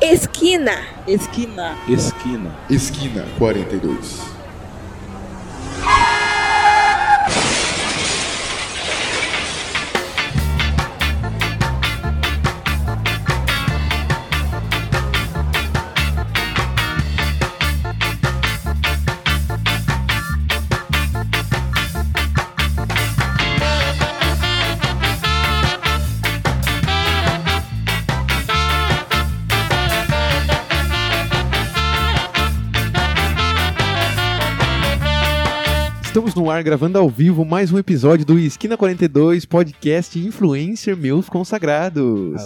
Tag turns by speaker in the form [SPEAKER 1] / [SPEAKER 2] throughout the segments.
[SPEAKER 1] Esquina.
[SPEAKER 2] Esquina.
[SPEAKER 3] Esquina.
[SPEAKER 4] Esquina 42.
[SPEAKER 3] Estamos no ar gravando ao vivo mais um episódio do Esquina 42 podcast Influencer Meus Consagrados.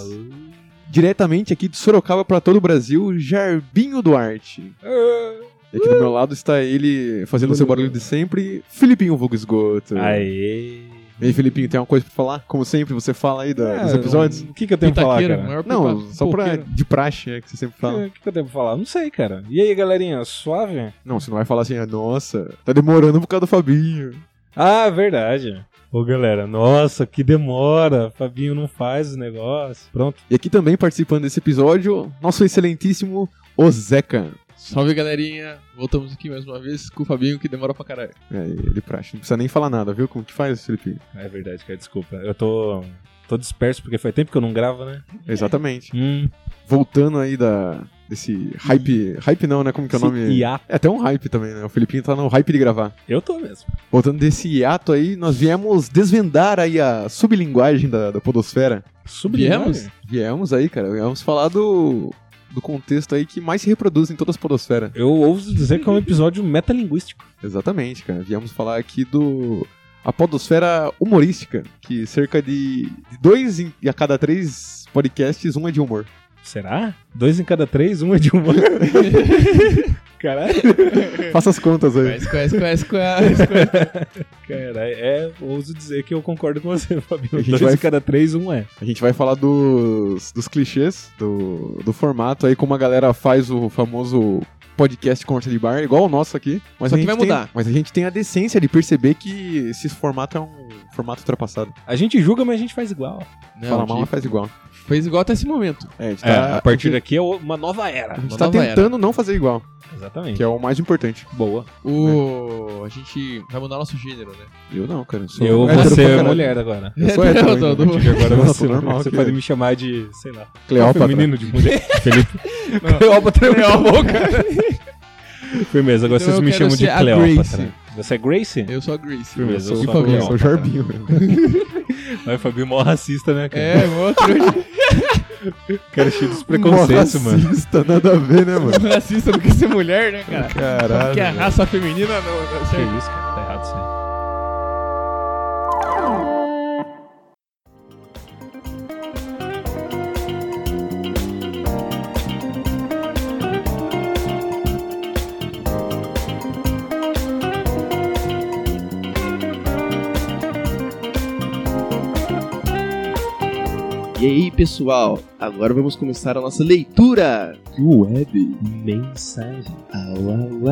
[SPEAKER 3] Diretamente aqui de Sorocaba para todo o Brasil, Jarbinho Duarte.
[SPEAKER 5] Ah.
[SPEAKER 3] E aqui do meu lado está ele fazendo o seu barulho de sempre, Filipinho Vulgo Esgoto.
[SPEAKER 5] Aê.
[SPEAKER 3] E aí, Filipinho, tem uma coisa pra falar? Como sempre, você fala aí da-
[SPEAKER 5] Ah,
[SPEAKER 3] dos episódios?
[SPEAKER 5] O que, que eu tenho pra falar,
[SPEAKER 6] Pitaqueiro,
[SPEAKER 5] cara?
[SPEAKER 6] maior
[SPEAKER 3] Não,
[SPEAKER 6] pipa-
[SPEAKER 3] só pra
[SPEAKER 6] pipoqueiro.
[SPEAKER 3] de praxe é que você sempre fala.
[SPEAKER 5] O que, que eu tenho pra falar? Não sei, cara. E aí, galerinha, suave?
[SPEAKER 3] Não, você não vai falar assim, ah, nossa, tá demorando por causa do Fabinho.
[SPEAKER 5] Ah, verdade. Ô, galera, nossa, que demora. Fabinho não faz o negócio. Pronto.
[SPEAKER 3] E aqui também participando desse episódio, nosso excelentíssimo Ozeca.
[SPEAKER 6] Salve galerinha, voltamos aqui mais uma vez com o Fabinho que demora pra caralho.
[SPEAKER 3] É, ele praxe, não precisa nem falar nada, viu? Como que faz, Felipe?
[SPEAKER 5] É verdade, cara, desculpa. Eu tô, tô disperso porque faz tempo que eu não gravo, né?
[SPEAKER 3] Exatamente.
[SPEAKER 5] Hum,
[SPEAKER 3] Voltando aí da desse hype, hype não, né? Como que é o
[SPEAKER 5] esse
[SPEAKER 3] nome?
[SPEAKER 5] hiato.
[SPEAKER 3] É até um hype também, né? O Felipinho tá no hype de gravar.
[SPEAKER 5] Eu tô mesmo.
[SPEAKER 3] Voltando desse hiato aí, nós viemos desvendar aí a sublinguagem da, da podosfera.
[SPEAKER 5] Sublinhagem?
[SPEAKER 6] Viemos?
[SPEAKER 3] Viemos aí, cara, viemos falar do, do contexto aí que mais se reproduz em toda a podosfera.
[SPEAKER 5] Eu ouso dizer que é um episódio metalinguístico.
[SPEAKER 3] Exatamente, cara. Viemos falar aqui do. A podosfera humorística, que cerca de de dois em- a cada três podcasts, um é de humor.
[SPEAKER 5] Será? Dois em cada três, um é de uma. Caralho.
[SPEAKER 3] Faça as contas aí.
[SPEAKER 6] Conhece, conhece, conhece, conhece. conhece.
[SPEAKER 5] Cara, é, ouso dizer que eu concordo com você, Fabinho.
[SPEAKER 3] A gente
[SPEAKER 5] Dois
[SPEAKER 3] vai-
[SPEAKER 5] em cada três, um é.
[SPEAKER 3] A gente vai falar dos, dos clichês do, do formato, aí como a galera faz o famoso podcast conversa de bar, igual o nosso aqui. Mas
[SPEAKER 6] Só
[SPEAKER 3] a
[SPEAKER 6] que
[SPEAKER 3] gente
[SPEAKER 6] vai
[SPEAKER 3] tem-
[SPEAKER 6] mudar.
[SPEAKER 3] mas a gente tem a decência de perceber que esse formato é um formato ultrapassado.
[SPEAKER 5] A gente julga, mas a gente faz igual.
[SPEAKER 6] Não,
[SPEAKER 3] Fala mal,
[SPEAKER 6] de-
[SPEAKER 3] mas faz igual.
[SPEAKER 6] Fez igual até esse momento.
[SPEAKER 3] É, a gente
[SPEAKER 5] É,
[SPEAKER 3] tá,
[SPEAKER 5] a partir daqui é o- uma nova era.
[SPEAKER 3] a gente
[SPEAKER 6] uma
[SPEAKER 3] tá
[SPEAKER 6] nova era.
[SPEAKER 3] tentando não fazer igual,
[SPEAKER 5] Exatamente.
[SPEAKER 3] que é o mais importante.
[SPEAKER 5] Boa.
[SPEAKER 6] O... A gente vai mudar nosso gênero, né?
[SPEAKER 3] Eu não, cara. sou
[SPEAKER 5] Eu
[SPEAKER 3] hétero
[SPEAKER 5] vou
[SPEAKER 3] pra
[SPEAKER 5] ser
[SPEAKER 3] caralho.
[SPEAKER 5] mulher agora.
[SPEAKER 3] Eu sou
[SPEAKER 6] É,
[SPEAKER 3] hétero
[SPEAKER 6] não,
[SPEAKER 3] ainda,
[SPEAKER 6] não,
[SPEAKER 3] né?
[SPEAKER 6] não.
[SPEAKER 5] E agora
[SPEAKER 3] Não,
[SPEAKER 5] você,
[SPEAKER 3] tô normal
[SPEAKER 5] você
[SPEAKER 3] aqui,
[SPEAKER 5] pode
[SPEAKER 3] né?
[SPEAKER 5] me chamar de, sei lá,
[SPEAKER 3] Cleópatra.
[SPEAKER 5] feminino de mulher. Felipe. Cleópatra é uma Firmeza, agora
[SPEAKER 6] Então
[SPEAKER 5] vocês
[SPEAKER 6] eu
[SPEAKER 5] me
[SPEAKER 6] quero
[SPEAKER 5] chamam de
[SPEAKER 6] ser a
[SPEAKER 5] Cleópatra. Você é Grace?
[SPEAKER 6] Eu sou a Grace.
[SPEAKER 5] Firmeza, eu
[SPEAKER 6] E
[SPEAKER 5] sou
[SPEAKER 6] o
[SPEAKER 5] a
[SPEAKER 7] é
[SPEAKER 6] Fabinho?
[SPEAKER 3] Eu sou o Jarbinho.
[SPEAKER 5] Mas o Fabinho é mó racista, né, cara?
[SPEAKER 6] É, mó trouxa.
[SPEAKER 5] Cara cheio dos preconceitos,
[SPEAKER 3] Mó
[SPEAKER 5] mano.
[SPEAKER 3] racista, nada a ver, né, mano?
[SPEAKER 6] um Racista não quer ser mulher, né, cara?
[SPEAKER 3] Caralho.
[SPEAKER 6] Que
[SPEAKER 5] É.
[SPEAKER 6] a raça feminina não, não
[SPEAKER 5] Que
[SPEAKER 6] serve.
[SPEAKER 5] isso, cara? Tá errado isso aí.
[SPEAKER 7] E aí, pessoal, agora vamos começar a nossa leitura de web.
[SPEAKER 5] Mensagem.
[SPEAKER 7] Au, au,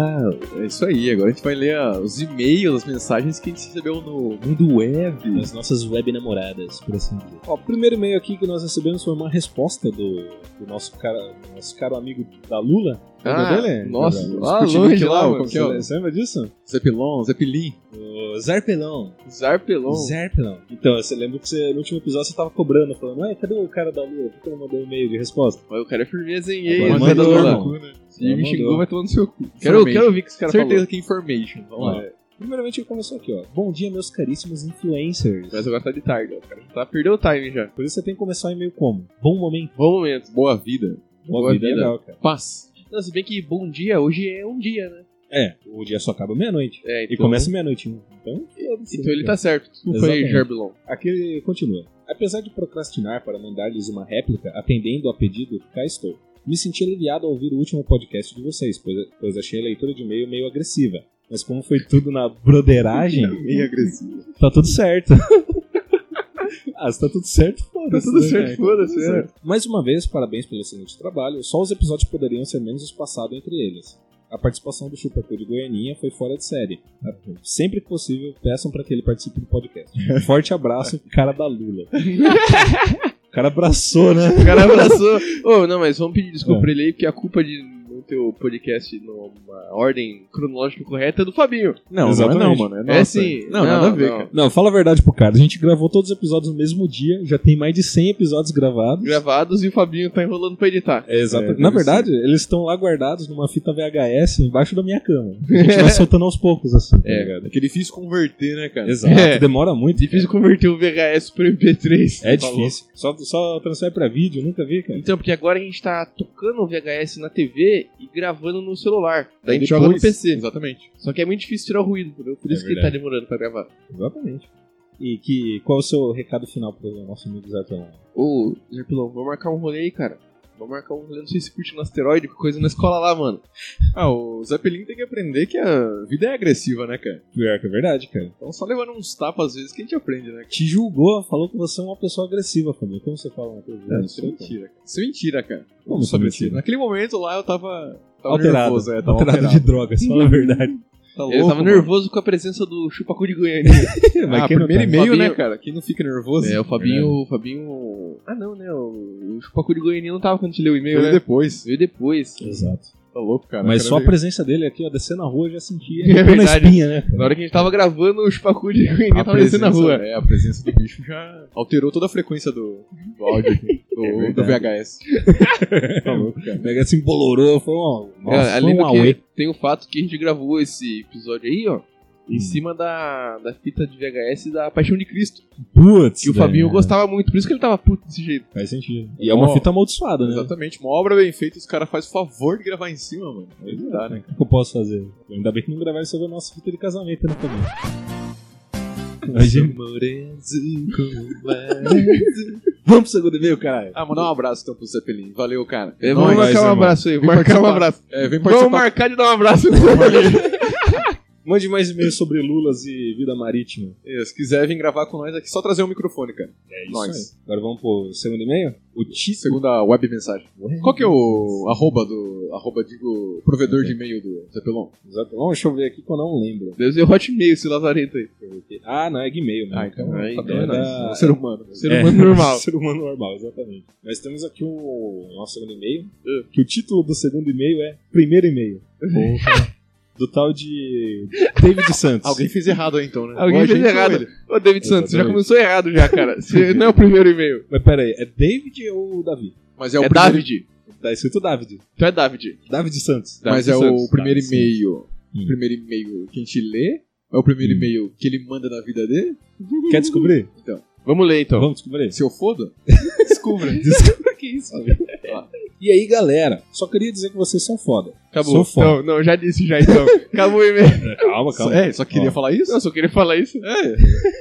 [SPEAKER 7] au. É isso aí, agora a gente vai ler ah, os e-mails, as mensagens que a gente recebeu no mundo web.
[SPEAKER 8] das nossas web namoradas, por assim dizer.
[SPEAKER 5] Ó, o primeiro e-mail aqui que nós recebemos foi uma resposta do, do nosso, cara, nosso caro amigo da Lula. Lembra dele?
[SPEAKER 7] Ah, nossa, Ah,
[SPEAKER 5] Lembra?
[SPEAKER 7] lá
[SPEAKER 5] Discutindo
[SPEAKER 7] longe
[SPEAKER 5] que
[SPEAKER 7] lá,
[SPEAKER 5] o-
[SPEAKER 7] mano,
[SPEAKER 5] como que é o- Você lembra disso?
[SPEAKER 7] Zepelon, Zeppelin,
[SPEAKER 5] O Zarpelão.
[SPEAKER 7] Zarpelon.
[SPEAKER 5] Zarpelon. Então, você lembra que você, no último episódio você tava cobrando, falando, ué, cadê o cara da Lula? Por que não mandou um e-mail de resposta? um
[SPEAKER 7] Mas o cara é firmeza, hein?
[SPEAKER 5] Agora
[SPEAKER 7] Ei,
[SPEAKER 5] mandou,
[SPEAKER 7] mandou,
[SPEAKER 5] irmão.
[SPEAKER 7] mano. Se
[SPEAKER 5] Agora
[SPEAKER 7] me xingou,
[SPEAKER 5] mandou.
[SPEAKER 7] vai tomar no seu cu. Quero, quero ouvir o que os caras
[SPEAKER 5] Certeza
[SPEAKER 7] Certeza que é information. Vamos lá.
[SPEAKER 5] É. Primeiramente ele começou aqui, ó. Bom dia, meus caríssimos influencers.
[SPEAKER 7] Mas agora tá de tarde, ó. O cara já tá, perdeu o time já.
[SPEAKER 5] Por isso você tem que começar o e-mail como? Bom momento.
[SPEAKER 7] Bom momento, boa vida. Boa
[SPEAKER 5] é
[SPEAKER 7] vida.
[SPEAKER 5] legal, cara.
[SPEAKER 7] Paz. Não, se bem que bom dia hoje é um dia, né?
[SPEAKER 5] É, o dia só acaba meia-noite.
[SPEAKER 7] É,
[SPEAKER 5] E começa meia-noite. né? Então, foda-se,
[SPEAKER 7] Então ele
[SPEAKER 5] cara.
[SPEAKER 7] tá certo. Desculpa aí,
[SPEAKER 5] Exatamente.
[SPEAKER 7] Gerbilon.
[SPEAKER 5] Aqui ele continua. Apesar de procrastinar para mandar-lhes uma réplica, atendendo a pedido, cá estou. Me senti aliviado ao ouvir o último podcast de vocês, pois, pois achei a leitura de e-mail meio agressiva. Mas como foi tudo na broderagem,
[SPEAKER 7] Meio agressivo.
[SPEAKER 5] tá tudo certo. ah, se tá tudo certo,
[SPEAKER 7] Tá
[SPEAKER 5] foda-se.
[SPEAKER 7] tudo
[SPEAKER 5] né,
[SPEAKER 7] certo,
[SPEAKER 5] cara?
[SPEAKER 7] foda-se.
[SPEAKER 5] Tudo
[SPEAKER 7] né?
[SPEAKER 5] certo. Mais uma vez, parabéns pelo excelente trabalho. Só os episódios poderiam ser menos espaçados entre eles. A participação do Chupacu de Goianinha foi fora de série. Sempre que possível, peçam para que ele participe do podcast. Forte abraço, cara da Lula. O cara abraçou, né?
[SPEAKER 7] O cara abraçou. Ô, não, mas vamos pedir desculpa pra ele aí, porque a culpa de não ter o podcast numa ordem cronológica correta é do Fabinho.
[SPEAKER 3] Não, não é
[SPEAKER 5] Exatamente.
[SPEAKER 3] não, mano. É, nossa.
[SPEAKER 7] é sim.
[SPEAKER 3] Não, nada a ver, cara.
[SPEAKER 5] Não, fala a verdade pro cara. A gente gravou todos os episódios no mesmo dia, já tem mais de 100 episódios gravados.
[SPEAKER 7] Gravados e o Fabinho tá enrolando pra editar.
[SPEAKER 5] É, exato.
[SPEAKER 3] É,
[SPEAKER 5] Na
[SPEAKER 3] deve
[SPEAKER 5] verdade, eles estão lá guardados numa fita VHS embaixo da minha cama. A gente vai soltando aos poucos, assim. tá
[SPEAKER 7] É.
[SPEAKER 5] ligado?
[SPEAKER 3] É que é difícil converter, né, cara?
[SPEAKER 5] Exato.
[SPEAKER 7] É.
[SPEAKER 5] Demora muito.
[SPEAKER 7] Difícil converter o VHS pro MP3.
[SPEAKER 5] É
[SPEAKER 7] Falou.
[SPEAKER 5] difícil. Só, só transfere pra vídeo, nunca vi, cara.
[SPEAKER 7] Então, porque agora a gente tá tocando o VHS na TV e gravando no celular. Daí a gente
[SPEAKER 3] Depois-
[SPEAKER 7] joga no PC.
[SPEAKER 3] Exatamente.
[SPEAKER 7] Só que é muito difícil tirar o ruído, entendeu? Por
[SPEAKER 5] É
[SPEAKER 7] isso que ele tá
[SPEAKER 5] verdade.
[SPEAKER 7] demorando pra gravar.
[SPEAKER 5] Exatamente. E que, qual é o seu recado final pro nosso amigo Zé Pelão?
[SPEAKER 7] Ô, Zé Pilão, vamos marcar um rolê aí, cara. Vamos marcar um rolê, não sei se curte no asteroide, coisa na escola lá, mano.
[SPEAKER 3] Ah, o Zeppelin tem que aprender que a vida é agressiva, né, cara?
[SPEAKER 5] Pior que é verdade, cara.
[SPEAKER 3] Então só levando uns tapas às vezes que a gente aprende, né? cara?
[SPEAKER 5] Te julgou, falou que você é uma pessoa agressiva, Fabinho. Como você fala uma coisa
[SPEAKER 3] Não,
[SPEAKER 5] dessa,
[SPEAKER 3] isso é
[SPEAKER 5] cara?
[SPEAKER 3] mentira, cara. Isso é mentira, cara.
[SPEAKER 5] Como isso é
[SPEAKER 3] Só
[SPEAKER 5] mentira?
[SPEAKER 3] Naquele momento lá eu tava, tava
[SPEAKER 5] Alterado.
[SPEAKER 3] nervoso, é, tava
[SPEAKER 5] alterado, de drogas, fala a verdade.
[SPEAKER 3] Tá
[SPEAKER 7] Ele
[SPEAKER 3] louco,
[SPEAKER 7] tava
[SPEAKER 3] mano.
[SPEAKER 7] nervoso com a presença do Chupacu de Goiânia.
[SPEAKER 5] Mas
[SPEAKER 3] ah,
[SPEAKER 5] quem
[SPEAKER 3] primeiro
[SPEAKER 5] não tá?
[SPEAKER 3] e meio,
[SPEAKER 7] Fabinho-
[SPEAKER 3] né, cara? Quem não fica nervoso?
[SPEAKER 7] é, o Fabinho, o Fabinho... Ah, não, né? O, o Chupacu de Goiânia não tava quando te leu o e-mail,
[SPEAKER 3] Veio
[SPEAKER 7] né?
[SPEAKER 3] depois.
[SPEAKER 7] Veio depois.
[SPEAKER 5] Exato.
[SPEAKER 3] Tá louco, cara.
[SPEAKER 5] Mas
[SPEAKER 3] O
[SPEAKER 5] só
[SPEAKER 3] cara
[SPEAKER 5] a presença dele aqui, ó, descendo na rua, eu já senti
[SPEAKER 7] É
[SPEAKER 5] na
[SPEAKER 7] verdade.
[SPEAKER 5] espinha, né? cara?
[SPEAKER 7] Na hora que a gente tava gravando, o Chupacu de Goiânia
[SPEAKER 3] veio-
[SPEAKER 7] tava descendo na rua.
[SPEAKER 3] É, a presença do bicho já alterou toda a frequência do, do áudio aqui, do,
[SPEAKER 7] É
[SPEAKER 5] verdade.
[SPEAKER 3] do VHS. tá louco, cara.
[SPEAKER 5] O Mega se embolorou, assim, foi uma. Nossa,
[SPEAKER 7] É, além
[SPEAKER 5] foi um
[SPEAKER 7] do que,
[SPEAKER 5] auê.
[SPEAKER 7] tem o fato que a gente gravou esse episódio aí, ó, em cima da, da fita de VHS da Paixão de Cristo.
[SPEAKER 5] Putz.
[SPEAKER 7] Que o
[SPEAKER 5] velho,
[SPEAKER 7] Fabinho gostava muito, por isso que ele tava puto desse jeito.
[SPEAKER 5] Faz sentido. E é uma
[SPEAKER 3] Ó,
[SPEAKER 5] fita amaldiçoada, né?
[SPEAKER 3] Exatamente. Uma obra bem feita, os caras fazem favor de gravar em cima, mano. Aí não dá, né?
[SPEAKER 5] O que eu posso fazer? Ainda bem que não gravaram sobre a nossa fita de casamento, né, Fabinho? Imagina. Vamos pro segundo e-mail, caralho.
[SPEAKER 3] Ah, mandar um abraço então pro Zeppelin. Valeu, cara.
[SPEAKER 7] É, vamos
[SPEAKER 5] nóis,
[SPEAKER 7] marcar um
[SPEAKER 5] irmão.
[SPEAKER 7] abraço aí,
[SPEAKER 3] Vem
[SPEAKER 7] marcar um
[SPEAKER 3] participar.
[SPEAKER 7] abraço.
[SPEAKER 3] É, vem
[SPEAKER 7] Vamos
[SPEAKER 3] participar.
[SPEAKER 7] marcar de dar um abraço.
[SPEAKER 5] Mande mais e-mail sobre Lulas e vida marítima.
[SPEAKER 3] É, Se quiser, vem gravar com nós aqui. Só trazer o microfone, cara. É
[SPEAKER 5] Isso aí. Agora vamos pro segundo e-mail?
[SPEAKER 3] O Ti, segundo a web mensagem. Qual que é o arroba do. Arroba, digo, provedor de e-mail do Zeppelon?
[SPEAKER 5] Exato. Vamos, deixa eu ver aqui que eu não lembro.
[SPEAKER 7] Deve ser Hotmail esse lazarento aí.
[SPEAKER 5] Ah, não, é Gmail, né?
[SPEAKER 7] aí,
[SPEAKER 5] tá bom,
[SPEAKER 7] é
[SPEAKER 5] né?
[SPEAKER 7] nóis.
[SPEAKER 3] Um ser humano.
[SPEAKER 7] Ser humano normal.
[SPEAKER 5] Ser humano normal, exatamente. Nós temos aqui o nosso segundo e-mail, que o título do segundo e-mail é Primeiro e-mail. do tal de David Santos.
[SPEAKER 3] Alguém fez errado aí então, né?
[SPEAKER 7] Alguém
[SPEAKER 3] Ou a
[SPEAKER 7] fez
[SPEAKER 3] gente ou
[SPEAKER 7] errado.
[SPEAKER 3] ele.
[SPEAKER 7] Ô, David Santos, você já
[SPEAKER 5] Exatamente.
[SPEAKER 7] começou errado já, cara. Você não é o primeiro e-mail.
[SPEAKER 5] Mas pera aí, é David ou Davi?
[SPEAKER 3] Mas é o
[SPEAKER 7] é
[SPEAKER 3] primeiro.
[SPEAKER 7] David.
[SPEAKER 5] Tá escrito David.
[SPEAKER 7] Tu é David.
[SPEAKER 5] David Santos.
[SPEAKER 3] Mas
[SPEAKER 5] David
[SPEAKER 3] é
[SPEAKER 5] Santos.
[SPEAKER 3] o primeiro
[SPEAKER 5] Davi
[SPEAKER 3] e-mail.
[SPEAKER 5] Hum.
[SPEAKER 3] O primeiro e-mail que a gente lê. É o primeiro
[SPEAKER 5] Hum.
[SPEAKER 3] e-mail que ele manda na vida dele.
[SPEAKER 5] Santos. Quer descobrir?
[SPEAKER 7] Vamos ler então.
[SPEAKER 5] Vamos descobrir.
[SPEAKER 3] Se eu foda,
[SPEAKER 5] Descubra. Descubra que
[SPEAKER 7] Tá
[SPEAKER 5] isso. E aí, galera? Só queria dizer que vocês são foda.
[SPEAKER 7] Acabou.
[SPEAKER 5] Sou foda.
[SPEAKER 7] Não, não, já disse já então. Acabou o e-mail.
[SPEAKER 5] Calma,
[SPEAKER 3] É, só queria falar isso?
[SPEAKER 7] Eu só queria falar isso.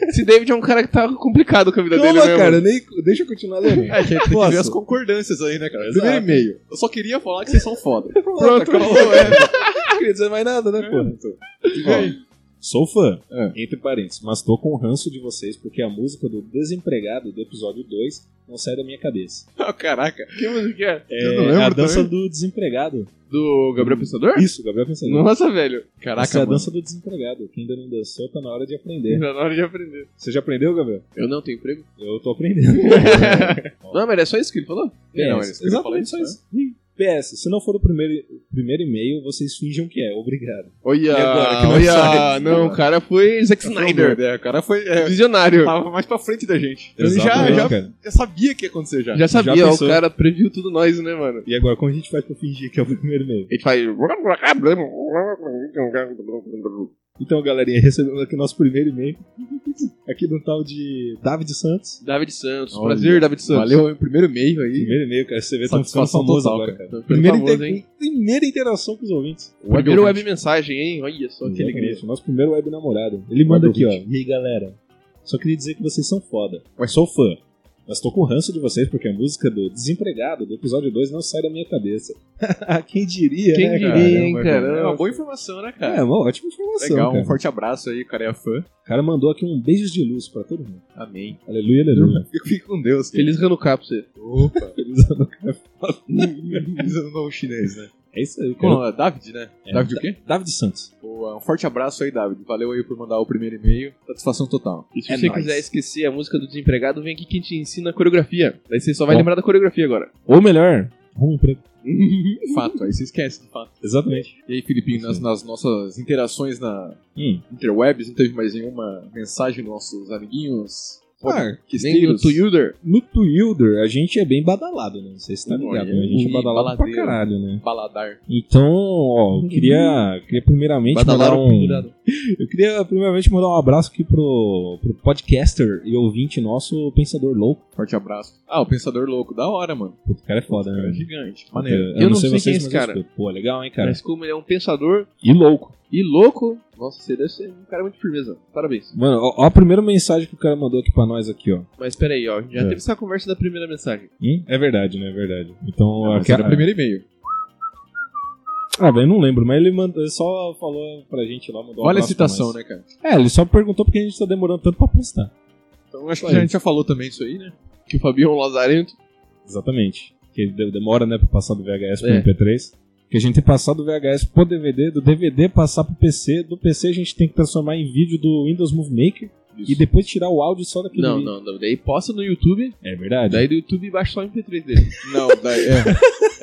[SPEAKER 7] Esse David é um cara que tá complicado com a vida dele, né?
[SPEAKER 5] Calma,
[SPEAKER 7] mano?
[SPEAKER 5] cara. Nem... Deixa eu continuar lendo.
[SPEAKER 3] É, a gente tem que ver
[SPEAKER 5] Posso?
[SPEAKER 3] as concordâncias aí, né, cara?
[SPEAKER 5] Exato.
[SPEAKER 3] Primeiro e-mail. Eu só queria falar que vocês são foda.
[SPEAKER 5] Pronto,
[SPEAKER 7] é
[SPEAKER 3] acabou,
[SPEAKER 5] Não queria dizer mais nada, né, pô? Ó, Sou fã,
[SPEAKER 3] É.
[SPEAKER 5] entre parênteses, mas tô com ranço de vocês porque a música do Desempregado do episódio 2 não sai da minha cabeça.
[SPEAKER 3] Ah, Caraca.
[SPEAKER 7] Que música que é?
[SPEAKER 5] É
[SPEAKER 3] não lembro
[SPEAKER 5] a dança do desempregado.
[SPEAKER 7] Do Gabriel Pensador?
[SPEAKER 5] Isso, Gabriel Pensador.
[SPEAKER 7] Nossa, velho.
[SPEAKER 5] Essa é
[SPEAKER 3] Caraca,
[SPEAKER 5] a
[SPEAKER 3] mano.
[SPEAKER 5] dança do desempregado. Quem ainda não dançou tá na hora de aprender.
[SPEAKER 7] Tá na hora de
[SPEAKER 3] Uhum.
[SPEAKER 7] aprender.
[SPEAKER 5] Você já aprendeu, Gabriel?
[SPEAKER 7] Eu não tenho emprego?
[SPEAKER 5] Eu tô aprendendo.
[SPEAKER 7] Não, mas é só isso que ele falou?
[SPEAKER 3] É, não,
[SPEAKER 5] PS,
[SPEAKER 3] eles queriam falar
[SPEAKER 5] exatamente
[SPEAKER 3] isso,
[SPEAKER 5] só isso. PS, se não for o primeiro, primeiro e-mail, vocês finjam que é. Obrigado.
[SPEAKER 7] né? Olha,
[SPEAKER 3] agora que não
[SPEAKER 7] olha.
[SPEAKER 3] sai?
[SPEAKER 7] Não, o cara foi Zack Snyder. né?
[SPEAKER 3] É, o cara foi. é,
[SPEAKER 7] Visionário.
[SPEAKER 3] tava mais pra frente da gente. Ele já,
[SPEAKER 5] Exatamente,
[SPEAKER 3] já,
[SPEAKER 5] cara.
[SPEAKER 3] já sabia que ia acontecer já.
[SPEAKER 7] Já sabia, ó, o
[SPEAKER 5] pensou.
[SPEAKER 7] cara previu tudo nós, né, mano?
[SPEAKER 5] E agora, como a gente faz pra fingir que é o primeiro e-mail?
[SPEAKER 7] Ele faz.
[SPEAKER 5] Então, galerinha, recebemos aqui nosso primeiro e-mail. Aqui do tal de David Santos.
[SPEAKER 7] David Santos.
[SPEAKER 3] Olha,
[SPEAKER 7] Prazer, David Santos.
[SPEAKER 3] Valeu, hein, primeiro e-mail aí.
[SPEAKER 5] Primeiro e-mail, cara. Você vê, tão ficando
[SPEAKER 3] Satisfação
[SPEAKER 5] famoso
[SPEAKER 3] total,
[SPEAKER 5] agora,
[SPEAKER 3] cara.
[SPEAKER 5] cara.
[SPEAKER 7] Então,
[SPEAKER 5] Primeira,
[SPEAKER 7] famoso,
[SPEAKER 5] inter-
[SPEAKER 7] hein?
[SPEAKER 5] primeira interação com os ouvintes.
[SPEAKER 7] Primeiro
[SPEAKER 3] ouvinte.
[SPEAKER 7] web mensagem, hein? Olha só que alegria.
[SPEAKER 5] Exatamente, Nosso primeiro web namorado. Ele manda aqui, ó. E aí, galera? Só queria dizer que vocês são foda. Mas sou fã. Mas tô com ranço de vocês porque a música do Desempregado, do episódio 2, não sai da minha cabeça. Quem diria,
[SPEAKER 7] Quem
[SPEAKER 5] né,
[SPEAKER 7] diria, hein,
[SPEAKER 3] Caramba,
[SPEAKER 7] cara?
[SPEAKER 3] É uma boa informação, né,
[SPEAKER 5] cara? É,
[SPEAKER 3] cara?
[SPEAKER 5] uma ótima informação,
[SPEAKER 3] Legal,
[SPEAKER 5] cara.
[SPEAKER 3] um forte abraço aí, cara. É fã.
[SPEAKER 5] O cara mandou aqui um beijos de luz pra todo mundo.
[SPEAKER 3] Amém.
[SPEAKER 5] Aleluia, aleluia.
[SPEAKER 7] Uhum.
[SPEAKER 3] Fique com Deus. cara.
[SPEAKER 7] Feliz Hanukkah pra você.
[SPEAKER 3] Opa,
[SPEAKER 5] Feliz ano-
[SPEAKER 3] feliz ano novo chinês, né?
[SPEAKER 5] É isso aí, cara.
[SPEAKER 3] Como, é David, né? David o quê?
[SPEAKER 5] David Santos.
[SPEAKER 3] Pô,
[SPEAKER 7] Um forte abraço aí, David. Valeu aí por mandar o primeiro e-mail. Satisfação total.
[SPEAKER 9] E se
[SPEAKER 5] É
[SPEAKER 9] você
[SPEAKER 5] nóis.
[SPEAKER 9] quiser esquecer a música do desempregado, vem aqui que a gente ensina a coreografia. Daí você só vai lembrar da coreografia agora.
[SPEAKER 5] Ou melhor, arruma um emprego.
[SPEAKER 7] Fato, aí se esquece de fato.
[SPEAKER 5] Exatamente.
[SPEAKER 7] E aí, Filipinho, nas, nas nossas interações na
[SPEAKER 5] Hum.
[SPEAKER 7] interwebs, não teve mais nenhuma mensagem dos nossos amiguinhos?
[SPEAKER 5] Ah,
[SPEAKER 7] que
[SPEAKER 9] Vem o Tuilder.
[SPEAKER 5] No Twilder, a gente é bem badalado, né? Não sei se tá ligado,
[SPEAKER 7] Olha,
[SPEAKER 5] né? A gente é
[SPEAKER 7] ih,
[SPEAKER 5] badalado pra
[SPEAKER 7] baladeiro.
[SPEAKER 5] caralho, né?
[SPEAKER 7] Baladar.
[SPEAKER 5] Então, ó,
[SPEAKER 7] Uhum.
[SPEAKER 5] eu queria, queria primeiramente mandar
[SPEAKER 7] Badalaram
[SPEAKER 5] um...
[SPEAKER 7] pendurado.
[SPEAKER 5] Eu queria primeiramente mandar um abraço aqui pro, pro podcaster e ouvinte nosso, o Pensador Louco.
[SPEAKER 7] Forte abraço. Ah, o Pensador Louco. Da hora, mano.
[SPEAKER 5] Puta, O cara é foda,
[SPEAKER 7] Cara,
[SPEAKER 5] né?
[SPEAKER 7] gigante.
[SPEAKER 5] Puta,
[SPEAKER 7] Maneiro.
[SPEAKER 9] Eu não sei quem é
[SPEAKER 5] mas
[SPEAKER 9] esse
[SPEAKER 5] eu
[SPEAKER 9] cara.
[SPEAKER 5] escuto. Pô, legal, hein, cara?
[SPEAKER 9] Mas como ele é um pensador
[SPEAKER 5] E louco.
[SPEAKER 9] e louco, nossa, você deve ser um cara muito firmeza. Parabéns.
[SPEAKER 5] Mano, ó, ó a primeira mensagem que o cara mandou aqui pra nós aqui, ó.
[SPEAKER 9] Mas pera aí, ó. a gente Já
[SPEAKER 5] É.
[SPEAKER 9] teve essa conversa da primeira mensagem.
[SPEAKER 5] Hum? É verdade, né? É verdade. Então,
[SPEAKER 7] Mas é
[SPEAKER 5] aquela-
[SPEAKER 7] era o primeiro e-mail.
[SPEAKER 5] Ah, velho, não lembro, mas ele mandou, ele só falou pra gente lá, mandou um
[SPEAKER 7] Olha a
[SPEAKER 5] abraço pra
[SPEAKER 7] citação,
[SPEAKER 5] nós.
[SPEAKER 7] né, cara?
[SPEAKER 5] É, ele só perguntou porque a gente tá demorando tanto pra postar.
[SPEAKER 7] Então acho que
[SPEAKER 5] Olha
[SPEAKER 7] a gente já falou também isso aí, né? Que o Fabião Lazarento.
[SPEAKER 5] Exatamente. Que de- demora, né, pra passar do VHS pro
[SPEAKER 9] É.
[SPEAKER 5] MP3. Que a gente tem passado do VHS pro DVD, do DVD passar pro PC, do PC a gente tem que transformar em vídeo do Windows Movie Maker e depois tirar o áudio só daquele
[SPEAKER 9] Não,
[SPEAKER 5] vídeo.
[SPEAKER 9] não, não. Daí posta no YouTube,
[SPEAKER 5] É verdade.
[SPEAKER 9] daí do YouTube baixa só o MP3 dele.
[SPEAKER 7] Não, daí. É,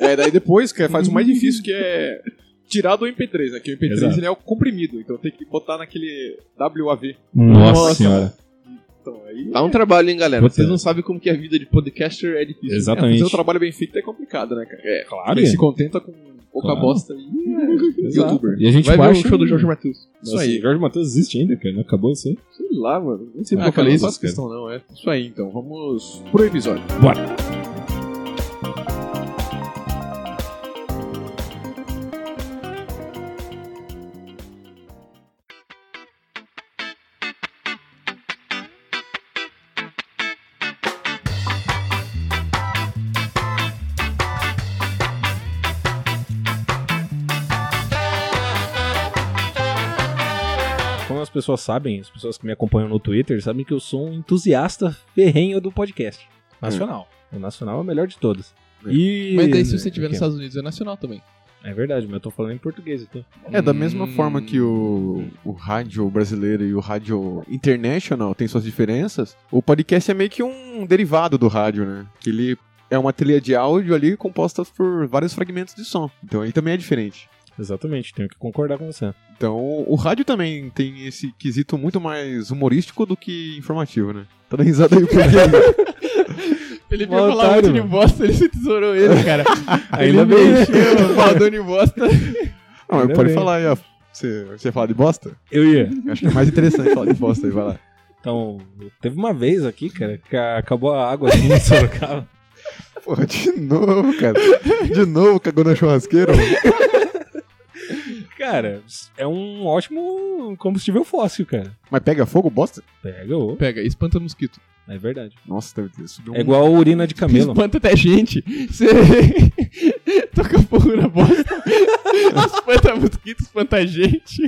[SPEAKER 7] É, daí depois, cara, faz o mais difícil que é tirar do MP3, né? Que o MP3
[SPEAKER 5] Exato.
[SPEAKER 7] ele é o comprimido, então tem que botar naquele WAV.
[SPEAKER 5] Nossa,
[SPEAKER 9] Nossa.
[SPEAKER 5] senhora.
[SPEAKER 7] Então aí.
[SPEAKER 9] Dá um trabalho, hein, galera.
[SPEAKER 5] Puta.
[SPEAKER 9] Vocês não sabem como que é a vida de podcaster é difícil.
[SPEAKER 5] Exatamente.
[SPEAKER 7] Fazer um trabalho bem feito é complicado, né, cara? É,
[SPEAKER 5] Claro.
[SPEAKER 7] se contenta com pouca
[SPEAKER 5] Claro.
[SPEAKER 7] bosta e
[SPEAKER 5] Exato.
[SPEAKER 7] youtuber.
[SPEAKER 5] E a gente
[SPEAKER 9] Vai ver
[SPEAKER 5] baixa...
[SPEAKER 9] o show do Jorge Matheus.
[SPEAKER 5] Isso aí. Jorge Matheus existe ainda, cara. Não acabou isso aí?
[SPEAKER 7] Sei lá, mano. Nem sei porque
[SPEAKER 5] Ah,
[SPEAKER 7] eu
[SPEAKER 5] cara,
[SPEAKER 7] falei
[SPEAKER 5] não
[SPEAKER 7] isso. Não faço
[SPEAKER 5] faço
[SPEAKER 7] questão, não, é. Isso aí, então. Vamos pro episódio.
[SPEAKER 5] Como as pessoas sabem, as pessoas que me acompanham no Twitter sabem que eu sou um entusiasta ferrenho do podcast. Nacional.
[SPEAKER 9] Hum.
[SPEAKER 5] O nacional é o melhor de todos.
[SPEAKER 9] É.
[SPEAKER 5] E...
[SPEAKER 10] Mas daí, se você estiver
[SPEAKER 5] Aqui,
[SPEAKER 10] nos Estados Unidos, é nacional também.
[SPEAKER 5] É verdade, mas eu tô falando em português aqui.
[SPEAKER 3] É, da mesma forma que o, o rádio brasileiro e o rádio international tem suas diferenças, o podcast é meio que um derivado do rádio, né? Que ele é uma trilha de áudio ali composta por vários fragmentos de som. Então aí também é diferente.
[SPEAKER 5] Exatamente, tenho que concordar com você.
[SPEAKER 3] Então o rádio também tem esse quesito muito mais humorístico do que informativo, né? Tá dando risada aí porque...
[SPEAKER 10] Ele
[SPEAKER 5] veio Mó falar Um otário, muito de mano.
[SPEAKER 10] bosta, ele se tesourou ele, cara.
[SPEAKER 5] Ainda bem.
[SPEAKER 10] Falando de bosta.
[SPEAKER 3] Não, Ah, mas
[SPEAKER 5] Ainda
[SPEAKER 3] pode
[SPEAKER 5] bem.
[SPEAKER 3] falar aí, ó. Você, você fala de bosta?
[SPEAKER 5] Eu ia.
[SPEAKER 3] Eu Acho que é mais interessante falar de bosta aí, vai lá.
[SPEAKER 5] Então, teve uma vez aqui, cara, que a- acabou a água aqui em Sorocaba.
[SPEAKER 3] Porra, de novo, cara. De novo cagou na churrasqueira. mano.
[SPEAKER 5] Cara, é um ótimo combustível fóssil, cara.
[SPEAKER 3] Mas pega fogo, bosta?
[SPEAKER 5] Pega ô.
[SPEAKER 10] Pega, espanta mosquito.
[SPEAKER 5] É verdade.
[SPEAKER 3] Nossa, deve ter subido um...
[SPEAKER 5] É igual a urina de camelo.
[SPEAKER 10] Espanta até gente. Você toca fogo na bosta. espanta mosquito, espanta gente.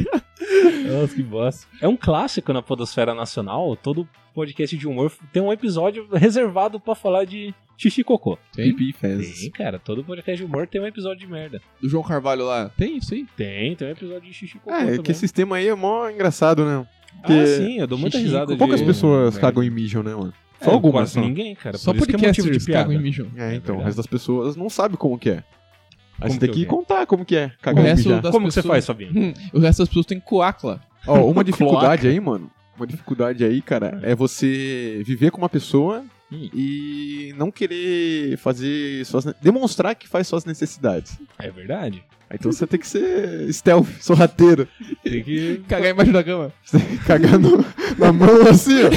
[SPEAKER 5] Nossa, que bosta. É um clássico na podosfera nacional. Todo podcast de humor tem um episódio reservado pra falar de xixi e cocô.
[SPEAKER 10] Tem?
[SPEAKER 5] Tem, cara. Todo podcast de humor tem um episódio de merda.
[SPEAKER 10] Do João Carvalho lá. Tem isso aí?
[SPEAKER 5] Tem, tem um episódio de xixi e cocô
[SPEAKER 3] É, é
[SPEAKER 5] também.
[SPEAKER 3] que esse sistema aí é mó engraçado, né?
[SPEAKER 5] Ah, sim, eu dou muita
[SPEAKER 10] Xixi e
[SPEAKER 5] risada
[SPEAKER 10] cocô.
[SPEAKER 5] de...
[SPEAKER 3] Poucas pessoas
[SPEAKER 5] merda.
[SPEAKER 3] cagam e mijam, né, mano? Só
[SPEAKER 5] É,
[SPEAKER 3] algumas,
[SPEAKER 5] quase
[SPEAKER 3] só.
[SPEAKER 5] ninguém, cara.
[SPEAKER 10] Só
[SPEAKER 5] Por isso que é motivo de
[SPEAKER 10] podcasters
[SPEAKER 5] piada.
[SPEAKER 10] cagam e mijam.
[SPEAKER 3] É, então,
[SPEAKER 5] verdade.
[SPEAKER 3] o resto das pessoas não sabe como que é. Aí
[SPEAKER 5] Como
[SPEAKER 3] você tem que
[SPEAKER 5] que eu ganho?
[SPEAKER 3] contar como que é
[SPEAKER 10] O
[SPEAKER 3] cagar e
[SPEAKER 10] resto
[SPEAKER 3] mijar.
[SPEAKER 10] das
[SPEAKER 5] Como que você
[SPEAKER 10] pessoas-
[SPEAKER 5] faz, Fabinho?
[SPEAKER 10] Hum, o resto das pessoas tem coacla.
[SPEAKER 3] Ó, uma dificuldade aí, mano. Uma dificuldade aí, cara, é você viver com uma pessoa
[SPEAKER 5] Hum.
[SPEAKER 3] e não querer fazer suas. ne- demonstrar que faz suas necessidades.
[SPEAKER 5] É verdade.
[SPEAKER 3] Então você tem que ser stealth, sorrateiro.
[SPEAKER 5] Tem que...
[SPEAKER 10] Cagar embaixo da cama.
[SPEAKER 3] cagando na mão assim, ó.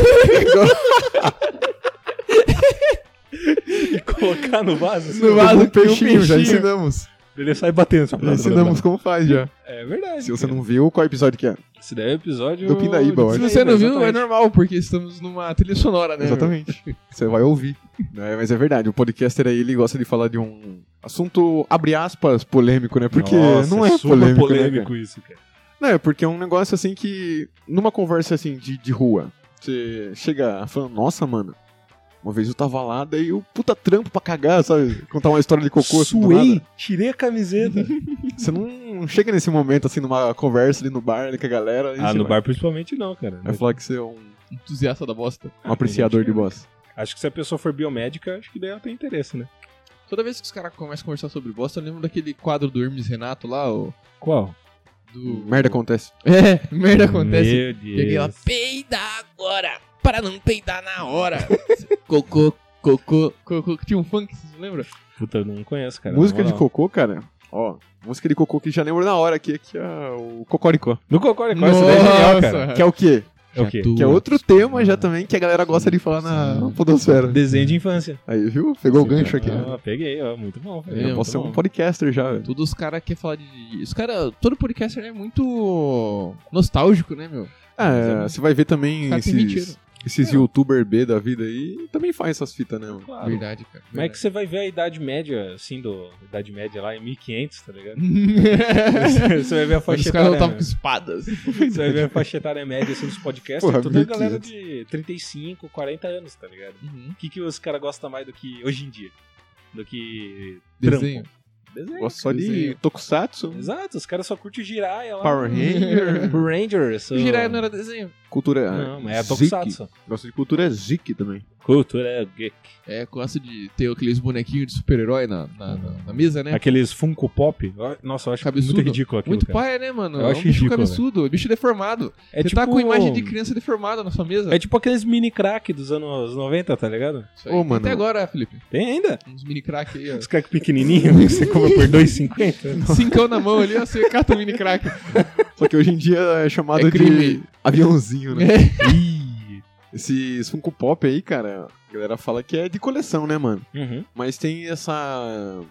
[SPEAKER 5] colocar no vaso. assim.
[SPEAKER 3] No vaso
[SPEAKER 10] com
[SPEAKER 3] tem um
[SPEAKER 10] peixinho,
[SPEAKER 3] peixinho, já
[SPEAKER 10] peixinho.
[SPEAKER 3] ensinamos.
[SPEAKER 5] Ele sai batendo. assim.
[SPEAKER 3] Já ensinamos como faz já.
[SPEAKER 5] É verdade.
[SPEAKER 3] né? Se você
[SPEAKER 5] cara.
[SPEAKER 3] não viu, qual episódio que é?
[SPEAKER 5] Esse daí é o episódio...
[SPEAKER 3] Do Pindaíba, eu
[SPEAKER 10] Se
[SPEAKER 3] acho.
[SPEAKER 10] você não viu, é
[SPEAKER 5] exatamente.
[SPEAKER 10] normal, porque estamos numa trilha sonora, né?
[SPEAKER 3] É. Exatamente. Você vai ouvir. né? Mas é verdade, o podcaster aí, ele gosta de falar de um assunto, abre aspas, polêmico, né? Porque
[SPEAKER 5] Nossa,
[SPEAKER 3] não é
[SPEAKER 5] super
[SPEAKER 3] polêmico, né,
[SPEAKER 5] polêmico isso, cara.
[SPEAKER 3] cara? Não, é porque é um negócio assim que, numa conversa assim, de, de rua, você chega falando, nossa, mano, uma vez eu tava lá, daí eu puta
[SPEAKER 5] né?
[SPEAKER 3] trampo pra cagar, sabe? Contar uma história de cocô. assim, do nada.
[SPEAKER 5] Suei, tirei a camiseta.
[SPEAKER 3] Você não, não chega nesse momento, assim, numa conversa ali no bar, ali com a galera. e
[SPEAKER 5] Ah,
[SPEAKER 3] você
[SPEAKER 5] no
[SPEAKER 3] vai.
[SPEAKER 5] bar principalmente não, cara.
[SPEAKER 3] Vai falar que você é um,
[SPEAKER 7] Entusiasta da bosta.
[SPEAKER 3] um apreciador de bosta.
[SPEAKER 5] Acho que se a pessoa for biomédica, acho que daí ela tem interesse, né?
[SPEAKER 7] Toda vez que os caras começam a conversar sobre bosta, eu lembro daquele quadro do Hermes Renato lá, o,
[SPEAKER 5] Qual?
[SPEAKER 7] do...
[SPEAKER 3] Merda acontece.
[SPEAKER 7] É, merda acontece.
[SPEAKER 5] Meu
[SPEAKER 7] Peguei lá,
[SPEAKER 5] Deus.
[SPEAKER 7] peida agora, para não peidar na hora. cocô, cocô, cocô. Tinha um funk, vocês lembram?
[SPEAKER 5] Puta, eu não conheço, cara.
[SPEAKER 3] música
[SPEAKER 5] na
[SPEAKER 3] de
[SPEAKER 5] moral.
[SPEAKER 3] cocô, cara. Ó, música de cocô que já lembro na hora aqui, que é o Cocoricó.
[SPEAKER 5] No Cocoricó, essa daí é genial, cara.
[SPEAKER 3] Que é o quê?
[SPEAKER 5] É o quê?
[SPEAKER 3] Que é outro tema já também que a galera gosta de falar na podosfera.
[SPEAKER 5] Desenho de infância.
[SPEAKER 3] Aí, viu? Pegou o gancho aqui. né?
[SPEAKER 5] Ah, peguei, ó. Muito Ah, tá bom.
[SPEAKER 7] É,
[SPEAKER 5] velho.
[SPEAKER 3] Eu posso ser
[SPEAKER 7] muito
[SPEAKER 3] um
[SPEAKER 7] bom.
[SPEAKER 3] podcaster já, velho.
[SPEAKER 7] Todos os caras querem falar de. Os caras. Todo podcaster é muito nostálgico, né, meu?
[SPEAKER 3] Ah, é, você vai ver
[SPEAKER 5] Tá
[SPEAKER 3] também
[SPEAKER 7] Cara, tem
[SPEAKER 3] esses,
[SPEAKER 7] mentira.
[SPEAKER 5] É.
[SPEAKER 3] esses youtuber B da vida aí, também faz essas fitas, né? mano?
[SPEAKER 5] Claro.
[SPEAKER 7] Verdade, cara.
[SPEAKER 5] Como é que você vai ver a Idade Média, assim, do Idade Média lá em 1500, tá ligado?
[SPEAKER 7] verdade.
[SPEAKER 5] Você vai ver a
[SPEAKER 7] Mas
[SPEAKER 5] faixa
[SPEAKER 7] os caras
[SPEAKER 5] etária,
[SPEAKER 7] não estavam com
[SPEAKER 5] né?
[SPEAKER 7] espadas.
[SPEAKER 5] Você vai ver a faixa etária média, assim, dos podcasts,
[SPEAKER 3] Porra,
[SPEAKER 5] é toda a
[SPEAKER 3] 1500.
[SPEAKER 5] galera de 35, 40 anos, tá ligado? O que, que os caras gostam mais do que hoje em dia? Do que
[SPEAKER 7] Desenho.
[SPEAKER 5] trampo? Desenho.
[SPEAKER 3] Gosto só de
[SPEAKER 7] Desenho.
[SPEAKER 3] Tokusatsu,
[SPEAKER 5] é. Exato, os caras só curtem Jiraiya lá.
[SPEAKER 3] Power Ranger,
[SPEAKER 5] Rangers.
[SPEAKER 7] O Jiraiya não era desenho.
[SPEAKER 3] cultura.
[SPEAKER 5] Não, mas é a
[SPEAKER 3] geek.
[SPEAKER 5] Tokusatsu.
[SPEAKER 3] Gosto de cultura geek também.
[SPEAKER 5] Cultura geek.
[SPEAKER 7] É, gosta de ter aqueles bonequinhos de super-herói na, na, na- na mesa, né?
[SPEAKER 5] Aqueles Funko Pop. Nossa, eu acho
[SPEAKER 7] Cabeçudo.
[SPEAKER 5] muito ridículo aquilo,
[SPEAKER 7] Muito
[SPEAKER 5] cara.
[SPEAKER 7] paia, né, mano?
[SPEAKER 5] Eu
[SPEAKER 7] é um
[SPEAKER 5] acho
[SPEAKER 7] bicho
[SPEAKER 5] ridículo,
[SPEAKER 7] cabeçudo, é bicho deformado.
[SPEAKER 5] É
[SPEAKER 7] você
[SPEAKER 5] tipo...
[SPEAKER 7] tá com imagem de criança deformada na sua mesa.
[SPEAKER 5] É tipo aqueles mini crack dos anos 90, tá ligado?
[SPEAKER 7] Isso aí.
[SPEAKER 3] Ô, tipo, mano.
[SPEAKER 7] Até agora, Felipe.
[SPEAKER 5] Tem ainda.
[SPEAKER 7] Uns mini crack aí, ó.
[SPEAKER 5] Os crack pequenininhos que você compra por 2,50.
[SPEAKER 7] Cincão na mão ali, ó. Você cata um mini crack.
[SPEAKER 3] Só que hoje em dia é chamado
[SPEAKER 7] É
[SPEAKER 3] de
[SPEAKER 7] crime.
[SPEAKER 3] aviãozinho, né?
[SPEAKER 7] É.
[SPEAKER 5] Ih.
[SPEAKER 3] Esse Funko Pop aí, cara, a galera fala que é de coleção, né, mano?
[SPEAKER 5] Uhum.
[SPEAKER 3] Mas tem essa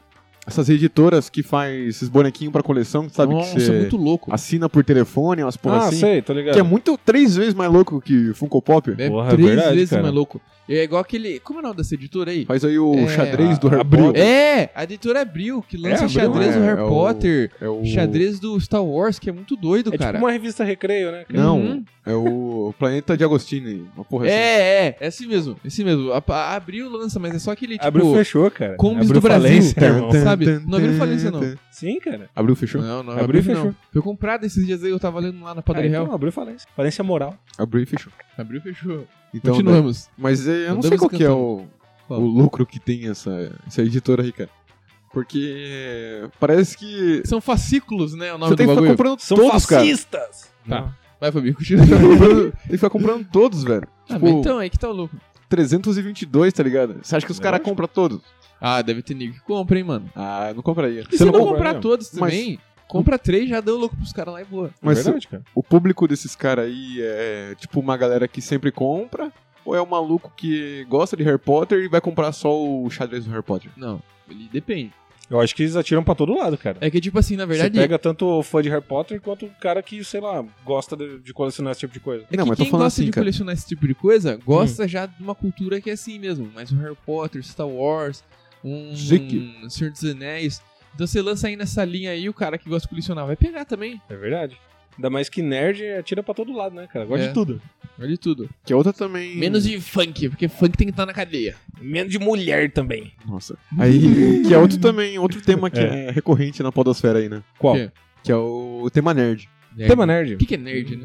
[SPEAKER 3] essas editoras que faz esses bonequinhos pra coleção, que sabe
[SPEAKER 7] Nossa,
[SPEAKER 3] que você é
[SPEAKER 7] muito louco.
[SPEAKER 3] assina por telefone, umas porra
[SPEAKER 5] ah,
[SPEAKER 3] assim.
[SPEAKER 5] sei, tô ligado.
[SPEAKER 3] Que é muito três vezes mais louco que Funko Pop.
[SPEAKER 7] É
[SPEAKER 5] Porra, é
[SPEAKER 7] três
[SPEAKER 5] verdade,
[SPEAKER 7] vezes
[SPEAKER 5] cara.
[SPEAKER 7] mais louco. É igual aquele. Como é o nome dessa editora aí?
[SPEAKER 3] Faz aí o
[SPEAKER 7] É,
[SPEAKER 3] xadrez do
[SPEAKER 5] a-
[SPEAKER 3] Harry
[SPEAKER 5] abriu.
[SPEAKER 3] Potter.
[SPEAKER 7] É, a editora Abril, que lança
[SPEAKER 5] É, Abril,
[SPEAKER 7] xadrez
[SPEAKER 3] é,
[SPEAKER 7] do Harry
[SPEAKER 3] é o-
[SPEAKER 7] Potter,
[SPEAKER 3] É o...
[SPEAKER 7] xadrez do Star Wars, que é muito doido,
[SPEAKER 5] É tipo
[SPEAKER 7] cara.
[SPEAKER 5] uma revista recreio, né?
[SPEAKER 3] Não,
[SPEAKER 7] Uhum.
[SPEAKER 3] é o Planeta de Agostini. Uma porra assim.
[SPEAKER 7] É, é, é assim mesmo, é assim mesmo. A, a Abril lança, mas é só aquele tipo.
[SPEAKER 5] Abriu, fechou, cara.
[SPEAKER 7] Combis
[SPEAKER 5] Abriu
[SPEAKER 7] do Brasil.
[SPEAKER 5] falência,
[SPEAKER 3] Tan,
[SPEAKER 5] irmão.
[SPEAKER 3] tan,
[SPEAKER 7] Sabe?
[SPEAKER 3] tan,
[SPEAKER 7] Não abriu
[SPEAKER 3] tan,
[SPEAKER 7] falência, não.
[SPEAKER 3] tan.
[SPEAKER 5] Sim, cara.
[SPEAKER 3] Abriu, fechou?
[SPEAKER 7] Não, não,
[SPEAKER 5] Abril
[SPEAKER 7] Abril,
[SPEAKER 5] fechou.
[SPEAKER 7] não. Foi comprado esses dias aí, eu tava lendo lá na
[SPEAKER 5] Ah,
[SPEAKER 7] Padaria
[SPEAKER 5] então
[SPEAKER 7] Real.
[SPEAKER 5] abriu falência. Falência moral.
[SPEAKER 3] Abriu e fechou.
[SPEAKER 7] Abril fechou.
[SPEAKER 3] Então, né,
[SPEAKER 7] Continuamos.
[SPEAKER 3] Mas eh, eu não
[SPEAKER 7] Andamos
[SPEAKER 3] sei qual que é o,
[SPEAKER 7] Qual?
[SPEAKER 3] o lucro que tem essa, essa editora aí, cara. Porque eh, parece que
[SPEAKER 7] São fascículos, né? O nome
[SPEAKER 3] você tem
[SPEAKER 7] do
[SPEAKER 3] que ficar
[SPEAKER 7] bagulho.
[SPEAKER 3] comprando todos, cara.
[SPEAKER 5] fascistas!
[SPEAKER 7] Tá.
[SPEAKER 5] Não. é
[SPEAKER 7] Vai, Fabinho, continua.
[SPEAKER 3] Tem que ficar
[SPEAKER 7] então,
[SPEAKER 3] comprando- tem que ficar comprando todos, velho.
[SPEAKER 7] Ah,
[SPEAKER 3] tipo,
[SPEAKER 7] mas então, aí que tá o louco.
[SPEAKER 3] 322, tá ligado? Você acha que os caras compram todos?
[SPEAKER 7] Ah, deve ter nego que compra, hein, mano.
[SPEAKER 3] Ah, eu não compraria.
[SPEAKER 7] E
[SPEAKER 5] Você
[SPEAKER 7] se
[SPEAKER 5] não
[SPEAKER 7] não, né?
[SPEAKER 5] compra,
[SPEAKER 7] comprar
[SPEAKER 5] não.
[SPEAKER 7] todos
[SPEAKER 3] Mas-
[SPEAKER 7] também, compra três, já deu louco pros caras lá e boa.
[SPEAKER 5] É
[SPEAKER 3] Mas
[SPEAKER 5] verdade, cara.
[SPEAKER 3] o público desses caras aí é tipo uma galera que sempre compra? Ou é um maluco que gosta de Harry Potter e vai comprar só o xadrez do Harry Potter?
[SPEAKER 7] Não, ele depende.
[SPEAKER 5] Eu acho que eles atiram pra todo lado, cara.
[SPEAKER 7] É que, tipo assim, na verdade.
[SPEAKER 5] Você pega tanto o fã de Harry Potter quanto o cara que, sei lá, gosta de, de colecionar esse tipo de coisa.
[SPEAKER 7] É
[SPEAKER 3] Não,
[SPEAKER 7] que
[SPEAKER 3] mas tô
[SPEAKER 7] quem
[SPEAKER 3] falando
[SPEAKER 7] gosta
[SPEAKER 3] assim,
[SPEAKER 7] de
[SPEAKER 3] cara.
[SPEAKER 7] colecionar esse tipo de coisa, gosta já de uma cultura que é assim mesmo. Mas o Harry Potter, Star Wars, um
[SPEAKER 3] Zique.
[SPEAKER 7] Senhor dos Anéis. Então você lança aí nessa linha aí, o cara que gosta de colecionar vai pegar também.
[SPEAKER 5] É verdade. Ainda mais que nerd atira pra todo lado, né, cara? Gosta
[SPEAKER 7] É.
[SPEAKER 5] de tudo.
[SPEAKER 7] Olha de tudo.
[SPEAKER 3] Que a outra também.
[SPEAKER 7] Menos de funk, porque funk tem que estar na cadeia.
[SPEAKER 5] Menos de mulher também.
[SPEAKER 3] Nossa. Aí, que é outro também, outro tema que é, recorrente na podosfera aí, né?
[SPEAKER 5] Qual?
[SPEAKER 7] Que?
[SPEAKER 3] Que é o tema nerd.
[SPEAKER 7] Nerd.
[SPEAKER 5] Tema nerd. Hum.
[SPEAKER 7] O que, que é nerd, né?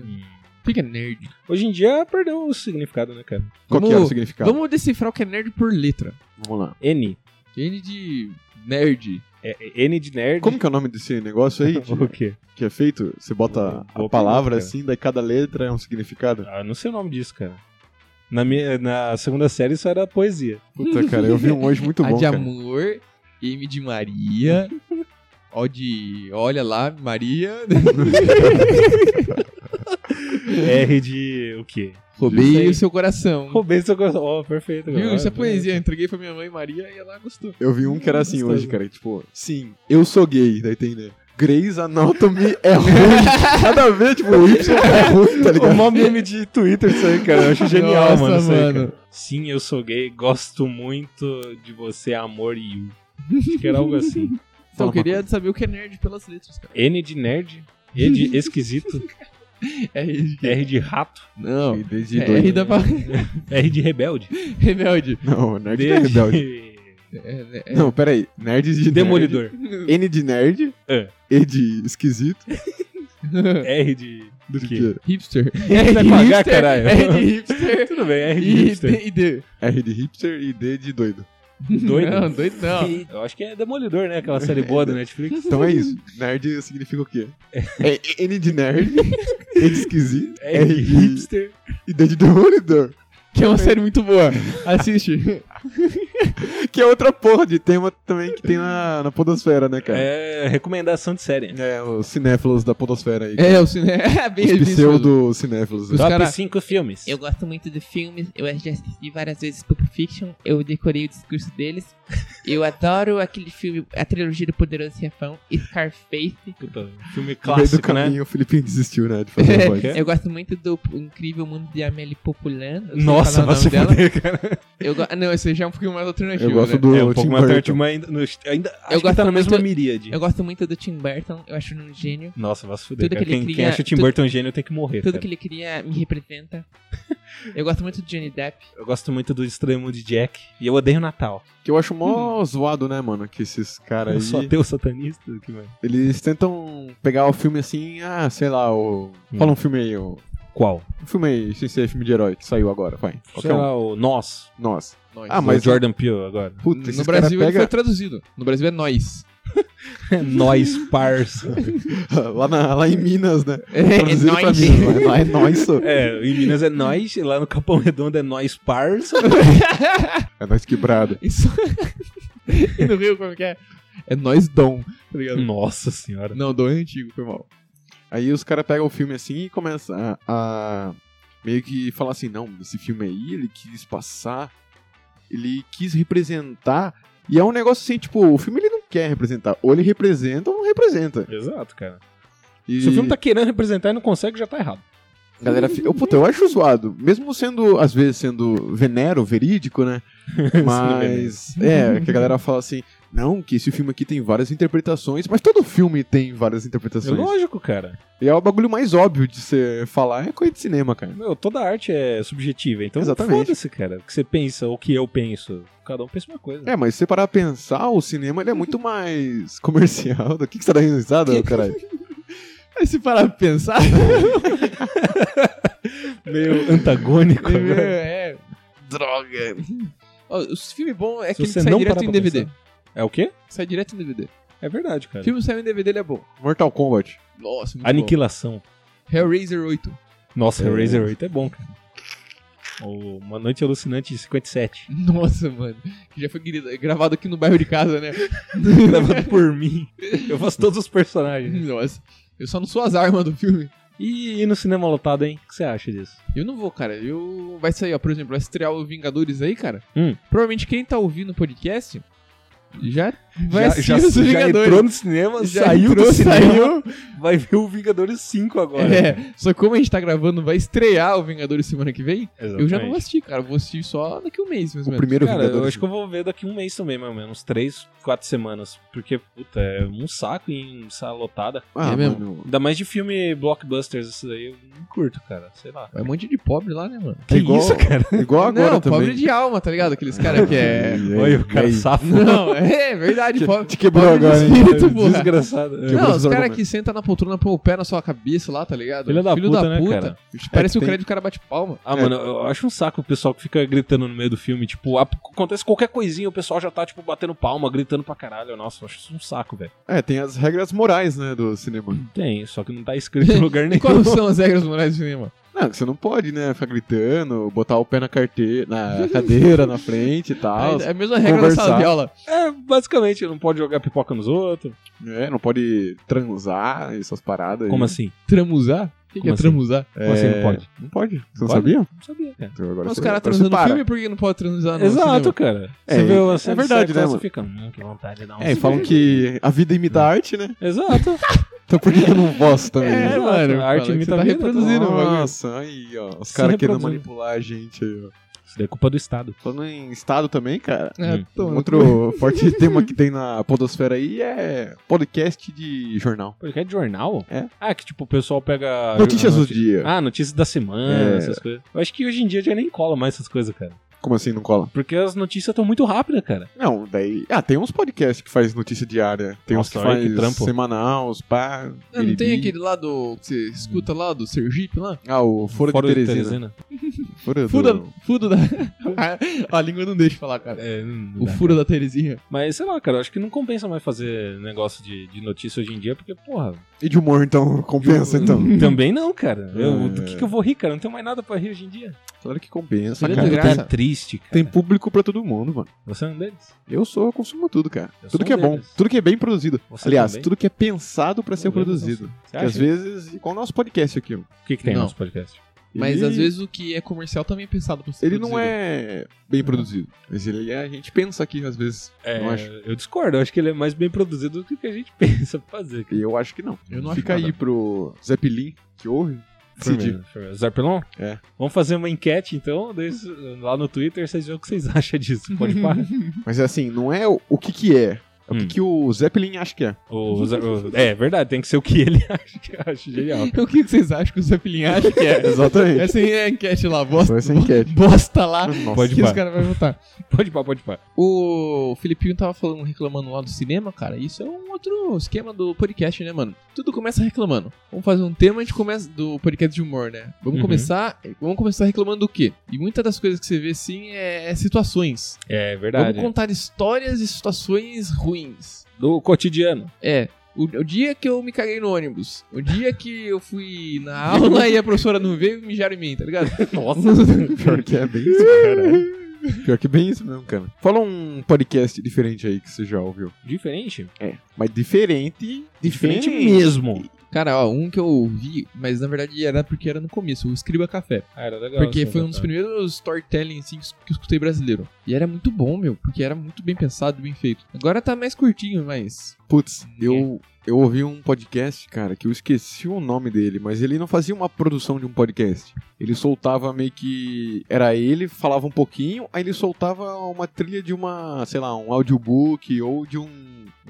[SPEAKER 7] O que, que é nerd?
[SPEAKER 5] Hoje em dia perdeu o significado, né, cara?
[SPEAKER 3] Qual
[SPEAKER 7] Vamos-
[SPEAKER 3] que é o significado?
[SPEAKER 7] Vamos decifrar o que é nerd por letra.
[SPEAKER 3] Vamos lá.
[SPEAKER 5] N.
[SPEAKER 7] N de nerd.
[SPEAKER 5] É, é N de nerd.
[SPEAKER 3] Como que é o nome desse negócio aí
[SPEAKER 5] O
[SPEAKER 3] de-
[SPEAKER 5] quê?
[SPEAKER 3] que é feito? Você bota
[SPEAKER 5] Boa
[SPEAKER 3] a palavra
[SPEAKER 5] pergunta,
[SPEAKER 3] assim, daí cada letra é um significado?
[SPEAKER 5] Ah, não sei o nome disso, cara. Na, minha, na segunda série isso era poesia.
[SPEAKER 3] Puta, cara, eu vi um hoje muito
[SPEAKER 7] A
[SPEAKER 3] bom,
[SPEAKER 7] de
[SPEAKER 3] cara.
[SPEAKER 7] amor, M de Maria, O de olha lá, Maria.
[SPEAKER 5] R de o quê?
[SPEAKER 7] Roubei o seu coração.
[SPEAKER 5] Roubei seu coração. Ó, perfeito.
[SPEAKER 7] Viu?
[SPEAKER 5] cara.
[SPEAKER 7] Isso é poesia. Eu Entreguei pra minha mãe Maria e ela gostou.
[SPEAKER 3] Eu vi um que era assim
[SPEAKER 5] Gostoso.
[SPEAKER 3] hoje, cara. que, Tipo, sim, eu sou gay, daí tem, né? Grey's Anatomy é ruim. Cada vez, tipo, o Y é ruim, tá
[SPEAKER 5] O
[SPEAKER 3] ligado?
[SPEAKER 5] maior meme de Twitter isso aí, cara. Eu acho genial,
[SPEAKER 7] Nossa,
[SPEAKER 5] mano. Isso aí,
[SPEAKER 7] mano.
[SPEAKER 5] cara. Sim, eu sou gay, gosto muito de você, amor e you. Acho que era algo assim.
[SPEAKER 7] Então,
[SPEAKER 3] Fala
[SPEAKER 7] eu
[SPEAKER 3] uma
[SPEAKER 7] queria saber o que é nerd pelas letras, cara.
[SPEAKER 5] N de nerd, E de esquisito,
[SPEAKER 7] É R de...
[SPEAKER 5] R de rato,
[SPEAKER 7] Não.
[SPEAKER 3] E desde
[SPEAKER 7] É R da pa-
[SPEAKER 5] R de rebelde,
[SPEAKER 7] rebelde.
[SPEAKER 3] Não, o nerd
[SPEAKER 5] D
[SPEAKER 3] não é rebelde.
[SPEAKER 5] de
[SPEAKER 7] É, é,
[SPEAKER 3] Não, peraí. Nerds de
[SPEAKER 5] Demolidor.
[SPEAKER 3] Nerd, N de nerd.
[SPEAKER 5] É.
[SPEAKER 3] E de esquisito.
[SPEAKER 5] R de. Do que?
[SPEAKER 3] de-
[SPEAKER 7] hipster.
[SPEAKER 5] R de pagar,
[SPEAKER 7] hipster,
[SPEAKER 5] caralho.
[SPEAKER 7] R de hipster.
[SPEAKER 5] Tudo bem, R de
[SPEAKER 7] E
[SPEAKER 5] hipster.
[SPEAKER 7] D. E D.
[SPEAKER 3] R de hipster e D de doido.
[SPEAKER 5] Doido?
[SPEAKER 7] Não, doido não.
[SPEAKER 5] Eu acho que é Demolidor, né? Aquela série boa da Netflix.
[SPEAKER 3] Então é isso. Nerd significa o quê? É N de nerd. E de esquisito.
[SPEAKER 5] Então, R de hipster.
[SPEAKER 3] E D de demolidor.
[SPEAKER 7] Que é uma série muito boa. Assiste.
[SPEAKER 3] Que é outra porra de tema também que tem na, na podosfera, né, cara?
[SPEAKER 5] É recomendação de série.
[SPEAKER 3] É, os cinéfilos da podosfera aí.
[SPEAKER 7] É, o cinema. É bem
[SPEAKER 3] Os
[SPEAKER 7] bem isso
[SPEAKER 3] né?
[SPEAKER 7] mesmo.
[SPEAKER 3] pseudo-cinéfilos.
[SPEAKER 7] Os
[SPEAKER 5] Top
[SPEAKER 7] cara-
[SPEAKER 5] 5 filmes.
[SPEAKER 11] Eu gosto muito de filmes, eu já assisti várias vezes Pulp Fiction, eu decorei o discurso deles. Eu adoro aquele filme, a trilogia do Poderoso Chefão, Scarface.
[SPEAKER 5] Puta, filme
[SPEAKER 3] No meio do
[SPEAKER 5] clássico, né?
[SPEAKER 3] caminho, o Felipe desistiu, né, de fazer a voz.
[SPEAKER 5] É.
[SPEAKER 11] Eu gosto muito do Incrível Mundo de Amélie Poulain. eu sei
[SPEAKER 5] Nossa,
[SPEAKER 11] falar o
[SPEAKER 5] vai se
[SPEAKER 11] nome dela.
[SPEAKER 5] fuder, cara.
[SPEAKER 7] Eu go- ah, Não, esse aí já é um pouquinho mais alternativo.
[SPEAKER 3] Eu gosto
[SPEAKER 7] né?
[SPEAKER 3] do
[SPEAKER 5] É um
[SPEAKER 3] Tim
[SPEAKER 5] pouco mais tarde,
[SPEAKER 3] Burton.
[SPEAKER 5] mas ainda. no- ainda acho
[SPEAKER 11] Eu
[SPEAKER 5] que
[SPEAKER 11] gosto
[SPEAKER 5] tá na mesma
[SPEAKER 11] muito-
[SPEAKER 5] miríade.
[SPEAKER 11] Eu gosto muito do Tim Burton, eu acho ele um gênio.
[SPEAKER 5] Nossa, vai se fuder,
[SPEAKER 11] Tudo
[SPEAKER 5] cara.
[SPEAKER 11] que ele
[SPEAKER 5] Quem, quem
[SPEAKER 11] cria-
[SPEAKER 5] acha o Tim
[SPEAKER 11] tudo-
[SPEAKER 5] Burton é um gênio tem que morrer,
[SPEAKER 11] Tudo
[SPEAKER 5] cara.
[SPEAKER 11] que ele cria me representa. Eu gosto muito do Johnny Depp.
[SPEAKER 5] Eu gosto muito do extremo de Jack. E eu odeio o Natal.
[SPEAKER 3] Que eu acho mó zoado, né, mano? Que esses
[SPEAKER 5] um Eu
[SPEAKER 3] caras
[SPEAKER 5] sou
[SPEAKER 3] aí.
[SPEAKER 5] ateu satanista. Que, mano.
[SPEAKER 3] Eles tentam pegar o filme assim, ah, sei lá, o.
[SPEAKER 5] Hum.
[SPEAKER 3] Fala um filme aí, o.
[SPEAKER 5] Qual?
[SPEAKER 3] Um filme aí, sem ser filme de herói, que saiu agora, vai.
[SPEAKER 5] Sei
[SPEAKER 3] Qualquer um.
[SPEAKER 5] lá, o Nós. é
[SPEAKER 3] Nós.
[SPEAKER 7] Nós.
[SPEAKER 3] Ah, mas.
[SPEAKER 5] o Jordan Peele agora.
[SPEAKER 7] no
[SPEAKER 3] Puta, esses caras
[SPEAKER 7] Brasil ele
[SPEAKER 3] pegam.
[SPEAKER 7] foi traduzido. No Brasil é nós.
[SPEAKER 5] É, Nós, parça.
[SPEAKER 3] lá, na- lá em Minas, né?
[SPEAKER 7] É,
[SPEAKER 3] Traduziram pra Minas, lá é nós, só.
[SPEAKER 5] É, em Minas é nós, e lá no Capão Redondo é nós, parça.
[SPEAKER 3] É nós quebrado.
[SPEAKER 7] Isso. e no Rio, como que é? É nós dom, tá ligado?
[SPEAKER 5] Nossa senhora.
[SPEAKER 7] Não, dom é antigo, foi mal.
[SPEAKER 3] Aí os caras pegam o filme assim e começam a, a meio que falar assim, não, esse filme aí ele quis passar, ele quis representar, e é um negócio assim, tipo, o filme ele não quer representar, ou ele representa ou não representa.
[SPEAKER 5] Exato, cara.
[SPEAKER 3] E
[SPEAKER 5] Se o filme tá querendo representar e não consegue, já tá errado.
[SPEAKER 3] a galera fica, puta, eu acho zoado, mesmo sendo, às vezes, sendo venero, verídico, né, mas é, que a galera fala assim, não, que esse filme aqui tem várias interpretações, mas todo filme tem várias
[SPEAKER 5] É
[SPEAKER 3] interpretações.
[SPEAKER 5] lógico, cara.
[SPEAKER 3] E é o bagulho mais óbvio de você falar, é coisa de cinema, cara.
[SPEAKER 5] Meu, toda arte é subjetiva, então
[SPEAKER 3] Exatamente.
[SPEAKER 5] foda-se, cara. O que você pensa, o que eu penso. Cada um pensa uma coisa.
[SPEAKER 3] É, mas se você parar pra pensar, o cinema ele é muito mais comercial. Do que, que você tá dando risada, ô, caralho?
[SPEAKER 7] Aí se parar pra pensar,
[SPEAKER 5] Meio antagônico.
[SPEAKER 7] é,
[SPEAKER 5] agora.
[SPEAKER 7] é. Droga. Ó, os filme bom é
[SPEAKER 5] Se
[SPEAKER 7] aquele que
[SPEAKER 5] você
[SPEAKER 7] sai
[SPEAKER 5] não
[SPEAKER 7] direto
[SPEAKER 5] parar
[SPEAKER 7] em
[SPEAKER 5] pra
[SPEAKER 7] DVD.
[SPEAKER 5] pensar. É o quê?
[SPEAKER 7] Sai direto em DVD.
[SPEAKER 5] É verdade, cara.
[SPEAKER 7] Filme saiu em DVD, ele é bom.
[SPEAKER 3] Mortal Kombat.
[SPEAKER 7] Nossa, muito
[SPEAKER 5] Aniquilação.
[SPEAKER 7] bom. Hellraiser 8.
[SPEAKER 5] Nossa,
[SPEAKER 3] É.
[SPEAKER 5] Razor 8 é bom, cara. O Uma Noite Alucinante de 57.
[SPEAKER 7] Nossa, mano. Que já foi grida- gravado aqui no bairro de casa, né?
[SPEAKER 5] Gravado por mim. Eu faço todos os personagens.
[SPEAKER 7] Nossa. Eu só não sou as armas do filme.
[SPEAKER 5] E, e no cinema lotado, hein? O que você acha disso?
[SPEAKER 7] Eu não vou, cara. Eu... Vai sair, ó. Por exemplo, vai estrear o Vingadores aí, cara.
[SPEAKER 5] Hum.
[SPEAKER 7] Provavelmente quem tá ouvindo o podcast já vai
[SPEAKER 5] já,
[SPEAKER 7] assistir
[SPEAKER 5] já,
[SPEAKER 7] os
[SPEAKER 5] já
[SPEAKER 7] Vingadores.
[SPEAKER 5] entrou no cinema,
[SPEAKER 7] Já
[SPEAKER 5] saiu
[SPEAKER 7] entrou,
[SPEAKER 5] do cinema,
[SPEAKER 7] saiu.
[SPEAKER 5] vai ver o Vingadores 5 agora.
[SPEAKER 7] É, só que como a gente tá gravando, vai estrear o Vingadores semana que vem.
[SPEAKER 5] Exatamente.
[SPEAKER 7] É, Eu já não vou assistir, cara. Eu vou assistir só daqui a um mês, mais
[SPEAKER 3] O
[SPEAKER 7] ou menos.
[SPEAKER 3] primeiro
[SPEAKER 5] Cara,
[SPEAKER 3] Vingador.
[SPEAKER 5] eu acho que eu vou ver daqui um mês também, mais ou menos. Três, quatro semanas. Porque, puta, é um saco em sala lotada.
[SPEAKER 3] Ah,
[SPEAKER 7] É mesmo?
[SPEAKER 3] mano.
[SPEAKER 5] Ainda mais de filme blockbusters, isso daí eu não curto, cara. Sei lá.
[SPEAKER 7] É um monte de pobre lá, né, mano?
[SPEAKER 3] É igual,
[SPEAKER 5] cara?
[SPEAKER 3] igual agora
[SPEAKER 7] não,
[SPEAKER 3] também.
[SPEAKER 7] pobre de alma, tá ligado? Aqueles caras que é.
[SPEAKER 3] E aí,
[SPEAKER 5] Olha, o cara
[SPEAKER 3] e aí?
[SPEAKER 5] safo.
[SPEAKER 7] Não, é verdade, pobre.
[SPEAKER 3] Te quebrou
[SPEAKER 7] pobre de
[SPEAKER 3] agora, hein?
[SPEAKER 7] espírito, porra.
[SPEAKER 5] Desgraçado. É.
[SPEAKER 7] Não, os
[SPEAKER 3] Quebrou
[SPEAKER 7] caras
[SPEAKER 3] os
[SPEAKER 7] que sentam na poltrona, põe o pé na sua cabeça lá, tá ligado?
[SPEAKER 5] Filho da puta, né, cara?
[SPEAKER 7] Parece que
[SPEAKER 3] É que
[SPEAKER 7] o
[SPEAKER 3] tem-
[SPEAKER 7] crédito do cara bate palma.
[SPEAKER 5] Ah, mano, eu acho um saco o pessoal que fica gritando no meio do filme. Tipo, a- acontece qualquer coisinha, o pessoal já tá, tipo, batendo palma, gritando pra caralho. Nossa, eu acho isso um saco, velho.
[SPEAKER 3] É, tem as regras morais, né, do cinema.
[SPEAKER 5] Tem, só que não tá escrito em lugar nenhum.
[SPEAKER 7] Quais
[SPEAKER 3] Então-
[SPEAKER 7] são as regras morais do cinema?
[SPEAKER 3] Não, que você não pode, né, ficar gritando, botar o pé na carteira, na cadeira, na frente e tal.
[SPEAKER 7] Ah, é a mesma regra da sala
[SPEAKER 3] conversar.
[SPEAKER 7] de aula.
[SPEAKER 5] É, basicamente, não pode jogar pipoca nos outros.
[SPEAKER 3] É, não pode transar, essas paradas.
[SPEAKER 5] Como
[SPEAKER 3] aí.
[SPEAKER 5] assim?
[SPEAKER 7] Tramusar? O que, que
[SPEAKER 5] Como
[SPEAKER 7] é
[SPEAKER 5] assim?
[SPEAKER 7] tramusar?
[SPEAKER 3] É...
[SPEAKER 5] Como assim não pode?
[SPEAKER 3] Não pode? Você não
[SPEAKER 5] Pode?
[SPEAKER 3] sabia?
[SPEAKER 5] Não sabia, cara.
[SPEAKER 3] Então agora
[SPEAKER 7] Mas
[SPEAKER 3] você-
[SPEAKER 7] os caras
[SPEAKER 3] agora
[SPEAKER 7] transando
[SPEAKER 3] você
[SPEAKER 7] no
[SPEAKER 3] para.
[SPEAKER 7] filme, por que não pode
[SPEAKER 5] Ah,
[SPEAKER 7] transar no
[SPEAKER 5] Exato,
[SPEAKER 7] cinema?
[SPEAKER 5] cara.
[SPEAKER 3] É,
[SPEAKER 5] Você vê uma
[SPEAKER 3] é
[SPEAKER 5] cena de
[SPEAKER 3] verdade,
[SPEAKER 5] sexo,
[SPEAKER 3] né,
[SPEAKER 5] você
[SPEAKER 3] mano?
[SPEAKER 5] fica, hum, que vontade de dar um
[SPEAKER 3] É, e falam que a vida imita a arte, né?
[SPEAKER 5] Exato.
[SPEAKER 3] Então por que eu não posso também? né?
[SPEAKER 7] É,
[SPEAKER 5] Exato,
[SPEAKER 7] mano.
[SPEAKER 5] a arte
[SPEAKER 7] fala que
[SPEAKER 5] imita
[SPEAKER 7] você tá
[SPEAKER 5] a vida, tá
[SPEAKER 7] reproduzindo o bagulho.
[SPEAKER 3] Nossa, aí, ó. Os
[SPEAKER 5] Se
[SPEAKER 3] caras querendo
[SPEAKER 5] reproduzindo.
[SPEAKER 3] manipular a gente aí, ó.
[SPEAKER 5] Isso daí é culpa do Estado.
[SPEAKER 3] Falando em estado também, cara. um
[SPEAKER 7] É,
[SPEAKER 5] Hum.
[SPEAKER 7] toma no cu.
[SPEAKER 3] Outro forte tema que tem na podosfera aí é podcast de jornal.
[SPEAKER 5] Porque é de jornal?
[SPEAKER 3] É.
[SPEAKER 5] Ah, que tipo, o pessoal pega.
[SPEAKER 3] Notícias do
[SPEAKER 5] noti-
[SPEAKER 3] dia.
[SPEAKER 5] Ah, notícias da semana,
[SPEAKER 3] É.
[SPEAKER 5] essas coisas. Eu acho que hoje em dia já nem cola mais essas coisas, cara.
[SPEAKER 3] Como assim não cola?
[SPEAKER 5] Porque as notícias estão muito rápidas, cara.
[SPEAKER 3] Não, daí. Ah, tem uns podcasts que faz notícia diária. Tem uns
[SPEAKER 5] Nossa,
[SPEAKER 3] que
[SPEAKER 5] olha que
[SPEAKER 3] faz
[SPEAKER 5] trampo.
[SPEAKER 3] semanal, os pá.
[SPEAKER 7] Não, não tem
[SPEAKER 3] biribim.
[SPEAKER 7] aquele lá do. que você escuta lá, do Sergipe lá?
[SPEAKER 3] Ah, o Foro, de Teresina. Foro do-
[SPEAKER 7] Fuda, fuda da. a língua não deixa falar, cara.
[SPEAKER 5] É, não
[SPEAKER 7] O
[SPEAKER 5] dá.
[SPEAKER 7] furo da Terezinha.
[SPEAKER 5] Mas sei lá, cara, eu acho que não compensa mais fazer negócio de, de notícia hoje em dia, porque, porra,
[SPEAKER 3] E de humor, então, compensa, então.
[SPEAKER 5] também não, cara. Eu,
[SPEAKER 3] É.
[SPEAKER 5] Do que, que eu vou rir, cara? Não tenho mais nada pra rir hoje em dia.
[SPEAKER 3] Claro que compensa,
[SPEAKER 7] Olha
[SPEAKER 3] cara.
[SPEAKER 7] que
[SPEAKER 5] Eu
[SPEAKER 7] graça.
[SPEAKER 5] tô triste, cara.
[SPEAKER 3] Tem público pra todo mundo, mano.
[SPEAKER 5] Você é um deles.
[SPEAKER 3] Eu sou, eu consumo tudo, cara.
[SPEAKER 5] Eu sou
[SPEAKER 3] tudo que é
[SPEAKER 5] um
[SPEAKER 3] bom,
[SPEAKER 5] deles.
[SPEAKER 3] tudo que é bem produzido.
[SPEAKER 5] Você
[SPEAKER 3] Aliás,
[SPEAKER 5] também?
[SPEAKER 3] tudo que é pensado pra ser
[SPEAKER 5] Eu lembro,
[SPEAKER 3] produzido.
[SPEAKER 5] Você
[SPEAKER 3] Porque às
[SPEAKER 5] acha?
[SPEAKER 3] vezes, igual o nosso podcast aqui, ó.
[SPEAKER 5] O que, que tem no
[SPEAKER 7] Não.
[SPEAKER 5] nosso podcast?
[SPEAKER 7] Mas
[SPEAKER 3] Ele-
[SPEAKER 7] às vezes o que é comercial também é pensado pra ser
[SPEAKER 3] Ele não
[SPEAKER 7] produzido.
[SPEAKER 3] é bem produzido. Mas ele é, a gente pensa aqui às vezes.
[SPEAKER 5] É,
[SPEAKER 3] Não acho.
[SPEAKER 5] Eu discordo, eu acho que ele é mais bem produzido do que o que a gente pensa pra fazer. cara.
[SPEAKER 3] E eu acho que não.
[SPEAKER 7] Eu não acho
[SPEAKER 3] Fica aí
[SPEAKER 7] nada.
[SPEAKER 3] pro Zé Pilim, que ouve. Decidir.
[SPEAKER 5] Firmeza, firmeza. Zarpelon?
[SPEAKER 3] né? É.
[SPEAKER 5] Vamos fazer uma enquete, então, daí, lá no Twitter, vocês veem o que vocês acham disso. Pode parar.
[SPEAKER 3] Mas assim, não é o, o que que é. É o
[SPEAKER 5] Hum.
[SPEAKER 3] que, que o Zé Pilim acha que é.
[SPEAKER 5] O- o Zar- o- é verdade, tem que ser o que ele acha que eu acho genial.
[SPEAKER 7] O que que vocês acham que o Zé Pilinha acha que é?
[SPEAKER 3] Exatamente.
[SPEAKER 7] Essa aí é a enquete lá, bosta.
[SPEAKER 3] Foi essa enquete.
[SPEAKER 7] Bosta lá.
[SPEAKER 3] Nossa.
[SPEAKER 5] Pode
[SPEAKER 7] que os
[SPEAKER 5] pá.
[SPEAKER 7] caras vão votar.
[SPEAKER 5] Pode pá, pode pá.
[SPEAKER 7] O Filipinho tava falando, reclamando lá do cinema, cara. Isso é um outro esquema do podcast, né, mano? Tudo começa reclamando. Vamos fazer um tema, a gente começa do podcast de humor, né? Vamos
[SPEAKER 5] Uhum.
[SPEAKER 7] começar, vamos começar reclamando do quê? E muitas das coisas que você vê sim é, é situações.
[SPEAKER 5] É verdade.
[SPEAKER 7] Vamos contar histórias e situações ruins.
[SPEAKER 5] Do cotidiano.
[SPEAKER 7] É. O, o dia que eu me caguei no ônibus. O dia que eu fui na aula e a professora não veio e mijaram em mim, tá ligado?
[SPEAKER 3] Pior que é bem isso, cara. Pior que é bem isso mesmo, cara. Fala um podcast diferente aí que você já ouviu.
[SPEAKER 5] Diferente?
[SPEAKER 3] Mas diferente.
[SPEAKER 5] Diferente mesmo.
[SPEAKER 7] Cara, ó, um que eu ouvi, mas na verdade era porque era no começo, o Escriba Café.
[SPEAKER 5] Ah, era legal.
[SPEAKER 7] Porque
[SPEAKER 5] essa
[SPEAKER 7] foi um dos
[SPEAKER 5] vontade.
[SPEAKER 7] primeiros storytelling assim, que eu escutei brasileiro. E era muito bom, meu, porque era muito bem pensado, bem feito. Agora tá mais curtinho, mas.
[SPEAKER 3] Putz,
[SPEAKER 7] É.
[SPEAKER 3] eu, eu ouvi um podcast, cara, que eu esqueci o nome dele, mas ele não fazia uma produção de um podcast. Ele soltava meio que. Era ele, falava um pouquinho, aí ele soltava uma trilha de uma, sei lá, um audiobook ou de um,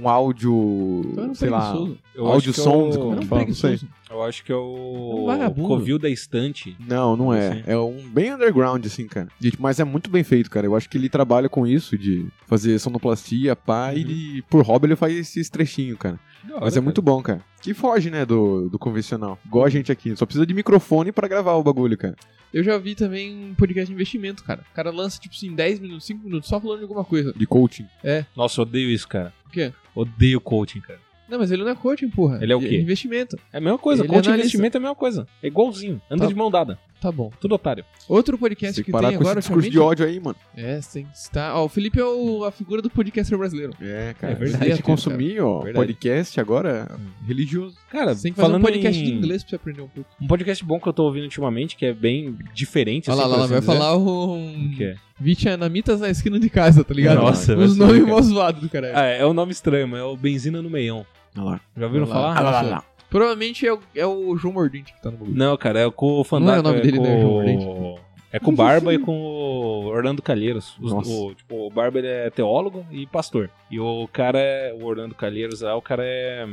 [SPEAKER 3] um áudio.
[SPEAKER 7] Então era um
[SPEAKER 3] sei lá.
[SPEAKER 7] preguiçoso.
[SPEAKER 5] Eu
[SPEAKER 3] áudio
[SPEAKER 5] acho que
[SPEAKER 3] sons,
[SPEAKER 5] eu-
[SPEAKER 3] como
[SPEAKER 7] Era
[SPEAKER 3] que
[SPEAKER 7] um
[SPEAKER 3] fala? Não sei.
[SPEAKER 7] preguiçoso.
[SPEAKER 5] Eu acho que é o.
[SPEAKER 7] um vagabundo.
[SPEAKER 5] Covil da estante.
[SPEAKER 3] Não, não é.
[SPEAKER 5] Sim.
[SPEAKER 3] É um bem underground, assim, cara. E, tipo, Mas é muito bem feito, cara. Eu acho que ele trabalha com isso, de fazer sonoplastia, pá,
[SPEAKER 7] Uhum.
[SPEAKER 3] e ele- por hobby ele faz esses trechinhos, cara. Mas é muito bom, cara. Que foge, né, do, do convencional. Igual a gente aqui. Só precisa de microfone pra gravar o bagulho, cara.
[SPEAKER 7] Eu já ouvi também um podcast de investimento, cara. O cara lança, tipo assim, 10 minutos, 5 minutos, só falando de alguma coisa.
[SPEAKER 3] De coaching.
[SPEAKER 5] Nossa, eu odeio isso, cara.
[SPEAKER 7] O quê?
[SPEAKER 5] Odeio coaching, cara.
[SPEAKER 7] Não, mas ele não é coaching, porra.
[SPEAKER 5] Ele é o quê?
[SPEAKER 7] Investimento.
[SPEAKER 5] É a mesma coisa.
[SPEAKER 7] Ele
[SPEAKER 5] coaching e
[SPEAKER 7] analisa.
[SPEAKER 5] investimento é a mesma coisa. É igualzinho. Anda
[SPEAKER 7] Tá.
[SPEAKER 5] de mão dada.
[SPEAKER 7] Tá bom.
[SPEAKER 5] Tudo otário.
[SPEAKER 7] Outro
[SPEAKER 3] Tem
[SPEAKER 7] podcast
[SPEAKER 3] que
[SPEAKER 7] que
[SPEAKER 3] parar
[SPEAKER 7] tem
[SPEAKER 3] com esse
[SPEAKER 7] agora,
[SPEAKER 3] discurso de
[SPEAKER 7] ultimamente.
[SPEAKER 3] ódio aí, mano.
[SPEAKER 7] É, tem que estar. Ó, o Felipe é o- a figura do podcaster brasileiro.
[SPEAKER 3] É, cara.
[SPEAKER 5] É verdade,
[SPEAKER 3] a
[SPEAKER 7] cara.
[SPEAKER 3] gente consumir, ó,
[SPEAKER 5] Verdade. Hum.
[SPEAKER 3] podcast agora religioso.
[SPEAKER 5] Cara,
[SPEAKER 7] Você tem que fazer
[SPEAKER 5] falando
[SPEAKER 7] um podcast
[SPEAKER 5] em...
[SPEAKER 7] de inglês pra você aprender um pouco.
[SPEAKER 5] Um podcast bom que eu tô ouvindo ultimamente, que é bem diferente.
[SPEAKER 7] Olha lá,
[SPEAKER 5] assim,
[SPEAKER 7] lá,
[SPEAKER 5] por
[SPEAKER 7] lá,
[SPEAKER 5] assim
[SPEAKER 7] vai
[SPEAKER 5] dizer.
[SPEAKER 7] falar um.
[SPEAKER 5] O que é?
[SPEAKER 7] Vietnamitas na esquina de casa, tá ligado?
[SPEAKER 5] Nossa, vai
[SPEAKER 7] Os
[SPEAKER 5] ser
[SPEAKER 7] nomes
[SPEAKER 5] legal.
[SPEAKER 7] mó zoados do caralho.
[SPEAKER 5] Ah, é um nome estranho, mas é o Benzina no Meião.
[SPEAKER 3] Olha lá.
[SPEAKER 5] Já ouviram
[SPEAKER 7] Olha lá.
[SPEAKER 5] falar?
[SPEAKER 7] Ah, lá, lá, lá. Provavelmente é o, é o João Mordente que tá no bagulho.
[SPEAKER 5] Não, cara, é com o Fandaco.
[SPEAKER 7] Não é o nome dele,
[SPEAKER 5] com...
[SPEAKER 7] né, João
[SPEAKER 5] o- É com o Barba e com o Orlando Calheiros. Os-
[SPEAKER 3] Nossa.
[SPEAKER 5] o, tipo, o Barba ele é teólogo e pastor. E o cara é. O Orlando Calheiros lá, o cara é.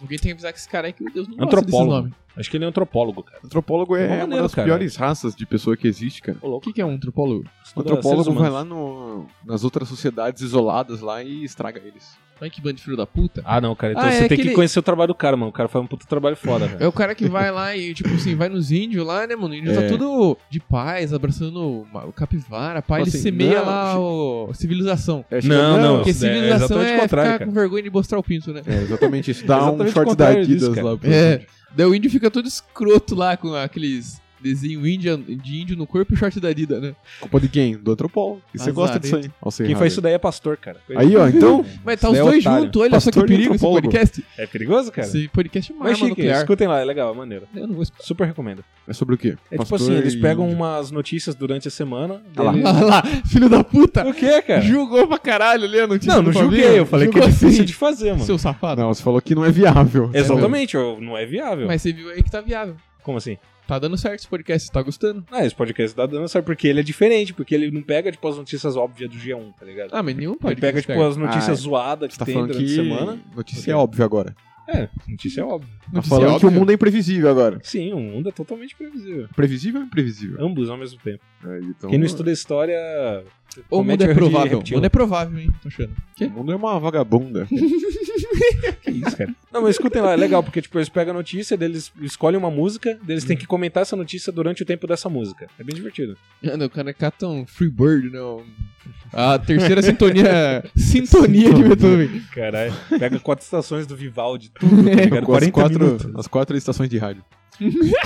[SPEAKER 7] Alguém tem que avisar que esse cara é que meu Deus não gosta desse
[SPEAKER 5] Antropólogo.
[SPEAKER 7] nome.
[SPEAKER 5] Acho que ele é antropólogo, cara.
[SPEAKER 3] Antropólogo é,
[SPEAKER 5] É maneiro,
[SPEAKER 3] uma das
[SPEAKER 5] cara.
[SPEAKER 3] piores raças de pessoa que existe, cara.
[SPEAKER 7] O que, que é um antropólogo?
[SPEAKER 3] O
[SPEAKER 5] Estuda seres
[SPEAKER 3] antropólogo
[SPEAKER 5] humanos.
[SPEAKER 3] vai lá no, nas outras sociedades isoladas lá e estraga eles.
[SPEAKER 7] Olha que bando de filho da puta.
[SPEAKER 5] Ah, não, cara. Então
[SPEAKER 7] Ah,
[SPEAKER 5] você
[SPEAKER 7] é
[SPEAKER 5] tem que
[SPEAKER 7] aquele-
[SPEAKER 5] conhecer o trabalho do cara, mano. O cara faz um puta trabalho foda, velho.
[SPEAKER 7] É o cara que vai lá e, tipo assim, vai nos índios lá, né, mano? O índio
[SPEAKER 3] É.
[SPEAKER 7] tá tudo de paz, abraçando uma- o capivara, pá.
[SPEAKER 5] Tipo
[SPEAKER 3] Fala
[SPEAKER 7] Ele
[SPEAKER 3] assim,
[SPEAKER 7] semeia
[SPEAKER 3] não,
[SPEAKER 7] lá o civilização.
[SPEAKER 3] É, acho
[SPEAKER 5] Não,
[SPEAKER 3] que-
[SPEAKER 5] não,
[SPEAKER 7] Porque
[SPEAKER 5] isso daí tipo é
[SPEAKER 7] civilização
[SPEAKER 5] exatamente
[SPEAKER 7] é,
[SPEAKER 5] o contrário,
[SPEAKER 7] ficar
[SPEAKER 5] cara.
[SPEAKER 7] com vergonha de mostrar o pinto, né?
[SPEAKER 3] É, exatamente isso. Dá um
[SPEAKER 5] Exatamente o
[SPEAKER 3] short da
[SPEAKER 5] contrário disso,
[SPEAKER 3] Adidas
[SPEAKER 5] cara.
[SPEAKER 3] lá. pro-
[SPEAKER 7] É. Daí o índio fica todo escroto lá com aqueles desenho índio, de índio no corpo e short da Dida, né?
[SPEAKER 3] Culpa de quem? Do antropólogo. E você
[SPEAKER 7] Azar,
[SPEAKER 3] gosta disso aí.
[SPEAKER 7] hein?
[SPEAKER 3] Olha o
[SPEAKER 5] Quem
[SPEAKER 3] Seyhard.
[SPEAKER 5] faz isso daí é pastor, cara.
[SPEAKER 3] Aí, ó, então,
[SPEAKER 7] Mas tá
[SPEAKER 5] Isso
[SPEAKER 7] os
[SPEAKER 5] é
[SPEAKER 7] dois
[SPEAKER 5] otário.
[SPEAKER 7] juntos, olha só que
[SPEAKER 3] Pastor e
[SPEAKER 7] perigo esse
[SPEAKER 3] antropólogo.
[SPEAKER 7] podcast.
[SPEAKER 5] É perigoso, cara?
[SPEAKER 7] Esse podcast é uma
[SPEAKER 5] Mas
[SPEAKER 7] arma
[SPEAKER 5] chique,
[SPEAKER 7] nuclear.
[SPEAKER 5] escutem lá, é legal, é maneiro.
[SPEAKER 7] Eu não vou escutar.
[SPEAKER 5] Super recomendo.
[SPEAKER 3] É sobre o quê?
[SPEAKER 5] É tipo
[SPEAKER 3] Pastor
[SPEAKER 5] assim, eles
[SPEAKER 3] e
[SPEAKER 5] pegam
[SPEAKER 3] índio.
[SPEAKER 5] umas notícias durante a semana.
[SPEAKER 3] Ah lá.
[SPEAKER 5] deles-
[SPEAKER 7] Olha lá, filho da puta.
[SPEAKER 5] O que, cara?
[SPEAKER 7] Julgou pra caralho, Leandro.
[SPEAKER 5] Não, não julguei, eu falei que é difícil de fazer, mano.
[SPEAKER 7] assim? Seu safado.
[SPEAKER 3] Não, você falou que não é viável.
[SPEAKER 5] Exatamente, ó, não é viável.
[SPEAKER 7] Mas você viu aí que tá viável.
[SPEAKER 5] Como assim?
[SPEAKER 7] Tá dando certo esse podcast, tá gostando?
[SPEAKER 5] Ah, esse podcast da dança, sabe? Porque ele é diferente, porque ele não pega, tipo, as notícias óbvias do G1, tá ligado?
[SPEAKER 7] Ah, mas nenhum
[SPEAKER 5] ele
[SPEAKER 7] podcast.
[SPEAKER 5] pega, tipo,
[SPEAKER 7] pega.
[SPEAKER 5] as notícias zoadas que
[SPEAKER 3] Você tá
[SPEAKER 5] tem
[SPEAKER 3] falando
[SPEAKER 5] durante
[SPEAKER 3] que
[SPEAKER 5] a semana.
[SPEAKER 3] notícia é óbvia agora.
[SPEAKER 5] É, notícia é óbvia.
[SPEAKER 3] Tá falando que o mundo é imprevisível agora.
[SPEAKER 5] Sim, o mundo é totalmente previsível.
[SPEAKER 3] Previsível ou imprevisível?
[SPEAKER 5] Ambos ao mesmo tempo.
[SPEAKER 3] Aí, então,
[SPEAKER 5] Quem não estuda história.
[SPEAKER 7] Ou o mundo é
[SPEAKER 5] comete erro de um.
[SPEAKER 7] provável. O
[SPEAKER 5] reptil.
[SPEAKER 7] mundo é provável, hein? Tô achando.
[SPEAKER 3] O mundo é uma vagabunda.
[SPEAKER 5] Que isso, cara? Não, mas escutem lá, é legal, porque tipo, eles pegam a notícia, deles escolhem uma música, deles têm que comentar essa notícia durante o tempo dessa música. É bem divertido.
[SPEAKER 7] Mano, o cara cata um Freebird, não. A terceira sintonia. sintonia de Beethoven.
[SPEAKER 5] Caralho. Pega quatro estações do Vivaldi, tudo,
[SPEAKER 7] É,
[SPEAKER 5] tá ligado?
[SPEAKER 3] Com as
[SPEAKER 5] 40
[SPEAKER 3] quatro,
[SPEAKER 5] minutos.
[SPEAKER 3] as quatro estações de rádio.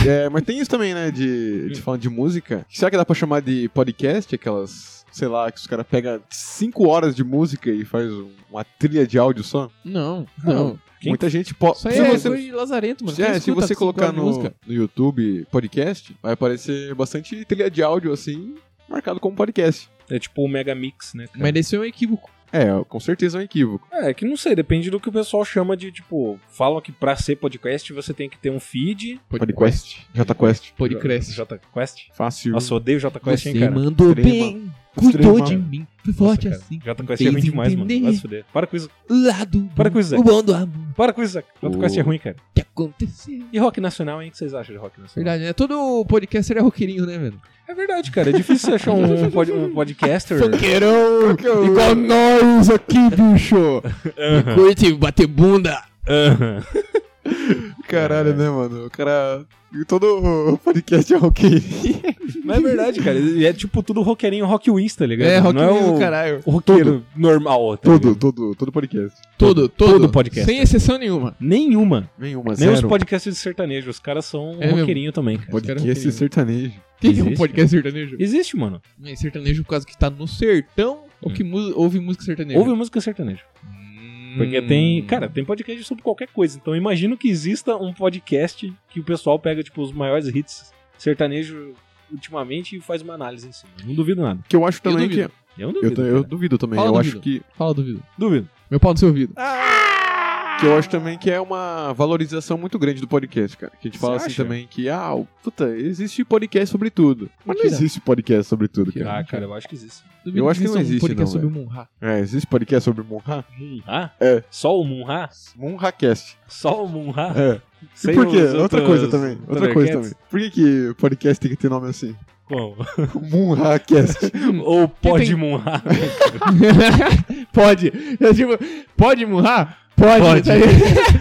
[SPEAKER 3] É, mas tem isso também, né? De, de falando de música. Será que dá pra chamar de podcast? Aquelas, sei lá, que os caras pegam cinco horas de música e faz um- uma trilha de áudio só?
[SPEAKER 7] Não, não.
[SPEAKER 5] Quem-
[SPEAKER 3] Muita gente pode.
[SPEAKER 7] Isso aí é coisa de lazarento, mano.
[SPEAKER 3] Se, é,
[SPEAKER 7] Quem
[SPEAKER 3] se
[SPEAKER 7] escuta
[SPEAKER 3] você colocar
[SPEAKER 7] cinco horas de
[SPEAKER 3] no, no YouTube podcast, vai aparecer bastante trilha de áudio assim, marcado como podcast.
[SPEAKER 5] É tipo o Mega Mix, né? cara?
[SPEAKER 7] Mas esse é um equívoco.
[SPEAKER 3] É, com certeza é um equívoco.
[SPEAKER 5] É, que não sei, depende do que o pessoal chama de, tipo, falam que pra ser podcast você tem que ter um feed.
[SPEAKER 3] Podcast. JQuest.
[SPEAKER 7] Podcast.
[SPEAKER 5] JQuest?
[SPEAKER 3] Fácil.
[SPEAKER 5] Nossa, eu odeio o JQuest, hein,
[SPEAKER 7] Você
[SPEAKER 5] cara?
[SPEAKER 7] mandou
[SPEAKER 3] Extrema.
[SPEAKER 7] bem, cuidou
[SPEAKER 3] Extrema.
[SPEAKER 7] de mim. Foi forte assim.
[SPEAKER 5] JQuest é ruim
[SPEAKER 7] Fez
[SPEAKER 5] demais, mano.
[SPEAKER 7] entender.
[SPEAKER 5] Vai se fuder. Para com isso.
[SPEAKER 7] Lá do bom,
[SPEAKER 5] Para com isso, Zé.
[SPEAKER 7] o bom do amor
[SPEAKER 5] Para com isso, Zé. JQuest é ruim, cara.
[SPEAKER 7] que aconteceu.
[SPEAKER 5] E rock nacional, hein? O que vocês acham de rock nacional?
[SPEAKER 7] Verdade, né? Todo podcaster é roqueirinho, né, velho?
[SPEAKER 5] É verdade, cara. É difícil achar um, um pod- um podcaster.
[SPEAKER 7] Roqueirão,
[SPEAKER 5] É.
[SPEAKER 7] igual nós aqui, bicho.
[SPEAKER 5] Aham,
[SPEAKER 7] Curte bater bunda.
[SPEAKER 5] aham.
[SPEAKER 3] Caralho, né, mano? O cara. Todo podcast é roqueirinho.
[SPEAKER 5] Mas é verdade, cara. E é tipo tudo roqueirinho rock wins, tá ligado?
[SPEAKER 7] É,
[SPEAKER 5] Não
[SPEAKER 7] roqueirinho
[SPEAKER 5] é
[SPEAKER 7] do
[SPEAKER 5] o,
[SPEAKER 7] caralho.
[SPEAKER 5] o roqueiro normal. Tá
[SPEAKER 3] Todo,
[SPEAKER 5] ligado?
[SPEAKER 3] todo, todo podcast.
[SPEAKER 7] Todo, todo.
[SPEAKER 5] Todo podcaster.
[SPEAKER 7] Sem exceção nenhuma.
[SPEAKER 5] Nenhuma.
[SPEAKER 3] Nenhuma,
[SPEAKER 5] Nem os
[SPEAKER 3] zero.
[SPEAKER 5] podcasts de sertanejo. Os caras são um
[SPEAKER 7] É mesmo.
[SPEAKER 5] roqueirinho também, cara.
[SPEAKER 3] Podcast sertanejo.
[SPEAKER 7] Tem um
[SPEAKER 5] Existe?
[SPEAKER 7] podcast sertanejo?
[SPEAKER 5] Existe, mano.
[SPEAKER 7] É sertanejo por causa que tá no sertão ou que mu- ouve música sertaneja?
[SPEAKER 5] Hum. Ouve música sertaneja. Porque tem. Cara, tem podcast sobre qualquer coisa. Então eu imagino que exista um podcast que o pessoal pega, tipo, os maiores hits sertanejo ultimamente e faz uma análise em cima. Não duvido nada.
[SPEAKER 3] Que eu acho
[SPEAKER 7] Eu
[SPEAKER 3] também que. é-
[SPEAKER 7] duvido.
[SPEAKER 5] Eu
[SPEAKER 3] Eu,
[SPEAKER 5] duvido.
[SPEAKER 3] ta- eu
[SPEAKER 5] cara.
[SPEAKER 3] duvido também.
[SPEAKER 7] Fala,
[SPEAKER 3] eu
[SPEAKER 7] duvido.
[SPEAKER 3] acho que.
[SPEAKER 7] Fala do ouvido.
[SPEAKER 5] duvido.
[SPEAKER 7] Meu pau no seu
[SPEAKER 5] Ah,
[SPEAKER 7] ouvido.
[SPEAKER 3] Que eu acho também que é uma valorização muito grande do podcast, cara. Que a gente fala
[SPEAKER 5] Você
[SPEAKER 3] assim
[SPEAKER 5] acha?
[SPEAKER 3] também que, ah, o- puta, existe podcast sobre tudo. Mas não existe podcast sobre tudo, cara.
[SPEAKER 5] Ah, cara, eu acho que existe.
[SPEAKER 7] Duvido
[SPEAKER 3] Eu acho que
[SPEAKER 7] exista
[SPEAKER 3] não existe,
[SPEAKER 7] um podcast
[SPEAKER 3] não,
[SPEAKER 7] sobre o Munha.
[SPEAKER 3] É, existe podcast sobre Monra?
[SPEAKER 5] Munha?
[SPEAKER 3] É.
[SPEAKER 5] Só o Munha?
[SPEAKER 3] Monracast.
[SPEAKER 5] Só o Munha?
[SPEAKER 3] É.
[SPEAKER 5] Sem
[SPEAKER 3] e por quê?
[SPEAKER 5] os
[SPEAKER 3] Outra
[SPEAKER 5] outros
[SPEAKER 3] coisa também. Outra coisa
[SPEAKER 5] Thundercats?
[SPEAKER 3] também. Por que, que o podcast tem que ter nome assim?
[SPEAKER 5] Como?
[SPEAKER 3] Monracast.
[SPEAKER 5] Ou pode
[SPEAKER 7] tem-
[SPEAKER 5] Munha?
[SPEAKER 7] pode. Eu digo, pode murrar? Pode.
[SPEAKER 5] Pode.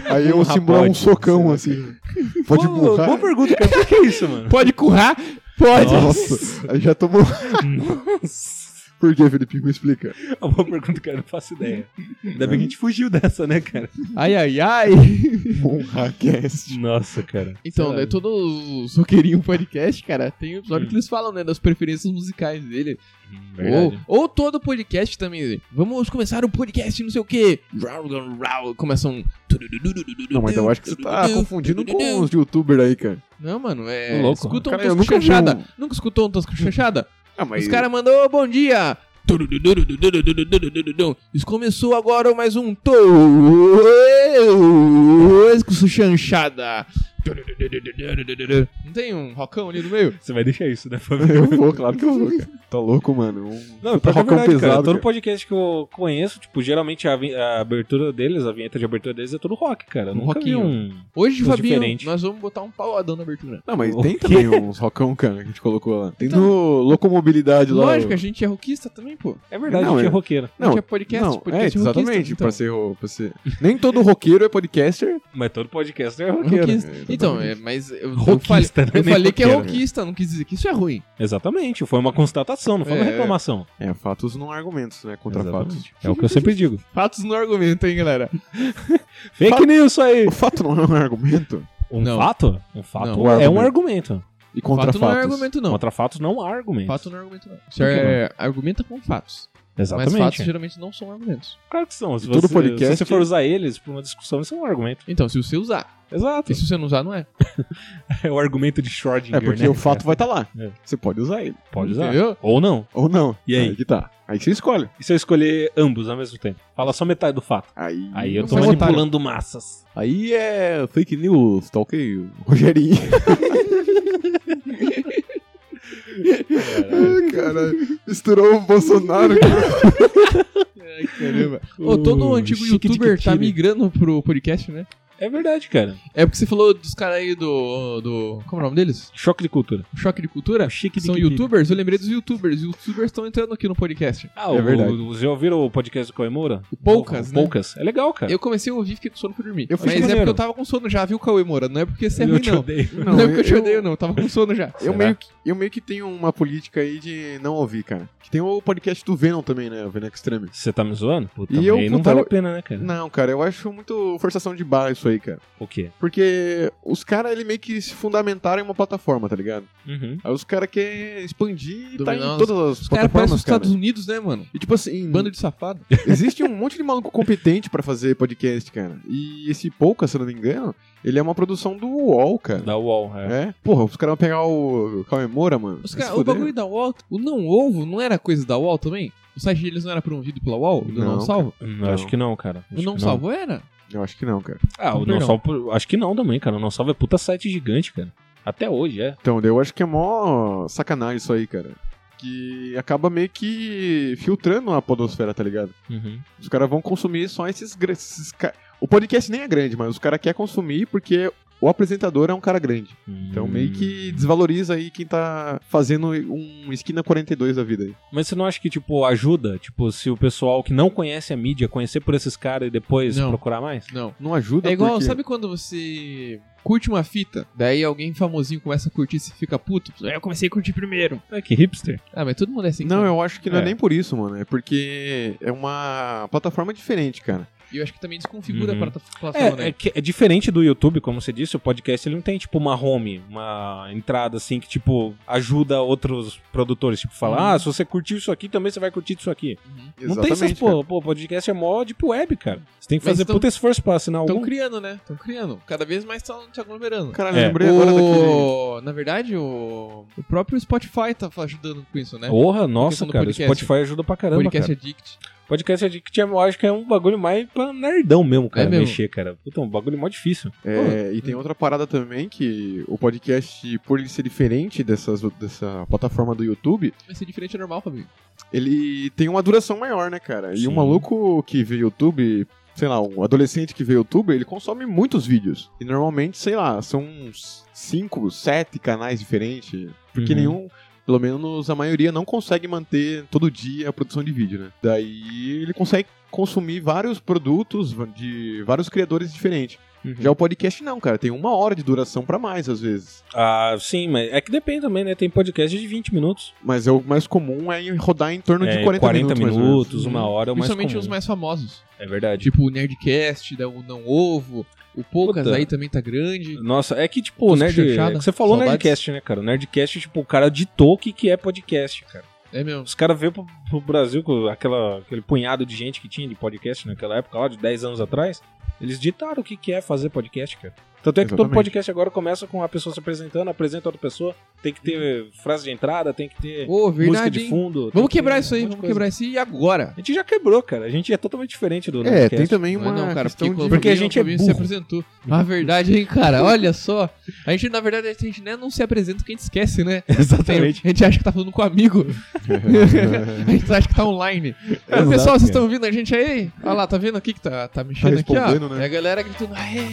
[SPEAKER 3] Aí eu
[SPEAKER 5] Monra
[SPEAKER 3] simular um
[SPEAKER 5] pode,
[SPEAKER 3] socão assim. Pode
[SPEAKER 5] Pô, Boa
[SPEAKER 3] monrar?
[SPEAKER 5] pergunta, cara. Por que isso, mano?
[SPEAKER 7] pode currar? Pode.
[SPEAKER 3] Nossa, aí já tomou. Por que, Felipe? Me explica.
[SPEAKER 5] É uma pergunta, cara. Não faço ideia. Ainda bem que a gente fugiu dessa, né, cara?
[SPEAKER 7] Ai, ai, ai.
[SPEAKER 3] Monracast.
[SPEAKER 5] Nossa, cara.
[SPEAKER 7] Então, né, todo o Soqueirinho Podcast, cara, tem um episódio que eles falam, né, das preferências musicais dele. Ou, ou todo podcast também. né? Vamos começar o podcast, não sei o quê. Rau, rau, rau, Começa um...
[SPEAKER 3] Não, mas eu acho que você tá confundindo com os youtubers aí, cara.
[SPEAKER 7] Não, mano, é.
[SPEAKER 5] Ô, louco.
[SPEAKER 7] Escuta um
[SPEAKER 3] Cara, eu
[SPEAKER 7] Tosco
[SPEAKER 3] nunca vi
[SPEAKER 7] Chanchada.
[SPEAKER 3] um-
[SPEAKER 7] Nunca escutou um Tosco Chanchada?
[SPEAKER 3] Ah, mas...
[SPEAKER 7] Os caras mandou "Ô, bom dia! Turururururururururururururu. Isso começou agora mais um Tosco Chanchada. Turururururururururu. Não tem um rocão ali no meio?
[SPEAKER 5] Você vai deixar isso, né,
[SPEAKER 3] Eu
[SPEAKER 5] família?
[SPEAKER 3] vou, claro que eu vou, cara. Tá louco, mano. Um...
[SPEAKER 5] Não,
[SPEAKER 3] Tá
[SPEAKER 5] pior que é
[SPEAKER 3] rockão
[SPEAKER 5] verdade, cara.
[SPEAKER 3] pesado,
[SPEAKER 5] Todo
[SPEAKER 3] cara.
[SPEAKER 5] podcast que eu conheço, tipo, geralmente a, vi- a abertura deles, a vinheta de abertura deles é todo rock, cara. Eu
[SPEAKER 7] Um
[SPEAKER 5] Nunca vi
[SPEAKER 7] rockinho.
[SPEAKER 5] um...
[SPEAKER 7] Hoje,
[SPEAKER 5] Coisa
[SPEAKER 7] Fabinho,
[SPEAKER 5] diferente.
[SPEAKER 7] nós vamos botar um paladão na abertura.
[SPEAKER 3] Não, mas
[SPEAKER 5] O
[SPEAKER 3] tem
[SPEAKER 5] quê?
[SPEAKER 3] também uns rocão, cara, que a gente colocou lá. Tem
[SPEAKER 5] Então.
[SPEAKER 3] no Locomobilidade lá.
[SPEAKER 7] Lógico,
[SPEAKER 3] o-
[SPEAKER 7] a gente é roquista também, pô.
[SPEAKER 5] É verdade,
[SPEAKER 3] Não,
[SPEAKER 5] a gente é
[SPEAKER 3] eu-
[SPEAKER 5] roqueiro.
[SPEAKER 7] A gente é
[SPEAKER 3] Não,
[SPEAKER 7] podcast,
[SPEAKER 3] não,
[SPEAKER 7] podcast
[SPEAKER 3] é,
[SPEAKER 7] roquista,
[SPEAKER 3] exatamente.
[SPEAKER 7] então.
[SPEAKER 3] Pra ser, ro- pra ser... Nem todo roqueiro é podcaster.
[SPEAKER 5] Mas todo podcast é roqueiro.
[SPEAKER 7] Roquista. Então, é, mas eu, eu falei,
[SPEAKER 5] Roquista, né?
[SPEAKER 7] eu
[SPEAKER 5] Nem
[SPEAKER 7] falei que é
[SPEAKER 5] roqueiro.
[SPEAKER 7] roquista, não quis dizer que isso é ruim.
[SPEAKER 5] Exatamente, foi uma constatação, não foi uma
[SPEAKER 7] É, é.
[SPEAKER 5] reclamação.
[SPEAKER 3] É, fatos não argumentos, né? Contra fatos.
[SPEAKER 5] Exatamente. É o que eu sempre digo.
[SPEAKER 7] Fatos no argumento, hein, galera?
[SPEAKER 5] Fake news isso aí!
[SPEAKER 3] O fato não é um argumento.
[SPEAKER 5] Um
[SPEAKER 7] Não.
[SPEAKER 5] fato? Um fato
[SPEAKER 7] Não.
[SPEAKER 5] é um argumento.
[SPEAKER 3] E contra
[SPEAKER 7] fato
[SPEAKER 3] fatos.
[SPEAKER 7] não é argumento, não.
[SPEAKER 5] Contra fatos não há argumento.
[SPEAKER 7] Fato não é argumento, não. Isso é, argumenta com fatos.
[SPEAKER 5] Exatamente.
[SPEAKER 7] Mas fatos geralmente não são argumentos.
[SPEAKER 5] Claro que são. Se
[SPEAKER 3] Todo
[SPEAKER 5] você,
[SPEAKER 3] podcast-
[SPEAKER 5] se você for usar eles pra uma discussão, isso é um argumento.
[SPEAKER 7] Então, se você usar.
[SPEAKER 5] Exato.
[SPEAKER 7] E se você não usar, não é.
[SPEAKER 5] É o argumento de Schrödinger,
[SPEAKER 3] É porque
[SPEAKER 5] né,
[SPEAKER 3] o fato
[SPEAKER 5] cara?
[SPEAKER 3] vai estar lá.
[SPEAKER 5] É.
[SPEAKER 3] Você pode usar ele.
[SPEAKER 5] Pode usar.
[SPEAKER 7] Entendeu?
[SPEAKER 5] Ou não.
[SPEAKER 3] Ou não.
[SPEAKER 5] E aí?
[SPEAKER 3] Aí que tá. Aí você escolhe.
[SPEAKER 5] E se eu escolher ambos ao mesmo tempo? Fala só metade do fato.
[SPEAKER 3] Aí,
[SPEAKER 5] Aí eu
[SPEAKER 7] Não
[SPEAKER 5] tô
[SPEAKER 7] faz
[SPEAKER 5] manipulando massas.
[SPEAKER 3] Aí é fake news, tá ok? Rogerinho. Ai, cara, misturou o Bolsonaro.
[SPEAKER 7] Caramba. Ô, todo antigo
[SPEAKER 5] chique de
[SPEAKER 7] youtuber tá
[SPEAKER 5] catire.
[SPEAKER 7] migrando pro podcast, né?
[SPEAKER 5] É verdade, cara.
[SPEAKER 7] É porque você falou dos caras aí do, do. Como é o nome deles?
[SPEAKER 5] Choque de cultura.
[SPEAKER 7] Choque É, de cultura?
[SPEAKER 5] Chique de
[SPEAKER 7] São
[SPEAKER 5] que pique.
[SPEAKER 7] youtubers? Eu lembrei dos youtubers. Youtubers estão entrando aqui no podcast.
[SPEAKER 5] Ah, é verdade. Vocês já ouviram o podcast do Coemura?
[SPEAKER 7] Poucas, né?
[SPEAKER 5] Poucas. É legal, cara.
[SPEAKER 7] Eu comecei a ouvir, fiquei com sono pra dormir.
[SPEAKER 5] Eu fiz
[SPEAKER 7] Mas é
[SPEAKER 5] maneiro.
[SPEAKER 7] porque eu tava com sono já, viu, Cauê Moura? Não é porque você é
[SPEAKER 5] Eu
[SPEAKER 7] ruim,
[SPEAKER 5] te
[SPEAKER 7] não.
[SPEAKER 5] odeio.
[SPEAKER 7] Não, é porque eu te odeio, não. Eu tava com sono já.
[SPEAKER 3] Eu
[SPEAKER 5] Será?
[SPEAKER 3] meio, que, eu meio que tenho uma política aí de não ouvir, cara. Que tem o podcast do Venom também, né? O Venom Extreme.
[SPEAKER 5] Você tá me zoando? Puta,
[SPEAKER 3] E eu,
[SPEAKER 5] aí não
[SPEAKER 3] puta,
[SPEAKER 5] vale a
[SPEAKER 3] eu-
[SPEAKER 5] pena, né, cara?
[SPEAKER 3] Não, cara, eu acho muito forçação de barra isso aí, cara.
[SPEAKER 5] O quê?
[SPEAKER 3] Porque os caras, ele meio que se fundamentaram em uma plataforma, tá ligado?
[SPEAKER 5] Uhum.
[SPEAKER 3] Aí os caras querem expandir e tá em
[SPEAKER 7] Dominar os-
[SPEAKER 3] todas as
[SPEAKER 7] Os caras parecem os
[SPEAKER 3] plataformas, cara.
[SPEAKER 7] Estados Unidos, né, mano?
[SPEAKER 3] E tipo assim,
[SPEAKER 7] Bando de safado.
[SPEAKER 3] existe um monte de maluco competente pra fazer podcast, cara. E esse Pouca, se eu não me engano, ele é uma produção do UOL, cara.
[SPEAKER 5] Da UOL, é.
[SPEAKER 3] É? Porra, os caras vão pegar o Calmemora, mano.
[SPEAKER 7] Os
[SPEAKER 3] Vai se
[SPEAKER 7] cara, o
[SPEAKER 3] fuder.
[SPEAKER 7] bagulho da UOL, o não ovo não era coisa da UOL também? O site deles não era promovido pela UOL? Do não,
[SPEAKER 3] Não,
[SPEAKER 7] salvo?
[SPEAKER 5] Hum, Acho que não, cara. Acho
[SPEAKER 7] O não
[SPEAKER 5] que
[SPEAKER 7] salvo era?
[SPEAKER 3] Eu acho que não, cara.
[SPEAKER 5] Ah, o
[SPEAKER 7] Perdão.
[SPEAKER 5] Não Salvo. Acho que não também, cara. O Não Salvo é puta site gigante, cara. Até hoje, é.
[SPEAKER 3] Então, eu acho que é mó sacanagem isso aí, cara. Que acaba meio que filtrando a podosfera, tá ligado?
[SPEAKER 5] Uhum.
[SPEAKER 3] Os caras vão consumir só esses... gra- esses ca- O podcast nem é grande, mas os caras querem consumir porque o apresentador é um cara grande. Então
[SPEAKER 5] Hum.
[SPEAKER 3] meio que desvaloriza aí quem tá fazendo um Esquina 42 da vida aí.
[SPEAKER 5] Mas você não acha que, tipo, ajuda? Tipo, se o pessoal que não conhece a mídia conhecer por esses caras e depois
[SPEAKER 7] Não.
[SPEAKER 5] procurar mais?
[SPEAKER 7] Não.
[SPEAKER 3] Não ajuda
[SPEAKER 7] É igual,
[SPEAKER 3] porque...
[SPEAKER 7] sabe quando você curte uma fita, daí alguém famosinho começa a curtir e você fica puto? Aí É, eu comecei a curtir primeiro.
[SPEAKER 5] É que hipster.
[SPEAKER 7] Ah, mas todo mundo é assim.
[SPEAKER 3] Não,
[SPEAKER 7] cara.
[SPEAKER 3] eu acho que não é.
[SPEAKER 5] É.
[SPEAKER 3] nem por isso, mano. É porque é uma plataforma diferente, cara.
[SPEAKER 7] E eu acho que também desconfigura
[SPEAKER 5] Uhum.
[SPEAKER 7] a plata- plataforma,
[SPEAKER 5] É,
[SPEAKER 7] né?
[SPEAKER 5] é, que- é diferente do YouTube, como você disse, o podcast ele não tem, tipo, uma home, uma entrada assim que, tipo, ajuda outros produtores. Tipo,
[SPEAKER 7] Uhum.
[SPEAKER 5] falar, ah, se você curtiu isso aqui, também você vai curtir isso aqui. não tem essas,
[SPEAKER 3] cara.
[SPEAKER 5] pô, pô, podcast é mó deep web, cara. Você tem que
[SPEAKER 7] Mas então
[SPEAKER 5] fazer
[SPEAKER 7] tão-
[SPEAKER 5] puta esforço pra assinar um.
[SPEAKER 7] Estão
[SPEAKER 5] algum.
[SPEAKER 7] criando, né? Estão criando. Cada vez mais estão te aglomerando.
[SPEAKER 3] Caralho,
[SPEAKER 5] É.
[SPEAKER 3] lembrei agora daquele...
[SPEAKER 7] O- Na verdade, o... o próprio Spotify tá ajudando com isso, né?
[SPEAKER 5] Porra, nossa,
[SPEAKER 7] questão do
[SPEAKER 5] cara,
[SPEAKER 7] podcast.
[SPEAKER 5] o Spotify ajuda pra caramba,
[SPEAKER 7] Podcast
[SPEAKER 5] cara.
[SPEAKER 7] Addict.
[SPEAKER 5] Podcast Addict, eu acho que é um bagulho mais pra nerdão mesmo, cara,
[SPEAKER 7] É mesmo.
[SPEAKER 5] mexer, cara. Puta, um bagulho mó difícil.
[SPEAKER 3] É, e tem outra parada também que o podcast, por ele ser diferente dessas, dessa plataforma do YouTube,
[SPEAKER 7] Vai ser diferente é normal, Fabinho.
[SPEAKER 3] ele tem uma duração maior, né, cara? E um
[SPEAKER 5] Sim.
[SPEAKER 3] maluco que vê YouTube, sei lá, um adolescente que vê YouTube, ele consome muitos vídeos. E normalmente, sei lá, são uns 5, 7 canais diferentes, porque
[SPEAKER 5] Uhum.
[SPEAKER 3] nenhum. Pelo menos a maioria não consegue manter todo dia a produção de vídeo, né? Daí ele consegue consumir vários produtos de vários criadores diferentes.
[SPEAKER 5] Uhum.
[SPEAKER 3] Já o podcast não, cara. Tem uma hora de duração pra mais, às vezes.
[SPEAKER 5] Ah, sim, mas é que depende também, né? Tem podcast de 20 minutos.
[SPEAKER 3] Mas é o mais comum é em rodar em torno de
[SPEAKER 5] É,
[SPEAKER 3] 40, minutos. mais ou menos.
[SPEAKER 5] uma
[SPEAKER 7] Uhum.
[SPEAKER 5] hora é o mais
[SPEAKER 7] Principalmente
[SPEAKER 5] comum.
[SPEAKER 7] os mais famosos.
[SPEAKER 5] É verdade.
[SPEAKER 7] Tipo o Nerdcast, da- o Não Ovo, o Poucas
[SPEAKER 5] Puta.
[SPEAKER 7] aí também tá grande.
[SPEAKER 5] Nossa, é que tipo, o
[SPEAKER 7] Os
[SPEAKER 5] nerd,
[SPEAKER 7] chuchada,
[SPEAKER 5] é que você falou
[SPEAKER 7] saudades.
[SPEAKER 5] Nerdcast, né, cara? O Nerdcast, tipo, o cara ditou o que, que é podcast, cara.
[SPEAKER 7] É mesmo.
[SPEAKER 5] Os caras veio pro, pro Brasil com aquela, aquele punhado de gente que tinha de podcast naquela época, lá de 10 anos atrás. Eles ditaram o que, que é fazer podcast, cara. Tanto é que todo
[SPEAKER 3] Exatamente.
[SPEAKER 5] podcast agora começa com a pessoa se apresentando, apresenta outra pessoa, tem que ter frase de entrada, tem que ter
[SPEAKER 7] Ô,
[SPEAKER 5] música
[SPEAKER 7] verdade.
[SPEAKER 5] de
[SPEAKER 7] hein?
[SPEAKER 5] fundo. tem
[SPEAKER 7] Vamos
[SPEAKER 5] que ter
[SPEAKER 7] quebrar
[SPEAKER 5] um
[SPEAKER 7] isso aí,
[SPEAKER 5] monte de
[SPEAKER 7] vamos
[SPEAKER 5] coisa.
[SPEAKER 7] quebrar isso e agora.
[SPEAKER 5] A gente já quebrou, cara. A gente é totalmente diferente do
[SPEAKER 3] É, tem
[SPEAKER 5] Nerdcast.
[SPEAKER 3] também
[SPEAKER 7] Não é
[SPEAKER 3] uma
[SPEAKER 7] não, cara,
[SPEAKER 3] questão
[SPEAKER 7] porque, quando
[SPEAKER 3] de...
[SPEAKER 5] Porque a
[SPEAKER 7] o
[SPEAKER 5] gente é
[SPEAKER 7] Fabinho se
[SPEAKER 5] burro.
[SPEAKER 7] apresentou. Na verdade, hein, cara, olha só. A gente, na verdade, a gente né, não se apresenta porque a gente esquece, né?
[SPEAKER 5] Exatamente.
[SPEAKER 7] A gente acha que tá falando com um amigo. a gente acha que tá online. Aí,
[SPEAKER 5] Exato,
[SPEAKER 7] pessoal, vocês
[SPEAKER 5] cara.
[SPEAKER 7] estão ouvindo a gente aí? Olha lá, tá vendo aqui que tá, tá mexendo
[SPEAKER 3] Tá
[SPEAKER 7] aqui, ó.
[SPEAKER 3] respondendo, né?
[SPEAKER 7] E a galera gritando, aê.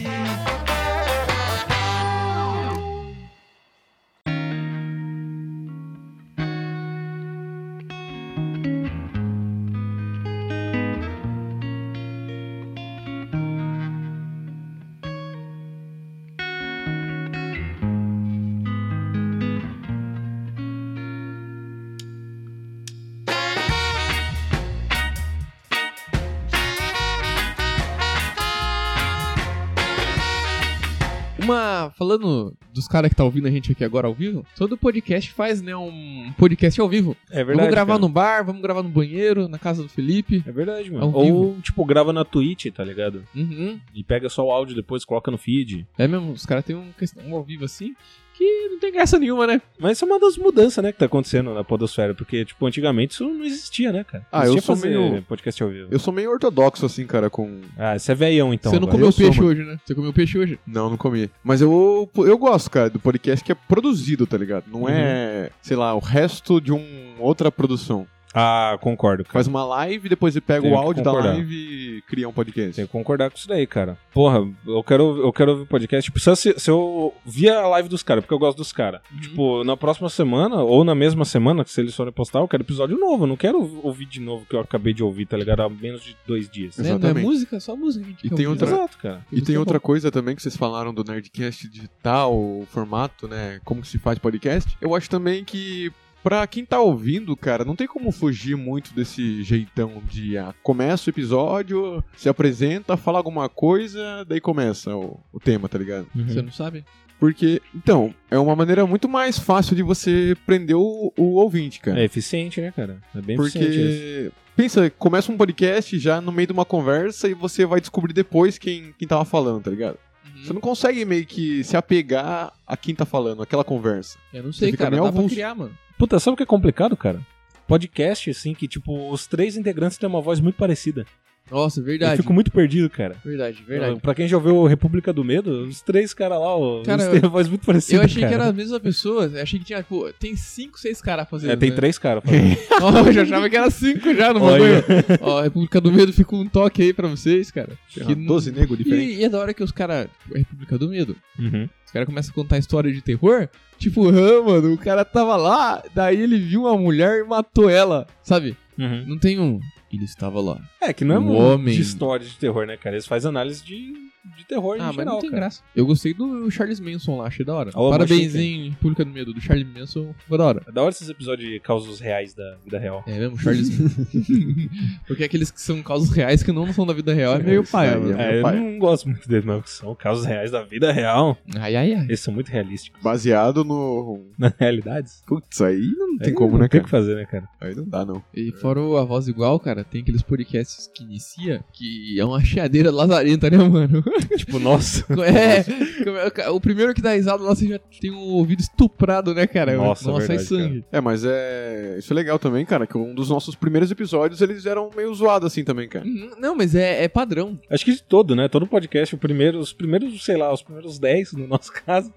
[SPEAKER 7] Uma, falando dos caras que tá ouvindo a gente aqui agora ao vivo, todo podcast faz, né, um podcast ao vivo.
[SPEAKER 5] É verdade.
[SPEAKER 7] vamos gravar
[SPEAKER 5] cara.
[SPEAKER 7] no bar, vamos gravar no banheiro, na casa do Felipe.
[SPEAKER 5] É verdade,
[SPEAKER 7] Ao
[SPEAKER 5] mano. Ou, tipo, grava na Twitch, tá ligado?
[SPEAKER 7] Uhum.
[SPEAKER 5] E pega só o áudio depois, coloca no feed.
[SPEAKER 7] É mesmo, os caras têm um, questão- um ao vivo assim que não tem graça nenhuma, né?
[SPEAKER 5] Mas isso é uma das mudanças, né, que tá acontecendo na podosfera. Porque, tipo, antigamente isso não existia, né, cara?
[SPEAKER 3] Ah, eu sou
[SPEAKER 5] existia
[SPEAKER 3] meio-
[SPEAKER 5] podcast ao vivo.
[SPEAKER 3] Eu sou meio ortodoxo, assim, cara, com...
[SPEAKER 5] Ah, você é veião, então.
[SPEAKER 7] Você não
[SPEAKER 5] agora.
[SPEAKER 7] comeu
[SPEAKER 3] eu sou,
[SPEAKER 7] peixe
[SPEAKER 3] mano.
[SPEAKER 7] hoje, né? Você comeu peixe hoje.
[SPEAKER 3] Não, não comi. Mas eu, eu gosto, cara, do
[SPEAKER 5] Uhum.
[SPEAKER 3] podcast que é produzido, tá ligado? Não é, sei lá, o resto de um outra produção.
[SPEAKER 5] Ah, concordo, cara.
[SPEAKER 3] Faz uma live, depois ele pega
[SPEAKER 5] Tenho
[SPEAKER 3] o
[SPEAKER 5] que
[SPEAKER 3] áudio da
[SPEAKER 5] concordar.
[SPEAKER 3] live e cria um podcast.
[SPEAKER 5] Tenho que concordar com isso daí, cara. Porra, eu quero, eu quero ouvir podcast. Tipo, se, se eu via a live dos caras, porque eu gosto dos caras.
[SPEAKER 7] Hum. Uhum.
[SPEAKER 5] Tipo, na próxima semana, ou na mesma semana, que se eles forem postar, eu quero episódio novo. Eu não quero ouvir de novo o que eu acabei de ouvir, tá ligado? Há menos de dois dias.
[SPEAKER 7] Né? Não é
[SPEAKER 3] Exatamente.
[SPEAKER 7] música, só música que a gente
[SPEAKER 3] E
[SPEAKER 7] quer
[SPEAKER 3] tem
[SPEAKER 7] ouvir.
[SPEAKER 3] outra-
[SPEAKER 5] Exato, cara.
[SPEAKER 3] E tem
[SPEAKER 7] Tá
[SPEAKER 3] outra coisa também que vocês falaram do Nerdcast digital, o formato, né? Como que se faz podcast. Eu acho também que, pra quem tá ouvindo, cara, não tem como fugir muito desse jeitão de ah, começa o episódio, se apresenta, fala alguma coisa, daí começa o, o tema, tá ligado?
[SPEAKER 7] né?
[SPEAKER 5] Uhum.
[SPEAKER 7] Você não sabe?
[SPEAKER 3] Porque, então, é uma maneira muito mais fácil de você prender o, o ouvinte, cara.
[SPEAKER 5] É eficiente, né, cara? É bem eficiente isso.
[SPEAKER 3] Porque. Pensa, começa um podcast já no meio de uma conversa e você vai descobrir depois quem, quem tava falando, tá ligado?
[SPEAKER 7] Uhum.
[SPEAKER 3] Você não consegue meio que se apegar a quem tá falando, aquela conversa.
[SPEAKER 7] Eu não sei,
[SPEAKER 3] fica
[SPEAKER 7] cara.
[SPEAKER 3] meio
[SPEAKER 7] Dá pra
[SPEAKER 3] avulso.
[SPEAKER 7] criar, mano.
[SPEAKER 5] Puta, sabe o que é complicado, cara? Podcast, assim, que, tipo, os três integrantes têm uma voz muito parecida.
[SPEAKER 7] Nossa,
[SPEAKER 5] Eu
[SPEAKER 7] verdade.
[SPEAKER 5] fico muito perdido, cara.
[SPEAKER 7] Verdade, verdade.
[SPEAKER 5] Pra quem já ouviu o República do Medo, os três caras lá, ó,
[SPEAKER 7] Cara,
[SPEAKER 5] eles têm a voz muito parecida.
[SPEAKER 7] Eu achei que
[SPEAKER 5] cara.
[SPEAKER 7] era a mesma pessoa. Eu achei que tinha, pô, tem cinco, seis caras fazendo.
[SPEAKER 5] É, tem
[SPEAKER 7] né?
[SPEAKER 5] três caras.
[SPEAKER 7] Ó, eu já achava que era cinco já no
[SPEAKER 5] Olha.
[SPEAKER 7] bagulho. Ó, República do Medo, fica um toque aí pra vocês, cara.
[SPEAKER 3] Que 12 negros diferentes.
[SPEAKER 7] E, e é da hora que os caras. República do Medo.
[SPEAKER 5] uhum.
[SPEAKER 7] Os caras começam a contar história de terror. Tipo, ah, mano, o cara tava lá, daí ele viu uma mulher e matou ela. Sabe?
[SPEAKER 5] Uhum.
[SPEAKER 7] Não tem um. Ele estava lá.
[SPEAKER 5] É, que não é
[SPEAKER 7] Um
[SPEAKER 5] muito
[SPEAKER 7] homem.
[SPEAKER 5] de história de terror, né, cara? Eles fazem análise de, de terror
[SPEAKER 7] Ah,
[SPEAKER 5] em
[SPEAKER 7] mas
[SPEAKER 5] geral,
[SPEAKER 7] não tem
[SPEAKER 5] cara.
[SPEAKER 7] graça. Eu gostei do Charles Manson lá, achei da hora.
[SPEAKER 5] Ó,
[SPEAKER 7] Parabéns,
[SPEAKER 5] achei
[SPEAKER 7] hein, República do Medo, do Charles Manson, ficou da hora.
[SPEAKER 5] É da hora esses episódios de causos reais da vida real.
[SPEAKER 7] É mesmo, Charles Porque é aqueles que são causas reais que não são da vida real é meio pai, mano.
[SPEAKER 5] É, eu
[SPEAKER 3] pai.
[SPEAKER 5] não gosto muito deles, mas são causos reais da vida real.
[SPEAKER 7] Ai, ai, ai.
[SPEAKER 5] Eles são muito realísticos.
[SPEAKER 3] Baseado no.
[SPEAKER 5] Na realidade,
[SPEAKER 3] Putz, aí não tem
[SPEAKER 5] é,
[SPEAKER 3] como,
[SPEAKER 5] não
[SPEAKER 3] né,
[SPEAKER 5] Tem o
[SPEAKER 3] cara?
[SPEAKER 5] que fazer, né, cara?
[SPEAKER 3] Aí não dá, não.
[SPEAKER 7] E fora o A Voz Igual, cara, tem aqueles podcasts que inicia, que é uma cheadeira lazarenta, né, mano?
[SPEAKER 5] tipo, nossa.
[SPEAKER 7] É, como- o primeiro que dá risada lá, você já tem o ouvido estuprado, né, cara?
[SPEAKER 5] Nossa,
[SPEAKER 7] é
[SPEAKER 5] verdade,
[SPEAKER 7] sangue.
[SPEAKER 3] É, mas é. Isso é legal também, cara, que um dos nossos primeiros episódios eles eram meio zoados assim também, cara.
[SPEAKER 7] Uhum, Não, mas é, é padrão.
[SPEAKER 5] Acho que de todo, né? Todo podcast, o primeiro, os primeiros, sei lá, os primeiros 10, no nosso caso,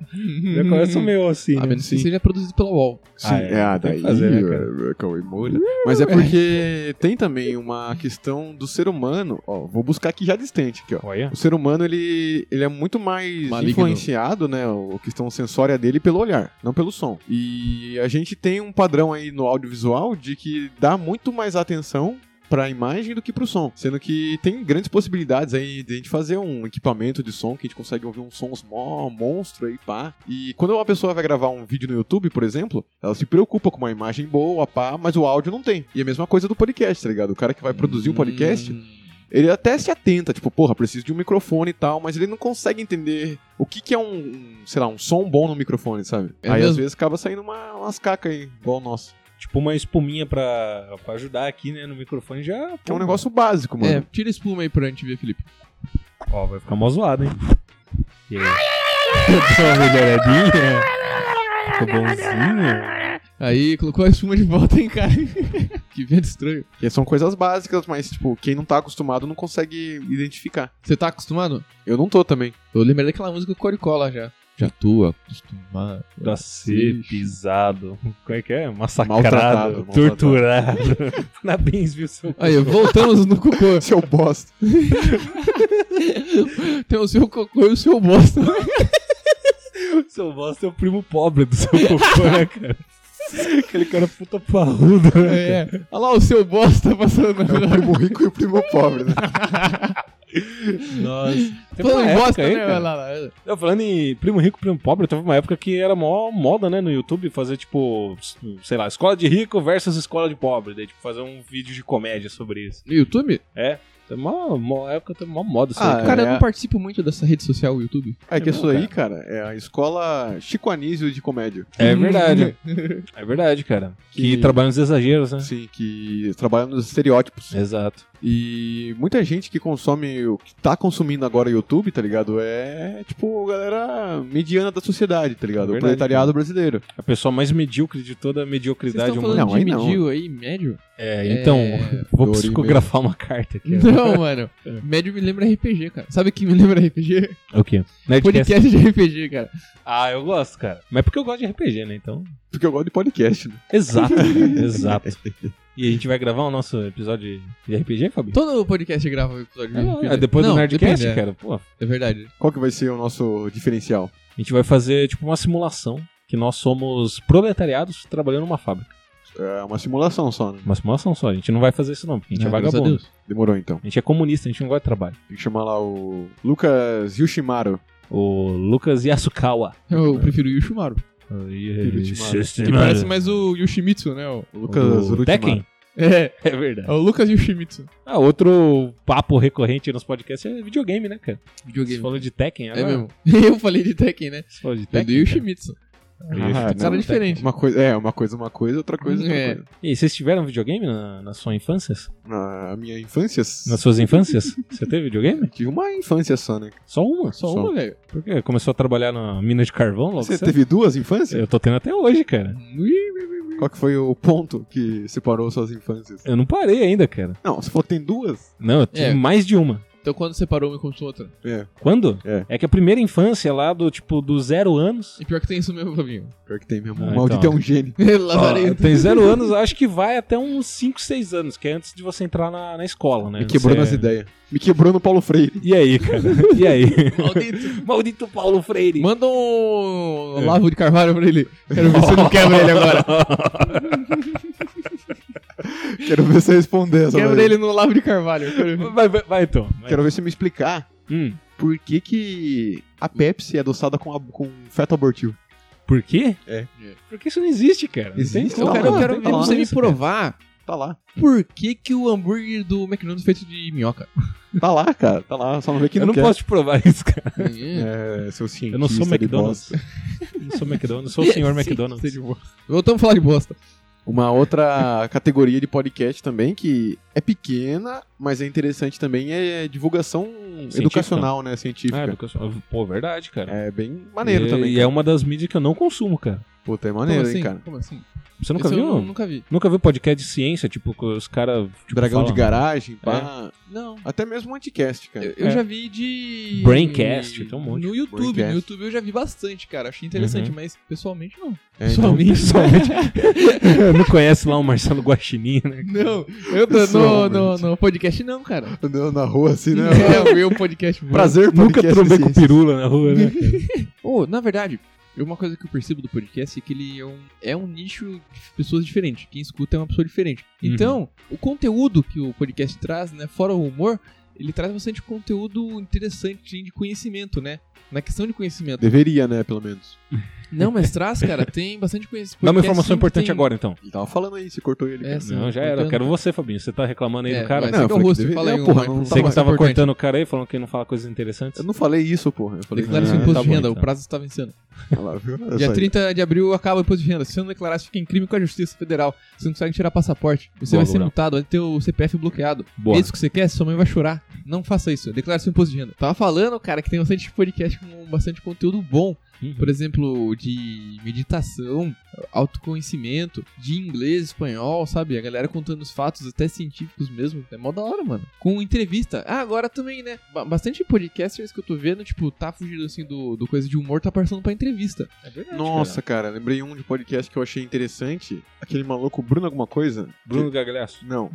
[SPEAKER 5] já começam meio assim.
[SPEAKER 7] A
[SPEAKER 5] Né?
[SPEAKER 7] menos que seja produzido pela UOL.
[SPEAKER 5] Ah, é,
[SPEAKER 3] ah,
[SPEAKER 5] tem
[SPEAKER 3] daí.
[SPEAKER 5] que fazer, né, cara?
[SPEAKER 3] é, é, Cauê Moura. Mas é porque tem também uma questão do ser humano. Ó, vou buscar aqui já distante, aqui, ó.
[SPEAKER 5] Olha.
[SPEAKER 3] O ser humano, ele, ele é muito mais
[SPEAKER 7] Maligno.
[SPEAKER 3] influenciado, né? A questão sensória dele pelo olhar, não pelo som. E a gente tem um padrão aí no audiovisual de que dá muito mais atenção pra imagem do que pro som. Sendo que tem grandes possibilidades aí de a gente fazer um equipamento de som que a gente consegue ouvir uns sons mó monstro aí, pá. E quando uma pessoa vai gravar um vídeo no YouTube, por exemplo, ela se preocupa com uma imagem boa, pá, mas o áudio não tem. E a mesma coisa do podcast, tá ligado? O cara que vai
[SPEAKER 7] Hum.
[SPEAKER 3] produzir o podcast, ele até se atenta, tipo, porra, preciso de um microfone e tal, mas ele não consegue entender o que, que é um, um, sei lá, um som bom no microfone, sabe?
[SPEAKER 7] É
[SPEAKER 3] aí
[SPEAKER 7] mesmo?
[SPEAKER 3] às vezes acaba saindo uma, umas cacas aí, igual o nosso.
[SPEAKER 5] Tipo, uma espuminha pra, pra ajudar aqui, né, no microfone já.
[SPEAKER 3] Que é um negócio básico, mano.
[SPEAKER 7] É, tira a espuma aí pra gente ver, Felipe.
[SPEAKER 5] Ó, vai ficar mó zoado, hein? E aí? Deu uma melhoradinha? Ficou bonzinho?
[SPEAKER 7] Aí, colocou a espuma de volta, hein, cara? que vento estranho.
[SPEAKER 3] Que são coisas básicas, mas, tipo, quem não tá acostumado não consegue identificar.
[SPEAKER 7] Você tá acostumado?
[SPEAKER 3] Eu não tô também.
[SPEAKER 7] Eu lembrei daquela música Coricola já. Já tô acostumado.
[SPEAKER 5] Da ser pisado. Como é que é? Massacrado,
[SPEAKER 3] Maltratado, maltratado.
[SPEAKER 5] torturado. Parabéns, viu, seu.
[SPEAKER 7] Aí, voltamos no cocô.
[SPEAKER 3] Seu é bosta.
[SPEAKER 7] Tem o seu cocô e o seu bosta.
[SPEAKER 5] Seu bosta é o primo pobre do seu cocô, né, cara? Aquele cara puta parrudo, né?
[SPEAKER 7] É, é. Olha lá o seu bosta passando.
[SPEAKER 3] É o primo rico e o primo pobre, né?
[SPEAKER 5] Nossa. Teve uma
[SPEAKER 7] Falando em
[SPEAKER 5] época
[SPEAKER 7] bosta,
[SPEAKER 5] aí,
[SPEAKER 7] né?
[SPEAKER 5] cara?
[SPEAKER 7] Olha lá, olha lá.
[SPEAKER 5] Eu, falando em primo rico, primo pobre, teve uma época que era mó moda, né, no YouTube, fazer tipo, sei lá, escola de rico versus escola de pobre. Daí, tipo, fazer um vídeo de comédia sobre isso.
[SPEAKER 7] No YouTube?
[SPEAKER 5] Teve uma, uma época, teve uma moda isso
[SPEAKER 3] Ah,
[SPEAKER 5] aí, cara.
[SPEAKER 7] Cara, eu
[SPEAKER 3] é.
[SPEAKER 7] não participo muito dessa rede social YouTube.
[SPEAKER 3] É que isso aí, cara, é a escola Chico Anísio de comédia.
[SPEAKER 5] É verdade. é verdade, cara. Que,
[SPEAKER 3] Que-
[SPEAKER 5] trabalha nos exageros, né?
[SPEAKER 7] É.
[SPEAKER 3] Sim, que trabalha nos estereótipos.
[SPEAKER 5] Exato.
[SPEAKER 3] E muita gente que consome, o que tá consumindo agora o YouTube, tá ligado? É, tipo, a galera mediana da sociedade, tá ligado?
[SPEAKER 5] Verdade,
[SPEAKER 3] o proletariado brasileiro.
[SPEAKER 5] A pessoa mais medíocre de toda a
[SPEAKER 7] Vocês
[SPEAKER 5] mediocridade
[SPEAKER 7] estão
[SPEAKER 5] humana.
[SPEAKER 7] falando
[SPEAKER 3] Não,
[SPEAKER 7] de
[SPEAKER 3] aí não.
[SPEAKER 7] mediu aí, médio?
[SPEAKER 5] É, então,
[SPEAKER 7] É,
[SPEAKER 5] vou
[SPEAKER 3] Dorimei.
[SPEAKER 5] psicografar uma carta aqui.
[SPEAKER 7] Não, mano.
[SPEAKER 5] É.
[SPEAKER 7] Médio me lembra RPG, cara. Sabe o que me lembra RPG?
[SPEAKER 5] O quê? Nerdcast.
[SPEAKER 7] Podcast de RPG, cara.
[SPEAKER 5] Ah, eu gosto, cara. Mas é porque eu gosto de RPG, né? Então.
[SPEAKER 3] Porque eu gosto de podcast, né?
[SPEAKER 5] Exato, exato. E a gente vai gravar o nosso episódio de RPG, Fabi?
[SPEAKER 7] Todo podcast grava o episódio. de
[SPEAKER 5] É,
[SPEAKER 7] RPG.
[SPEAKER 5] depois
[SPEAKER 7] Não,
[SPEAKER 5] do Nerdcast,
[SPEAKER 7] depende, é.
[SPEAKER 5] cara. Pô, a
[SPEAKER 7] É verdade.
[SPEAKER 3] Qual que vai ser o nosso diferencial?
[SPEAKER 5] gente vai fazer tipo uma simulação que nós somos proletariados trabalhando numa fábrica.
[SPEAKER 3] É uma simulação só, né?
[SPEAKER 5] Uma simulação só. A gente não vai fazer isso não, porque a gente é,
[SPEAKER 7] Ah, graças a
[SPEAKER 5] vagabundo.
[SPEAKER 7] Deus.
[SPEAKER 3] Demorou então.
[SPEAKER 5] A gente é comunista, a gente não gosta de trabalho.
[SPEAKER 3] Tem que chamar lá o Lucas Yushimaru.
[SPEAKER 5] O Lucas Yasukawa.
[SPEAKER 7] Eu prefiro o Yushimaru. Que parece mais o Yoshimitsu, né? o-
[SPEAKER 3] O Lucas
[SPEAKER 5] o
[SPEAKER 3] Urutimaru.
[SPEAKER 5] Tekken?
[SPEAKER 7] É,
[SPEAKER 5] É verdade.
[SPEAKER 7] é o Lucas Yoshimitsu.
[SPEAKER 5] Ah, outro papo recorrente nos podcasts é videogame, né, cara? Você falou de Tekken
[SPEAKER 7] É
[SPEAKER 5] agora?
[SPEAKER 7] mesmo. Eu falei de Tekken, né?
[SPEAKER 5] Você falou de
[SPEAKER 7] É do
[SPEAKER 5] Tekken, cara?
[SPEAKER 7] Yoshimitsu.
[SPEAKER 3] Ah,
[SPEAKER 7] Cara
[SPEAKER 3] não,
[SPEAKER 7] diferente.
[SPEAKER 3] Uma coisa, é, uma coisa, uma coisa, outra coisa, outra
[SPEAKER 7] É.
[SPEAKER 3] coisa.
[SPEAKER 5] E aí, vocês tiveram videogame na, na sua infância?
[SPEAKER 3] Na minha infância,
[SPEAKER 5] Nas suas infâncias? Você teve videogame?
[SPEAKER 3] tive uma infância só, né?
[SPEAKER 5] Só uma?
[SPEAKER 7] Só,
[SPEAKER 3] Só. um.
[SPEAKER 7] uma, velho.
[SPEAKER 5] Por quê? Começou a trabalhar na mina de carvão logo
[SPEAKER 3] Você
[SPEAKER 5] cedo?
[SPEAKER 3] teve duas infâncias?
[SPEAKER 5] Eu tô tendo até hoje, cara.
[SPEAKER 3] Qual que foi o ponto que separou suas infâncias?
[SPEAKER 5] Eu não parei ainda, cara.
[SPEAKER 3] Não, você falou que tem duas?
[SPEAKER 5] Não, eu tive
[SPEAKER 7] É.
[SPEAKER 5] mais de uma.
[SPEAKER 7] Então quando separou uma contra outra?
[SPEAKER 3] É,
[SPEAKER 5] Quando?
[SPEAKER 3] É.
[SPEAKER 5] que a primeira infância lá do tipo do zero anos.
[SPEAKER 7] E pior que tem isso mesmo, Fabinho.
[SPEAKER 3] pior que tem mesmo.
[SPEAKER 5] Ah,
[SPEAKER 3] o maldito
[SPEAKER 5] então.
[SPEAKER 3] é um gênio.
[SPEAKER 5] Ó,
[SPEAKER 7] Lazarento.
[SPEAKER 5] tem zero anos, acho que vai até uns 5, 6 anos, que é antes de você entrar na, na escola, né?
[SPEAKER 3] Me quebrou
[SPEAKER 5] Você-
[SPEAKER 3] nas ideias. Me quebrou no Paulo Freire.
[SPEAKER 5] E aí, cara? E aí?
[SPEAKER 7] Maldito.
[SPEAKER 5] Maldito Paulo Freire.
[SPEAKER 7] Manda um lavo de carvalho pra ele. Quero ver se não quebra ele agora.
[SPEAKER 3] Quero ver você responder essa
[SPEAKER 7] Quebra
[SPEAKER 3] daí.
[SPEAKER 7] ele no lavo de carvalho. Quero ver.
[SPEAKER 5] Vai, vai, vai, então. Vai.
[SPEAKER 3] Quero ver você me explicar
[SPEAKER 5] Hum,
[SPEAKER 3] por que que a Pepsi é adoçada com, a, com feto abortivo.
[SPEAKER 5] por quê?
[SPEAKER 3] É.
[SPEAKER 5] Porque isso não existe, cara. Não
[SPEAKER 3] Existe,
[SPEAKER 5] tem como,
[SPEAKER 3] tá
[SPEAKER 5] cara.
[SPEAKER 3] lá,
[SPEAKER 5] eu quero
[SPEAKER 3] tá
[SPEAKER 5] ver
[SPEAKER 3] lá.
[SPEAKER 5] você me provar.
[SPEAKER 7] provar
[SPEAKER 3] Tá lá.
[SPEAKER 7] por que, que o hambúrguer do McDonald's é feito de minhoca.
[SPEAKER 3] Tá lá, cara. Tá lá. Só não vê que
[SPEAKER 5] Eu não
[SPEAKER 3] quer.
[SPEAKER 5] posso te provar isso, cara.
[SPEAKER 3] É, seu cientista
[SPEAKER 5] Eu não sou
[SPEAKER 3] de
[SPEAKER 5] McDonald's.
[SPEAKER 3] bosta.
[SPEAKER 5] Não sou McDonald's, sou o senhor
[SPEAKER 7] Sim,
[SPEAKER 5] McDonald's.
[SPEAKER 7] sim, Voltamos a falar de bosta.
[SPEAKER 3] Uma outra categoria de podcast também que é pequena, mas é interessante também é divulgação
[SPEAKER 5] Científica.
[SPEAKER 3] educacional, né?
[SPEAKER 5] Ah,
[SPEAKER 3] Científica.
[SPEAKER 5] educação. Pô, verdade, cara.
[SPEAKER 3] É bem maneiro
[SPEAKER 5] e,
[SPEAKER 3] também.
[SPEAKER 5] E é uma das mídias que eu não consumo, cara.
[SPEAKER 3] Puta, é
[SPEAKER 7] Como
[SPEAKER 3] maneiro,
[SPEAKER 7] assim?
[SPEAKER 3] hein, cara.
[SPEAKER 7] Como assim?
[SPEAKER 5] Você nunca
[SPEAKER 7] Esse
[SPEAKER 5] viu?
[SPEAKER 7] Eu nu- nunca vi.
[SPEAKER 5] Nunca viu podcast de ciência, tipo, que os caras. Tipo,
[SPEAKER 3] Dragão de
[SPEAKER 5] falam-
[SPEAKER 3] garagem, pá.
[SPEAKER 7] Não.
[SPEAKER 3] Até mesmo anticast, cara.
[SPEAKER 7] Eu, eu
[SPEAKER 5] É.
[SPEAKER 7] já vi de.
[SPEAKER 5] Braincast, tem um monte. Uhum.
[SPEAKER 7] No YouTube.
[SPEAKER 3] Braincast.
[SPEAKER 7] No YouTube eu já vi bastante, cara. Achei interessante, mas pessoalmente não.
[SPEAKER 3] É, então,
[SPEAKER 5] Pessoalmente. não conhece lá o Marcelo Guaxinim, né?
[SPEAKER 7] Não, eu tô no, no, no podcast não, cara.
[SPEAKER 3] andando na rua assim, né?
[SPEAKER 7] É o meu podcast.
[SPEAKER 3] Prazer,
[SPEAKER 5] Nunca
[SPEAKER 3] podcast
[SPEAKER 5] trombei
[SPEAKER 3] de
[SPEAKER 5] com
[SPEAKER 3] ciência.
[SPEAKER 5] pirula na rua, né? cara?
[SPEAKER 7] Ô, na verdade, uma coisa que eu percebo do podcast é que ele é um, é um nicho de pessoas diferentes. Quem escuta é uma pessoa diferente.
[SPEAKER 5] Uhum.
[SPEAKER 7] Então, o conteúdo que o podcast traz, né, fora o humor, ele traz bastante conteúdo interessante de conhecimento, né? Na questão de conhecimento.
[SPEAKER 3] Deveria, né, pelo menos.
[SPEAKER 7] Não, mas traz, cara, tem bastante conhecimento.
[SPEAKER 5] Dá uma informação importante agora, então.
[SPEAKER 3] Ele tava falando aí, você cortou ele.
[SPEAKER 7] É, sim,
[SPEAKER 5] não, já era. Eu quero você, Fabinho. Você tá reclamando aí
[SPEAKER 7] É,
[SPEAKER 5] do cara.
[SPEAKER 7] vai,
[SPEAKER 3] Não,
[SPEAKER 7] segue
[SPEAKER 3] eu
[SPEAKER 7] o
[SPEAKER 3] falei
[SPEAKER 7] rosto
[SPEAKER 3] que
[SPEAKER 7] e fala aí um uma
[SPEAKER 3] deveria- Porra, não
[SPEAKER 7] informação
[SPEAKER 5] Você que
[SPEAKER 7] mais
[SPEAKER 5] tava
[SPEAKER 7] é importante.
[SPEAKER 5] cortando o cara aí, falando que não fala coisas interessantes.
[SPEAKER 3] Eu não falei isso, porra. Eu falei
[SPEAKER 7] Declara
[SPEAKER 5] Ah,
[SPEAKER 7] seu
[SPEAKER 5] tá
[SPEAKER 7] imposto de
[SPEAKER 5] bom,
[SPEAKER 7] renda,
[SPEAKER 5] então.
[SPEAKER 7] o prazo estava vencendo.
[SPEAKER 3] Olha lá, viu? Essa
[SPEAKER 7] Dia
[SPEAKER 3] aí.
[SPEAKER 7] 30 de abril acaba o imposto de renda. Se você não declarar, você fica em crime com a Justiça Federal. Você não consegue tirar passaporte. Você
[SPEAKER 5] Boa,
[SPEAKER 7] vai ser
[SPEAKER 5] Gabriel.
[SPEAKER 7] multado, vai ter o CPF bloqueado.
[SPEAKER 5] Boa.
[SPEAKER 7] É isso que você quer? Sua mãe vai chorar. Não faça isso. Declara seu imposto de renda. Tava falando, cara, que tem bastante podcast com bastante conteúdo bom.
[SPEAKER 5] Uhum.
[SPEAKER 7] Por exemplo, de meditação, autoconhecimento, de inglês, espanhol, sabe? A galera contando os fatos, até científicos mesmo. É mó da hora, mano. Com entrevista. Ah, agora também, né? Ba- Bastante podcasters que eu tô vendo, tipo, tá fugindo assim do, do coisa de humor, tá passando pra entrevista.
[SPEAKER 5] é
[SPEAKER 3] Nossa, cara, lembrei um de podcast que eu achei interessante. Aquele maluco Bruno alguma coisa?
[SPEAKER 5] Bruno Gagliasso.
[SPEAKER 3] Que- Não.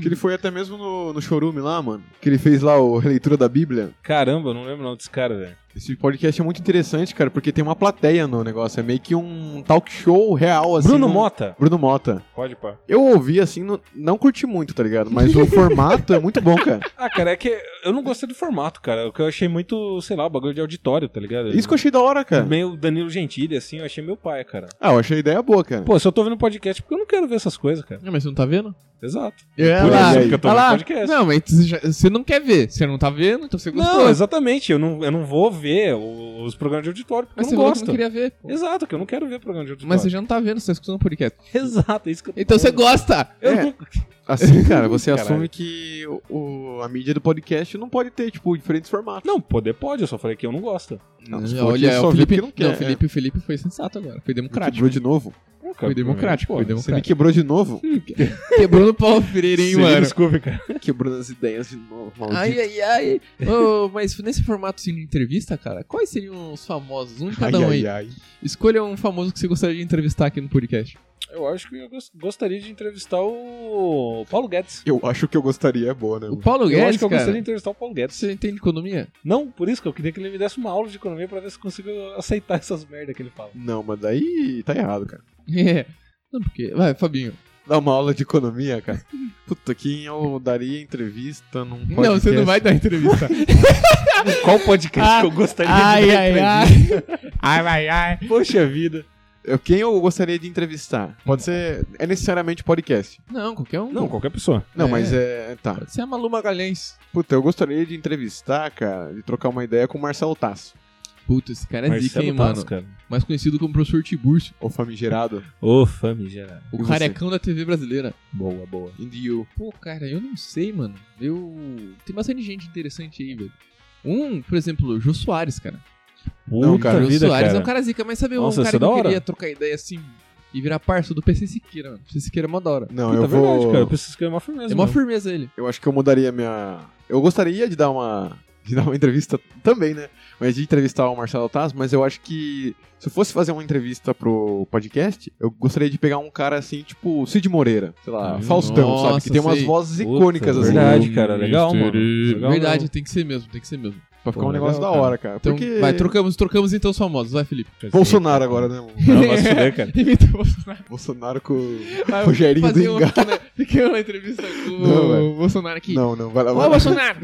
[SPEAKER 3] que ele foi até mesmo no, no Chorume lá, mano. Que ele fez lá o Releitura da Bíblia.
[SPEAKER 5] Caramba, eu não lembro o nome desse cara, velho.
[SPEAKER 3] Esse podcast é muito interessante, cara, porque tem uma plateia no negócio. É meio que um talk show real, assim.
[SPEAKER 5] Bruno
[SPEAKER 3] no-
[SPEAKER 5] Mota.
[SPEAKER 3] Bruno Mota.
[SPEAKER 5] Pode, pá.
[SPEAKER 3] Eu ouvi assim, não, não curti muito, tá ligado? Mas o formato é muito bom, cara.
[SPEAKER 5] Ah, cara, é que eu não gostei do formato, cara. O que eu achei muito, sei lá, bagulho de auditório, tá ligado?
[SPEAKER 3] Isso que eu achei da hora, cara.
[SPEAKER 5] Meio Danilo Gentili, assim, eu achei meu pai, cara.
[SPEAKER 3] Ah, eu achei a ideia boa, cara.
[SPEAKER 5] Pô, se eu tô vendo podcast, é porque eu não quero ver essas coisas, cara.
[SPEAKER 7] Não, mas você não tá vendo?
[SPEAKER 5] Exato.
[SPEAKER 7] É
[SPEAKER 3] Por lá.
[SPEAKER 5] isso que eu tô
[SPEAKER 7] Ah
[SPEAKER 5] vendo
[SPEAKER 7] lá.
[SPEAKER 5] podcast.
[SPEAKER 7] Não, mas você já- você não quer ver. Você não tá vendo, então você gostou.
[SPEAKER 5] Não, exatamente. Eu não, eu não vou ver o- os programas de auditório porque
[SPEAKER 7] mas
[SPEAKER 5] eu
[SPEAKER 7] você
[SPEAKER 5] não
[SPEAKER 7] falou que
[SPEAKER 5] gosto.
[SPEAKER 7] não queria ver. pô.
[SPEAKER 5] Exato, que eu não quero ver programa de auditório.
[SPEAKER 7] Mas você já não tá vendo, você tá escutando o podcast.
[SPEAKER 5] Exato, é isso que eu tô
[SPEAKER 7] Então você
[SPEAKER 5] falando.
[SPEAKER 7] gosta!
[SPEAKER 5] Eu
[SPEAKER 3] É.
[SPEAKER 5] não-
[SPEAKER 3] Assim, cara, você
[SPEAKER 5] Caralho.
[SPEAKER 3] assume que o- o, a mídia do podcast não pode ter, tipo, diferentes formatos.
[SPEAKER 5] Não, poder pode, eu só falei que eu não gosto.
[SPEAKER 3] Não, você
[SPEAKER 7] Olha,
[SPEAKER 3] falou que
[SPEAKER 7] olha,
[SPEAKER 3] só
[SPEAKER 7] o
[SPEAKER 3] vê
[SPEAKER 7] Felipe,
[SPEAKER 3] porque
[SPEAKER 7] não,
[SPEAKER 3] não quer,
[SPEAKER 7] o Felipe, o Felipe foi sensato agora, foi
[SPEAKER 3] Quebrou
[SPEAKER 7] democrático.
[SPEAKER 3] de novo.
[SPEAKER 5] Não democrático.
[SPEAKER 7] Foi democrático, foi
[SPEAKER 3] Você me
[SPEAKER 7] democrático.
[SPEAKER 3] quebrou de novo?
[SPEAKER 7] Quebrou no pau freirinho,
[SPEAKER 5] me
[SPEAKER 7] mano.
[SPEAKER 5] desculpe, cara.
[SPEAKER 3] Quebrando as ideias de novo, maldito.
[SPEAKER 7] Ai, ai, ai. Ô, mas nesse formato assim, de entrevista, cara, quais seriam os famosos? Um de cada um aí.
[SPEAKER 3] ai.
[SPEAKER 7] Escolha um famoso que você gostaria de entrevistar aqui no podcast.
[SPEAKER 5] Eu acho que eu gos- gostaria de entrevistar o Paulo Guedes.
[SPEAKER 3] Eu acho que eu gostaria, é boa, né?
[SPEAKER 7] O Paulo
[SPEAKER 5] eu acho
[SPEAKER 7] Guedes,
[SPEAKER 5] que eu
[SPEAKER 7] cara.
[SPEAKER 5] gostaria de entrevistar o Paulo Guedes.
[SPEAKER 7] Você entende economia?
[SPEAKER 5] Não, por isso que eu queria que ele me desse uma aula de economia pra ver se eu consigo aceitar essas merdas que ele fala.
[SPEAKER 3] Não, mas daí tá errado, cara.
[SPEAKER 7] É. Não, porque... Vai, Fabinho.
[SPEAKER 3] Dá uma aula de economia, cara. Puta, quem eu daria entrevista num podcast?
[SPEAKER 7] Não, você não vai dar entrevista.
[SPEAKER 5] Tá Qual podcast que eu gostaria de
[SPEAKER 1] Ai,
[SPEAKER 5] dar
[SPEAKER 1] ai,
[SPEAKER 5] entrevista?
[SPEAKER 1] ai. Ai, ai, ai.
[SPEAKER 5] Poxa vida.
[SPEAKER 3] Eu- Quem eu gostaria de entrevistar? Pode ser... É necessariamente podcast.
[SPEAKER 7] não, qualquer um.
[SPEAKER 5] Não,
[SPEAKER 7] pô.
[SPEAKER 5] qualquer pessoa.
[SPEAKER 3] Não,
[SPEAKER 7] É.
[SPEAKER 3] mas é... Tá.
[SPEAKER 7] Pode ser a Malu Magalhães.
[SPEAKER 3] Puta, eu gostaria de entrevistar, cara, de trocar uma ideia com o Marcelo Tasso.
[SPEAKER 7] Puta, esse cara é zica, hein,
[SPEAKER 5] Tasso,
[SPEAKER 7] mano.
[SPEAKER 5] cara.
[SPEAKER 7] Mais conhecido como professor Tiburcio.
[SPEAKER 3] Ou famigerado.
[SPEAKER 5] Ô, famigerado.
[SPEAKER 7] O
[SPEAKER 3] E você?
[SPEAKER 7] carecão da TV brasileira.
[SPEAKER 5] Boa, boa.
[SPEAKER 3] Indio.
[SPEAKER 7] Pô, cara, eu não sei, mano. Eu. Tem bastante gente interessante aí, velho. Um, por exemplo, o Jô Soares, cara.
[SPEAKER 5] Puta
[SPEAKER 3] Não, cara,
[SPEAKER 7] Jô
[SPEAKER 5] vida,
[SPEAKER 7] Soares
[SPEAKER 5] cara.
[SPEAKER 7] é um cara zica, mas sabe
[SPEAKER 5] Nossa,
[SPEAKER 7] um
[SPEAKER 5] isso
[SPEAKER 7] cara
[SPEAKER 5] é
[SPEAKER 7] que
[SPEAKER 5] da
[SPEAKER 7] eu
[SPEAKER 5] hora.
[SPEAKER 7] queria trocar ideia assim e virar parça do PC Siqueira, mano. PC Siqueira é mó da hora.
[SPEAKER 3] Não,
[SPEAKER 5] Puta,
[SPEAKER 3] eu vou...
[SPEAKER 5] verdade, cara. Eu preciso que é uma firmeza.
[SPEAKER 7] É mó
[SPEAKER 5] mesmo.
[SPEAKER 7] firmeza ele.
[SPEAKER 3] Eu acho que eu mudaria minha. Eu gostaria de dar uma. De dar uma entrevista também, né? Mas de entrevistar o Marcelo Taz, mas eu acho que. Se eu fosse fazer uma entrevista pro podcast, eu gostaria de pegar um cara assim, tipo o Cid Moreira. Sei lá,
[SPEAKER 5] Hum,
[SPEAKER 3] Faustão, sabe? Que tem umas
[SPEAKER 7] sei.
[SPEAKER 3] vozes
[SPEAKER 5] Puta,
[SPEAKER 3] icônicas assim.
[SPEAKER 5] Verdade, cara. Legal, mano. Legal
[SPEAKER 7] né? Verdade,
[SPEAKER 5] mesmo.
[SPEAKER 7] tem que ser mesmo, tem que ser mesmo.
[SPEAKER 3] Pra ficar
[SPEAKER 5] Pô,
[SPEAKER 3] um negócio
[SPEAKER 5] legal,
[SPEAKER 3] da hora, cara.
[SPEAKER 7] Então,
[SPEAKER 3] Porque.
[SPEAKER 7] vai, trocamos, trocamos então os famosos, vai, Felipe.
[SPEAKER 3] Bolsonaro agora, né? mano?
[SPEAKER 5] Não, vai se fuder, cara.
[SPEAKER 7] Imita o Bolsonaro.
[SPEAKER 3] Bolsonaro com
[SPEAKER 7] Vai
[SPEAKER 3] o Rogerinho do
[SPEAKER 7] Então, fazer uma,
[SPEAKER 3] Engar.
[SPEAKER 7] né, fica uma entrevista com
[SPEAKER 3] Não,
[SPEAKER 7] o
[SPEAKER 3] velho.
[SPEAKER 7] Bolsonaro aqui.
[SPEAKER 3] Não, não, vai lá.
[SPEAKER 7] Ô,
[SPEAKER 3] vai lá.
[SPEAKER 7] Bolsonaro!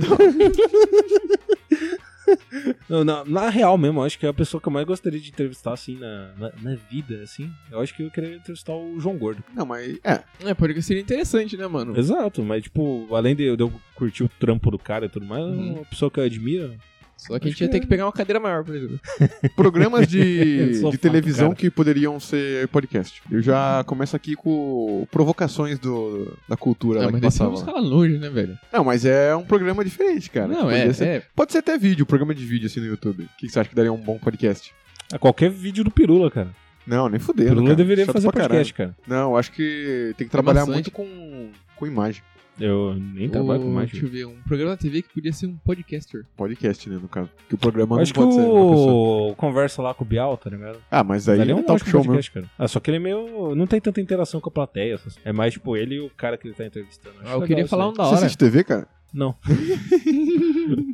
[SPEAKER 5] Não, na, na real mesmo, eu acho que é a pessoa que eu mais gostaria de entrevistar, assim, na, na, na vida, assim. Eu acho que eu queria entrevistar o João Gordo.
[SPEAKER 3] Não, mas. É.
[SPEAKER 7] é, porque seria interessante, né,
[SPEAKER 3] Hum.
[SPEAKER 7] mano?
[SPEAKER 5] Exato, mas, tipo, além de eu, de eu curtir o trampo do cara e tudo mais,
[SPEAKER 7] Uhum.
[SPEAKER 5] é uma pessoa que eu admiro.
[SPEAKER 7] Só que a
[SPEAKER 5] Acho
[SPEAKER 7] gente ia
[SPEAKER 5] que
[SPEAKER 7] ter
[SPEAKER 5] é.
[SPEAKER 7] que pegar uma cadeira maior, por exemplo.
[SPEAKER 3] Programas de,
[SPEAKER 5] Sou
[SPEAKER 3] de
[SPEAKER 5] fã,
[SPEAKER 3] televisão
[SPEAKER 5] cara.
[SPEAKER 3] que poderiam ser podcast. Eu já começo aqui com provocações do, da cultura
[SPEAKER 7] Não,
[SPEAKER 3] lá
[SPEAKER 7] mas
[SPEAKER 3] que
[SPEAKER 7] desse
[SPEAKER 3] passava.
[SPEAKER 7] vamos falar longe, né, velho?
[SPEAKER 3] Não, mas é um programa diferente, cara.
[SPEAKER 7] não,
[SPEAKER 3] Podia
[SPEAKER 7] é,
[SPEAKER 3] ser-
[SPEAKER 7] é.
[SPEAKER 3] Pode ser até vídeo, programa de vídeo assim no YouTube. O que que você acha que daria um bom podcast?
[SPEAKER 5] A é qualquer vídeo do Pirula, cara.
[SPEAKER 3] Não, nem fudendo,
[SPEAKER 5] Pirula
[SPEAKER 3] cara.
[SPEAKER 5] deveria
[SPEAKER 3] Chato
[SPEAKER 5] fazer
[SPEAKER 3] pra
[SPEAKER 5] podcast, cara.
[SPEAKER 3] caralho. Não, acho que tem que trabalhar
[SPEAKER 7] Maçante.
[SPEAKER 3] muito com, com imagem.
[SPEAKER 5] Eu nem trabalho com
[SPEAKER 7] O,
[SPEAKER 5] mais.
[SPEAKER 7] deixa eu ver, um programa na TV que podia ser um podcaster.
[SPEAKER 3] Podcast, né, no caso. Porque o programa
[SPEAKER 5] Acho que
[SPEAKER 3] não pode ser uma pessoa.
[SPEAKER 5] o conversa lá com o Bial, tá ligado?
[SPEAKER 3] Ah, mas aí
[SPEAKER 5] Ele é
[SPEAKER 3] é
[SPEAKER 5] um
[SPEAKER 3] talk
[SPEAKER 5] ótimo
[SPEAKER 3] show mesmo.
[SPEAKER 5] podcast, cara. Ah, só que ele é meio. Não tem tanta interação com a plateia. essas- É mais, tipo, ele e o cara que ele tá entrevistando. Acho
[SPEAKER 7] Ah, eu
[SPEAKER 5] legal
[SPEAKER 7] queria
[SPEAKER 5] isso
[SPEAKER 7] falar
[SPEAKER 5] aí.
[SPEAKER 7] um da
[SPEAKER 3] né? Você
[SPEAKER 7] hora.
[SPEAKER 3] assiste
[SPEAKER 5] né?
[SPEAKER 3] TV, cara?
[SPEAKER 5] Não. né?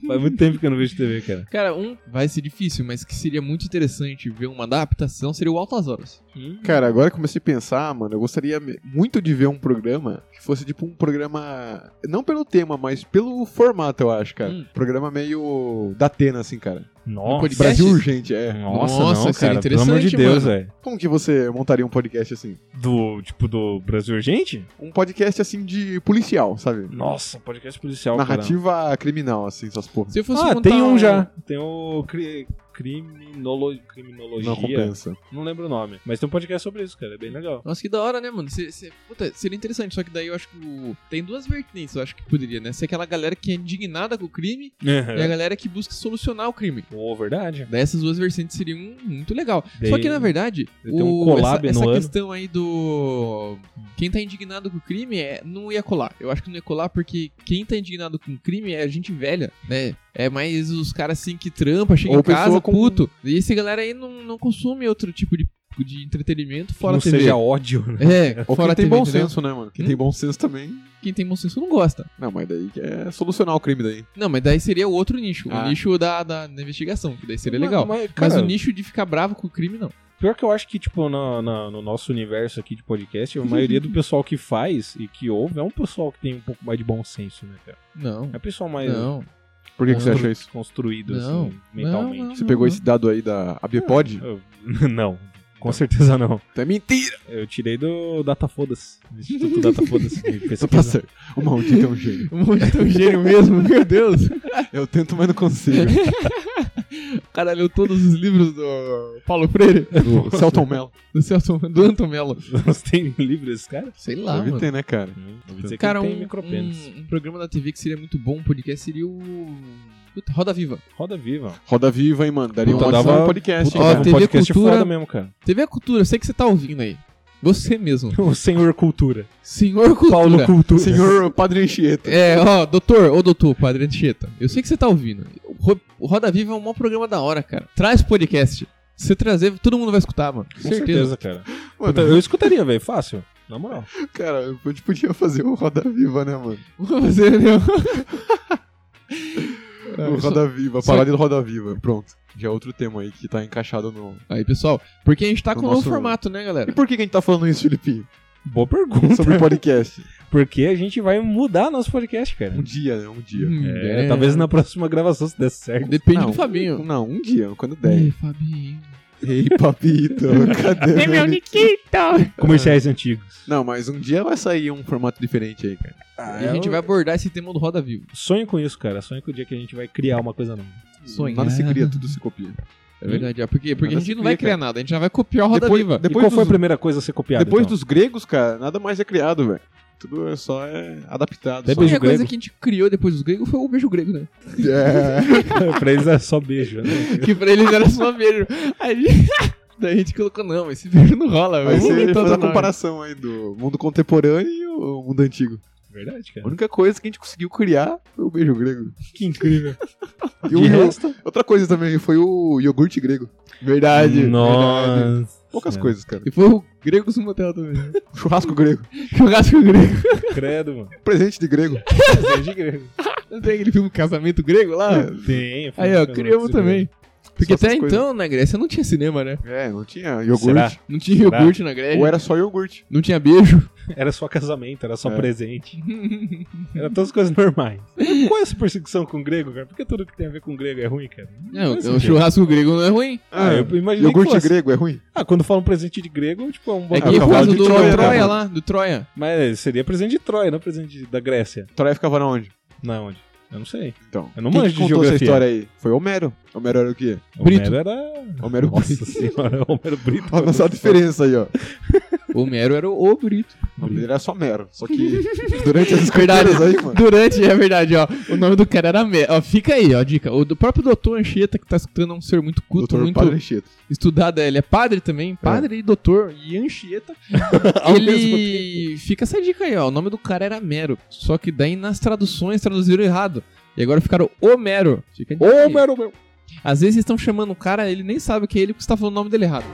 [SPEAKER 5] Faz muito tempo que eu não vejo TV, cara.
[SPEAKER 7] Cara, um vai ser difícil, mas que seria muito interessante ver uma adaptação seria o Altas Horas.
[SPEAKER 3] Cara, agora eu comecei a pensar, mano, eu gostaria me- muito de ver um programa que fosse tipo um programa. Não pelo tema, mas pelo formato, eu acho, cara.
[SPEAKER 7] Hum.
[SPEAKER 3] Programa meio da Atena, assim, cara.
[SPEAKER 5] Nossa.
[SPEAKER 7] podcast?
[SPEAKER 3] Brasil urgente, é.
[SPEAKER 5] Nossa,
[SPEAKER 7] Nossa,
[SPEAKER 5] não,
[SPEAKER 7] que seria
[SPEAKER 5] cara. Pelo amor de
[SPEAKER 7] interessante,
[SPEAKER 5] Deus,
[SPEAKER 7] mano.
[SPEAKER 5] velho.
[SPEAKER 3] Como que você montaria um podcast assim?
[SPEAKER 5] Do, tipo, do Brasil Urgente?
[SPEAKER 3] Um podcast assim de policial, sabe?
[SPEAKER 5] Nossa, podcast policial, cara.
[SPEAKER 3] Narrativa criminal, assim, essas porras.
[SPEAKER 7] Se eu fosse
[SPEAKER 5] Ah,
[SPEAKER 7] montar
[SPEAKER 5] tem um já. Tem o cri- criminolo- Criminologia.
[SPEAKER 3] Não compensa.
[SPEAKER 5] Não lembro o nome. Mas tem um podcast sobre isso, cara. É bem legal.
[SPEAKER 7] Nossa, que da hora, né, mano? Cê- cê- puta, seria interessante, só que daí eu acho que o- tem duas vertentes, eu acho que poderia, né? Se é aquela galera que é indignada com o crime
[SPEAKER 5] É.
[SPEAKER 7] e a galera que busca solucionar o crime.
[SPEAKER 5] Pô, verdade.
[SPEAKER 7] Daí essas duas vertentes seriam muito legal.
[SPEAKER 5] Daí-
[SPEAKER 7] Só que, na verdade,
[SPEAKER 5] Daí tem um
[SPEAKER 7] o-
[SPEAKER 5] collab
[SPEAKER 7] essa,
[SPEAKER 5] no
[SPEAKER 7] essa
[SPEAKER 5] ano.
[SPEAKER 7] questão aí do. Quem tá indignado com o crime é... não ia colar. Eu acho que não ia colar porque quem tá indignado com o crime é a gente velha, né? É mais os caras assim que trampa, chega
[SPEAKER 3] Ou
[SPEAKER 7] em casa,
[SPEAKER 3] pessoa com-
[SPEAKER 7] puto. E essa galera aí não, não consome outro tipo de, de entretenimento fora
[SPEAKER 5] não
[SPEAKER 7] a TV.
[SPEAKER 5] seja ódio, né?
[SPEAKER 7] É,
[SPEAKER 3] Ou
[SPEAKER 7] fora
[SPEAKER 3] quem tem
[SPEAKER 7] TV,
[SPEAKER 3] bom
[SPEAKER 7] entendeu?
[SPEAKER 3] senso, né, mano? Quem
[SPEAKER 7] Hum?
[SPEAKER 3] tem bom senso também.
[SPEAKER 7] Quem tem bom senso não gosta.
[SPEAKER 3] Não, mas daí que é solucionar o crime daí.
[SPEAKER 7] Não, mas daí seria o outro nicho. O
[SPEAKER 3] Ah.
[SPEAKER 7] nicho da, da, da investigação, que daí seria
[SPEAKER 5] Mas-
[SPEAKER 7] legal.
[SPEAKER 5] Mas,
[SPEAKER 7] Mas
[SPEAKER 5] cara,
[SPEAKER 7] o nicho de ficar bravo com o crime, não.
[SPEAKER 5] Pior que eu acho que, tipo, na- na- no nosso universo aqui de podcast, a maioria do pessoal que faz e que ouve é um pessoal que tem um pouco mais de bom senso, né, cara?
[SPEAKER 7] Não.
[SPEAKER 5] É pessoal mais
[SPEAKER 7] Não.
[SPEAKER 3] Por que, que você
[SPEAKER 5] Uhum.
[SPEAKER 3] acha isso?
[SPEAKER 5] construído,
[SPEAKER 7] Não,
[SPEAKER 5] assim, mentalmente.
[SPEAKER 7] não,
[SPEAKER 3] Você pegou esse dado aí da Abiepod?
[SPEAKER 5] Eu- não, com certeza não.
[SPEAKER 3] É mentira!
[SPEAKER 5] Eu tirei do Data Foda-se, do Instituto Data Foda-se. que
[SPEAKER 3] Não tá
[SPEAKER 5] pesquisa.
[SPEAKER 3] certo. O maldito é um gênio.
[SPEAKER 7] um gênio mesmo, meu Deus.
[SPEAKER 3] Eu tento, mas não consigo.
[SPEAKER 7] O cara leu todos os livros do Paulo Freire,
[SPEAKER 3] Do Celton Mello.
[SPEAKER 7] do, Celso, do Anton Mello.
[SPEAKER 5] Você tem livro desse cara?
[SPEAKER 7] Sei lá,
[SPEAKER 3] Deve
[SPEAKER 7] mano.
[SPEAKER 3] ter, né, cara?
[SPEAKER 5] Deve dizer que
[SPEAKER 7] Cara,
[SPEAKER 5] ele
[SPEAKER 7] um,
[SPEAKER 5] tem micropênis.
[SPEAKER 7] um- um programa da TV que seria muito bom, um podcast, seria o... Puta, Roda Viva.
[SPEAKER 5] Roda viva.
[SPEAKER 3] Roda Viva, hein, mano. Daria
[SPEAKER 5] Puta,
[SPEAKER 3] uma
[SPEAKER 5] dava-
[SPEAKER 3] dava... podcast,
[SPEAKER 5] Puta,
[SPEAKER 3] hein,
[SPEAKER 7] ó,
[SPEAKER 5] dava
[SPEAKER 3] cara.
[SPEAKER 5] um
[SPEAKER 7] TV
[SPEAKER 5] podcast
[SPEAKER 7] é Cultura-
[SPEAKER 5] foda mesmo, cara.
[SPEAKER 7] TV Cultura, eu sei que você tá ouvindo aí. Você mesmo.
[SPEAKER 5] O senhor cultura.
[SPEAKER 7] Senhor Cultura.
[SPEAKER 5] Paulo cultura.
[SPEAKER 3] Senhor Padre Anchieta.
[SPEAKER 7] É, ó, doutor, ô doutor, padre Anchieta, eu sei que você tá ouvindo. Ro- O Roda Viva é um maior programa da hora, cara. Traz podcast. Se você trazer, todo mundo vai escutar, mano.
[SPEAKER 5] Com certeza, cara. Puta, eu escutaria, velho, fácil. Na moral.
[SPEAKER 3] Cara, eu pod- podia fazer o Roda Viva, né, mano?
[SPEAKER 7] Vamos fazer, né?
[SPEAKER 3] o Roda Viva, a
[SPEAKER 7] só-
[SPEAKER 3] paródia do Roda Viva. Pronto. Já é outro tema aí que tá encaixado no.
[SPEAKER 7] Aí, pessoal, porque a gente tá
[SPEAKER 3] No
[SPEAKER 7] com um novo
[SPEAKER 3] nosso-
[SPEAKER 7] formato, né,
[SPEAKER 3] E
[SPEAKER 7] galera?
[SPEAKER 3] por que, que a gente tá falando isso, Filipinho?
[SPEAKER 5] Boa pergunta.
[SPEAKER 3] Sobre podcast.
[SPEAKER 5] Porque a gente vai mudar nosso podcast, cara.
[SPEAKER 3] Um dia, né? Um dia.
[SPEAKER 7] Hum,
[SPEAKER 5] É, Talvez na próxima gravação se der certo.
[SPEAKER 7] Depende
[SPEAKER 3] Não,
[SPEAKER 7] do Fabinho.
[SPEAKER 3] Não, um dia, quando
[SPEAKER 7] Ei,
[SPEAKER 3] der.
[SPEAKER 7] Fabinho.
[SPEAKER 3] Ei, papito, cadê?
[SPEAKER 12] É meu Nikito!
[SPEAKER 5] Comerciais antigos.
[SPEAKER 3] Não, mas um dia vai sair um formato diferente aí, cara.
[SPEAKER 7] e a gente vai abordar esse tema do Roda Viva.
[SPEAKER 5] Ah, Sonho com isso, cara. Sonho com o dia que a gente vai criar uma coisa nova.
[SPEAKER 7] Sonhar.
[SPEAKER 3] Nada se cria, tudo se copia.
[SPEAKER 7] É verdade, é porque, porque a
[SPEAKER 3] Hum. Nada
[SPEAKER 7] gente
[SPEAKER 3] se
[SPEAKER 7] não vai
[SPEAKER 3] cria,
[SPEAKER 7] criar nada, a gente já vai copiar o Roda
[SPEAKER 3] Depois-
[SPEAKER 7] Viva.
[SPEAKER 5] E
[SPEAKER 3] depois
[SPEAKER 5] qual foi a
[SPEAKER 3] dos-
[SPEAKER 5] primeira coisa a ser copiada?
[SPEAKER 3] Depois
[SPEAKER 5] então?
[SPEAKER 3] dos gregos, cara, nada mais é criado, velho. Tudo é só é adaptado.
[SPEAKER 7] A
[SPEAKER 5] Depois-
[SPEAKER 3] Só...
[SPEAKER 7] única coisa
[SPEAKER 5] grego.
[SPEAKER 7] que a gente criou depois dos gregos foi o beijo grego, né?
[SPEAKER 3] É.
[SPEAKER 5] pra eles é só beijo, né?
[SPEAKER 7] Que pra eles era só beijo. Aí daí a gente colocou, não, esse beijo não rola,
[SPEAKER 3] Vai
[SPEAKER 7] velho. Vamos
[SPEAKER 3] ser fazer a
[SPEAKER 7] inventar nome.
[SPEAKER 3] comparação aí do mundo contemporâneo e o mundo antigo.
[SPEAKER 5] Verdade,
[SPEAKER 3] A
[SPEAKER 5] cara.
[SPEAKER 3] única coisa que a gente conseguiu criar foi o beijo grego.
[SPEAKER 5] Que incrível.
[SPEAKER 3] E o
[SPEAKER 5] De
[SPEAKER 3] iog-
[SPEAKER 5] resto?
[SPEAKER 3] Outra coisa também foi o iogurte grego. Verdade. verdade.
[SPEAKER 5] Nossa.
[SPEAKER 3] Poucas
[SPEAKER 5] É.
[SPEAKER 3] coisas, cara.
[SPEAKER 7] E foi o Gregos no motel também.
[SPEAKER 3] Churrasco grego.
[SPEAKER 7] Churrasco grego.
[SPEAKER 5] Credo, mano.
[SPEAKER 3] Presente de grego.
[SPEAKER 5] de grego.
[SPEAKER 7] Não tem aquele filme um Casamento Grego lá?
[SPEAKER 5] Tem.
[SPEAKER 7] Aí, ó, criamos também. Porque
[SPEAKER 3] É.
[SPEAKER 7] até
[SPEAKER 3] Só essas coisas.
[SPEAKER 7] então, na Grécia, não tinha cinema, né?
[SPEAKER 3] É, não tinha iogurte.
[SPEAKER 5] Será?
[SPEAKER 7] Não tinha iogurte na Grécia,
[SPEAKER 3] Ou era só iogurte.
[SPEAKER 7] não tinha beijo.
[SPEAKER 5] Era só casamento, era só
[SPEAKER 3] É.
[SPEAKER 5] presente. Era todas coisas normais. Qual é essa perseguição com grego, cara? Por que tudo que tem a ver com grego é ruim, cara?
[SPEAKER 7] Não,
[SPEAKER 5] faz
[SPEAKER 7] o
[SPEAKER 5] sentido.
[SPEAKER 7] churrasco grego não é ruim.
[SPEAKER 5] Ah, eu imaginei que
[SPEAKER 3] Iogurte
[SPEAKER 5] fosse.
[SPEAKER 3] grego é ruim?
[SPEAKER 5] Ah, quando falam presente de grego, tipo, é um bom...
[SPEAKER 7] É
[SPEAKER 3] Ah,
[SPEAKER 7] que
[SPEAKER 3] o
[SPEAKER 7] por
[SPEAKER 3] cavalo
[SPEAKER 7] causa
[SPEAKER 3] de
[SPEAKER 7] do
[SPEAKER 3] Troia,
[SPEAKER 7] Troia
[SPEAKER 3] cara.
[SPEAKER 7] lá, do Troia.
[SPEAKER 5] Mas seria presente de Troia, não presente de- da Grécia.
[SPEAKER 3] Troia ficava na onde?
[SPEAKER 5] Não, onde? Eu não sei.
[SPEAKER 3] Então.
[SPEAKER 5] Eu não
[SPEAKER 3] Quem
[SPEAKER 5] manjo
[SPEAKER 3] que
[SPEAKER 5] de
[SPEAKER 3] contou essa
[SPEAKER 5] geografia.
[SPEAKER 3] história aí? Foi Homero. Homero era o quê?
[SPEAKER 7] Brito.
[SPEAKER 5] Homero era...
[SPEAKER 3] Homero
[SPEAKER 5] Nossa
[SPEAKER 3] Brito.
[SPEAKER 5] senhora, Homero Brito.
[SPEAKER 3] Olha só a diferença aí, ó.
[SPEAKER 7] Homero era o, o Brito.
[SPEAKER 3] O nome dele era só Mero. Só que durante as
[SPEAKER 7] Verdade.
[SPEAKER 3] escrituras É aí, mano.
[SPEAKER 7] Durante, é verdade, ó. O nome do cara era Homero. Ó, fica aí, ó, dica. O do próprio doutor Anchieta, que tá escutando, é um ser muito culto,
[SPEAKER 3] Doutor
[SPEAKER 7] muito
[SPEAKER 3] Padre Anchieta.
[SPEAKER 7] estudado. Ele é padre também, padre e doutor. E Anchieta ele fica essa dica aí, ó. O nome do cara era Mero. Só que daí nas traduções traduziram errado. E agora ficaram Homero. Fica a dica aí.
[SPEAKER 5] Homero, meu.
[SPEAKER 7] Às vezes estão chamando o cara, ele nem sabe o que é ele porque você tá falando o nome dele errado.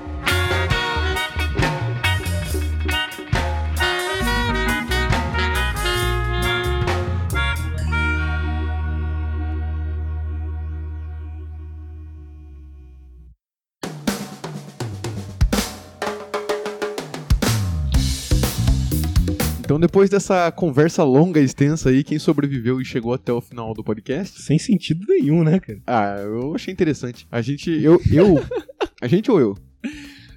[SPEAKER 3] Então, depois dessa conversa longa e extensa aí, quem sobreviveu e chegou até o final do podcast?
[SPEAKER 5] Sem sentido nenhum, né, cara?
[SPEAKER 3] Ah, eu achei interessante. A gente. Eu. eu a gente ou eu?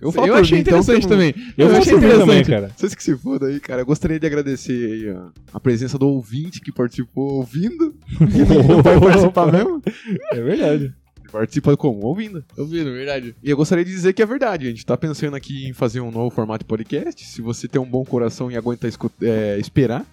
[SPEAKER 7] Eu,
[SPEAKER 3] falo por
[SPEAKER 7] achei
[SPEAKER 3] mim, então,
[SPEAKER 7] interessante
[SPEAKER 3] que eu não-
[SPEAKER 7] também.
[SPEAKER 5] Eu,
[SPEAKER 7] Eu
[SPEAKER 5] vou
[SPEAKER 7] achei
[SPEAKER 5] por mim também,
[SPEAKER 7] interessante.
[SPEAKER 5] cara.
[SPEAKER 3] Vocês que se foda aí, cara. Eu gostaria de agradecer aí ó, a presença do ouvinte que participou ouvindo. Que não vai participar mesmo?
[SPEAKER 5] É verdade.
[SPEAKER 3] Ele Participa como? Ouvindo.
[SPEAKER 7] Eu vi, na verdade.
[SPEAKER 3] E eu gostaria de dizer que é verdade. A gente tá pensando aqui em fazer um novo formato de podcast. Se você tem um bom coração e aguenta escu- é, esperar,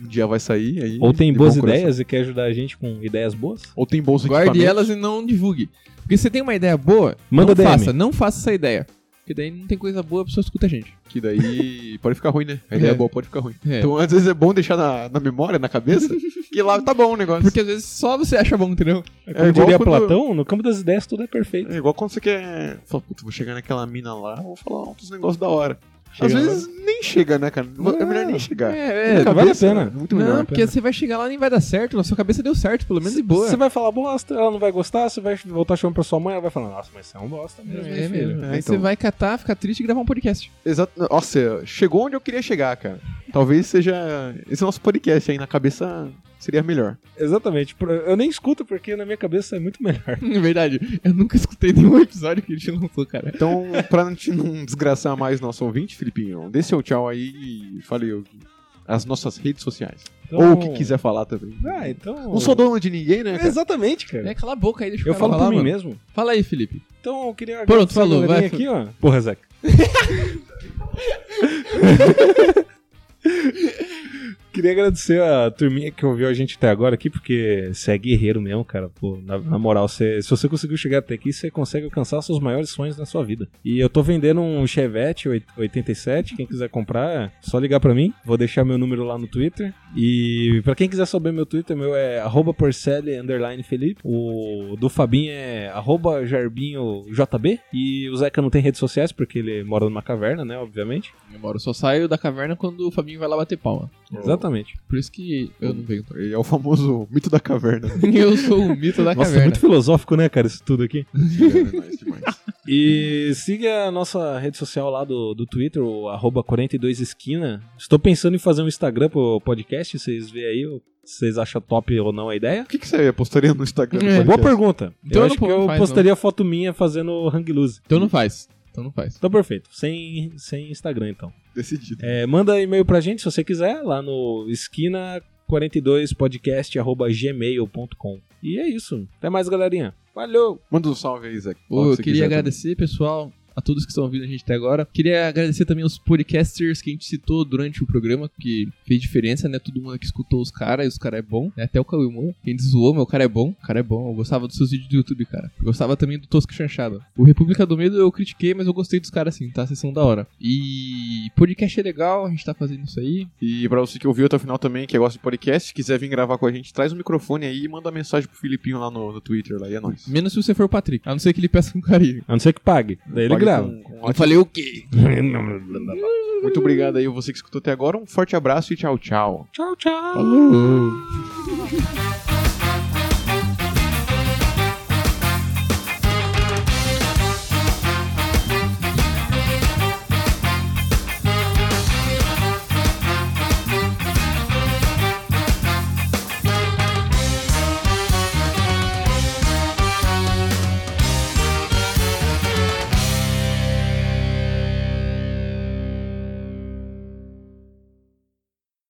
[SPEAKER 3] um dia vai sair aí.
[SPEAKER 5] Ou tem
[SPEAKER 3] de
[SPEAKER 5] boas
[SPEAKER 3] bom coração.
[SPEAKER 5] ideias e quer ajudar a gente com ideias boas?
[SPEAKER 3] Ou tem bons
[SPEAKER 7] Guarde
[SPEAKER 3] equipamentos.
[SPEAKER 7] elas e não divulgue. Porque se você tem uma ideia boa,
[SPEAKER 5] Manda
[SPEAKER 7] não
[SPEAKER 5] DM.
[SPEAKER 7] faça, não faça essa ideia. Porque daí não tem coisa boa, a pessoa escuta a gente.
[SPEAKER 3] Que daí pode ficar ruim, né? A ideia
[SPEAKER 7] É.
[SPEAKER 3] boa pode ficar ruim.
[SPEAKER 7] É.
[SPEAKER 3] Então, às vezes é bom deixar na, na memória, na cabeça, que lá tá bom o negócio.
[SPEAKER 7] Porque às vezes só você acha bom, entendeu?
[SPEAKER 5] Como
[SPEAKER 3] igual
[SPEAKER 5] diria
[SPEAKER 3] quando-
[SPEAKER 5] Platão, no campo das ideias tudo é perfeito.
[SPEAKER 3] É igual quando você quer. Fala, puta, vou chegar naquela mina lá, vou falar uns negócios da hora.
[SPEAKER 5] Chega
[SPEAKER 3] Às
[SPEAKER 5] lá.
[SPEAKER 3] vezes nem chega, né, cara? É melhor nem chegar.
[SPEAKER 7] É, é.
[SPEAKER 5] Cara, vale a pena.
[SPEAKER 3] né? Muito melhor.
[SPEAKER 7] Não, porque você vai chegar lá e nem vai dar certo. Na sua cabeça deu certo, pelo menos de boa.
[SPEAKER 5] Você vai falar bosta, ela não vai gostar, você vai voltar chamando pra sua mãe, ela vai falar, nossa, mas você é um bosta mesmo. hein,
[SPEAKER 7] É
[SPEAKER 5] filho?"
[SPEAKER 7] mesmo.
[SPEAKER 3] É,
[SPEAKER 7] Aí
[SPEAKER 3] então.
[SPEAKER 7] você vai catar, ficar triste e gravar um podcast.
[SPEAKER 3] Exato. Nossa, chegou onde eu queria chegar, cara. Talvez seja. Esse nosso podcast aí na cabeça seria melhor.
[SPEAKER 5] Exatamente. Pro- Eu nem escuto porque na minha cabeça é muito melhor.
[SPEAKER 7] É verdade. Eu nunca escutei nenhum episódio que a gente lançou, cara.
[SPEAKER 3] Então, pra não te- não desgraçar mais nosso ouvinte, Filipinho, dê seu tchau aí e fale o- as nossas redes sociais.
[SPEAKER 5] Então-
[SPEAKER 3] Ou o que quiser falar também.
[SPEAKER 5] Ah, então.
[SPEAKER 3] Não sou dono de ninguém, né? cara?
[SPEAKER 5] Exatamente, cara.
[SPEAKER 7] É, cala a boca aí, deixa o
[SPEAKER 5] Eu
[SPEAKER 7] cara
[SPEAKER 5] falo
[SPEAKER 7] falar,
[SPEAKER 5] por mim
[SPEAKER 7] mano.
[SPEAKER 5] mesmo.
[SPEAKER 7] Fala aí, Felipe.
[SPEAKER 5] Então eu queria
[SPEAKER 7] Pronto,
[SPEAKER 5] agradecer a
[SPEAKER 7] falou,
[SPEAKER 5] galerinha
[SPEAKER 7] vai.
[SPEAKER 5] aqui, ó. Porra, Zeca. queria queria agradecer a turminha que ouviu a gente até agora aqui, porque você é guerreiro mesmo, cara. Pô, na, na moral, você- se você conseguiu chegar até aqui, você consegue alcançar seus maiores sonhos na sua vida. E eu tô vendendo um Chevette oit- 87, quem quiser comprar, é só ligar pra mim. Vou deixar meu número lá no Twitter. E pra quem quiser saber meu Twitter, meu é arroba porcelli underline Felipe. O do Fabinho é arroba jarbinhojb. E o Zeca não tem redes sociais, porque ele mora numa caverna, né, obviamente.
[SPEAKER 7] Eu moro, só saio da caverna quando o Fabinho vai lá bater palma.
[SPEAKER 5] Exatamente.
[SPEAKER 7] Por isso que eu não venho.
[SPEAKER 3] Ele é o famoso mito da caverna.
[SPEAKER 7] Eu sou o mito da
[SPEAKER 5] Nossa, tá
[SPEAKER 7] caverna.
[SPEAKER 5] muito filosófico, né, cara, isso tudo aqui.
[SPEAKER 3] É, nice demais.
[SPEAKER 5] E siga a nossa rede social lá do, do Twitter, o arroba 42esquina. Estou pensando em fazer um Instagram pro podcast, vocês veem aí, o- se vocês acham top ou não a ideia.
[SPEAKER 3] O que, que você postaria no Instagram? do
[SPEAKER 7] É.
[SPEAKER 5] Boa
[SPEAKER 3] podcast?
[SPEAKER 5] pergunta.
[SPEAKER 7] Então não
[SPEAKER 5] eu acho que
[SPEAKER 7] po-
[SPEAKER 5] eu
[SPEAKER 7] faz,
[SPEAKER 5] postaria foto minha fazendo hang loose.
[SPEAKER 7] Então não faz. Então não faz.
[SPEAKER 5] Então perfeito, sem, sem Instagram então.
[SPEAKER 3] Decidido.
[SPEAKER 5] É, manda e-mail pra gente se você quiser, lá no esquina42podcast.gmail.com. E é isso. Até mais, galerinha. Valeu!
[SPEAKER 3] Manda um salve aí, Zé.
[SPEAKER 7] Ô, eu queria agradecer, pessoal, a todos que estão ouvindo a gente até agora. Queria agradecer também os podcasters que a gente citou durante o programa, que fez diferença, né? Todo mundo que escutou os caras, e os caras é bom, né? Até o Cauê Moura. Quem zoou, meu cara é bom, o cara é bom. Eu gostava dos seus vídeos do YouTube, cara. Eu gostava também do Tosco Chanchada. O República do Medo eu critiquei, mas eu gostei dos caras, sim, tá? Vocês são da hora. E podcast é legal, a gente tá fazendo isso aí.
[SPEAKER 3] E pra você que ouviu até o final também, que gosta de podcast, quiser vir gravar com a gente, traz o microfone aí e manda mensagem pro Filipinho lá no, no Twitter. Lá, e é nóis.
[SPEAKER 7] Menos se você for o Patrick, a não ser que ele peça com carinho.
[SPEAKER 5] A não ser que pague. Daí ele
[SPEAKER 3] Paga
[SPEAKER 5] grava.
[SPEAKER 3] com- com
[SPEAKER 7] Eu falei o quê?
[SPEAKER 3] Muito obrigado aí, você que escutou até agora. Um forte abraço e tchau, tchau.
[SPEAKER 5] Tchau, tchau!
[SPEAKER 7] Falou!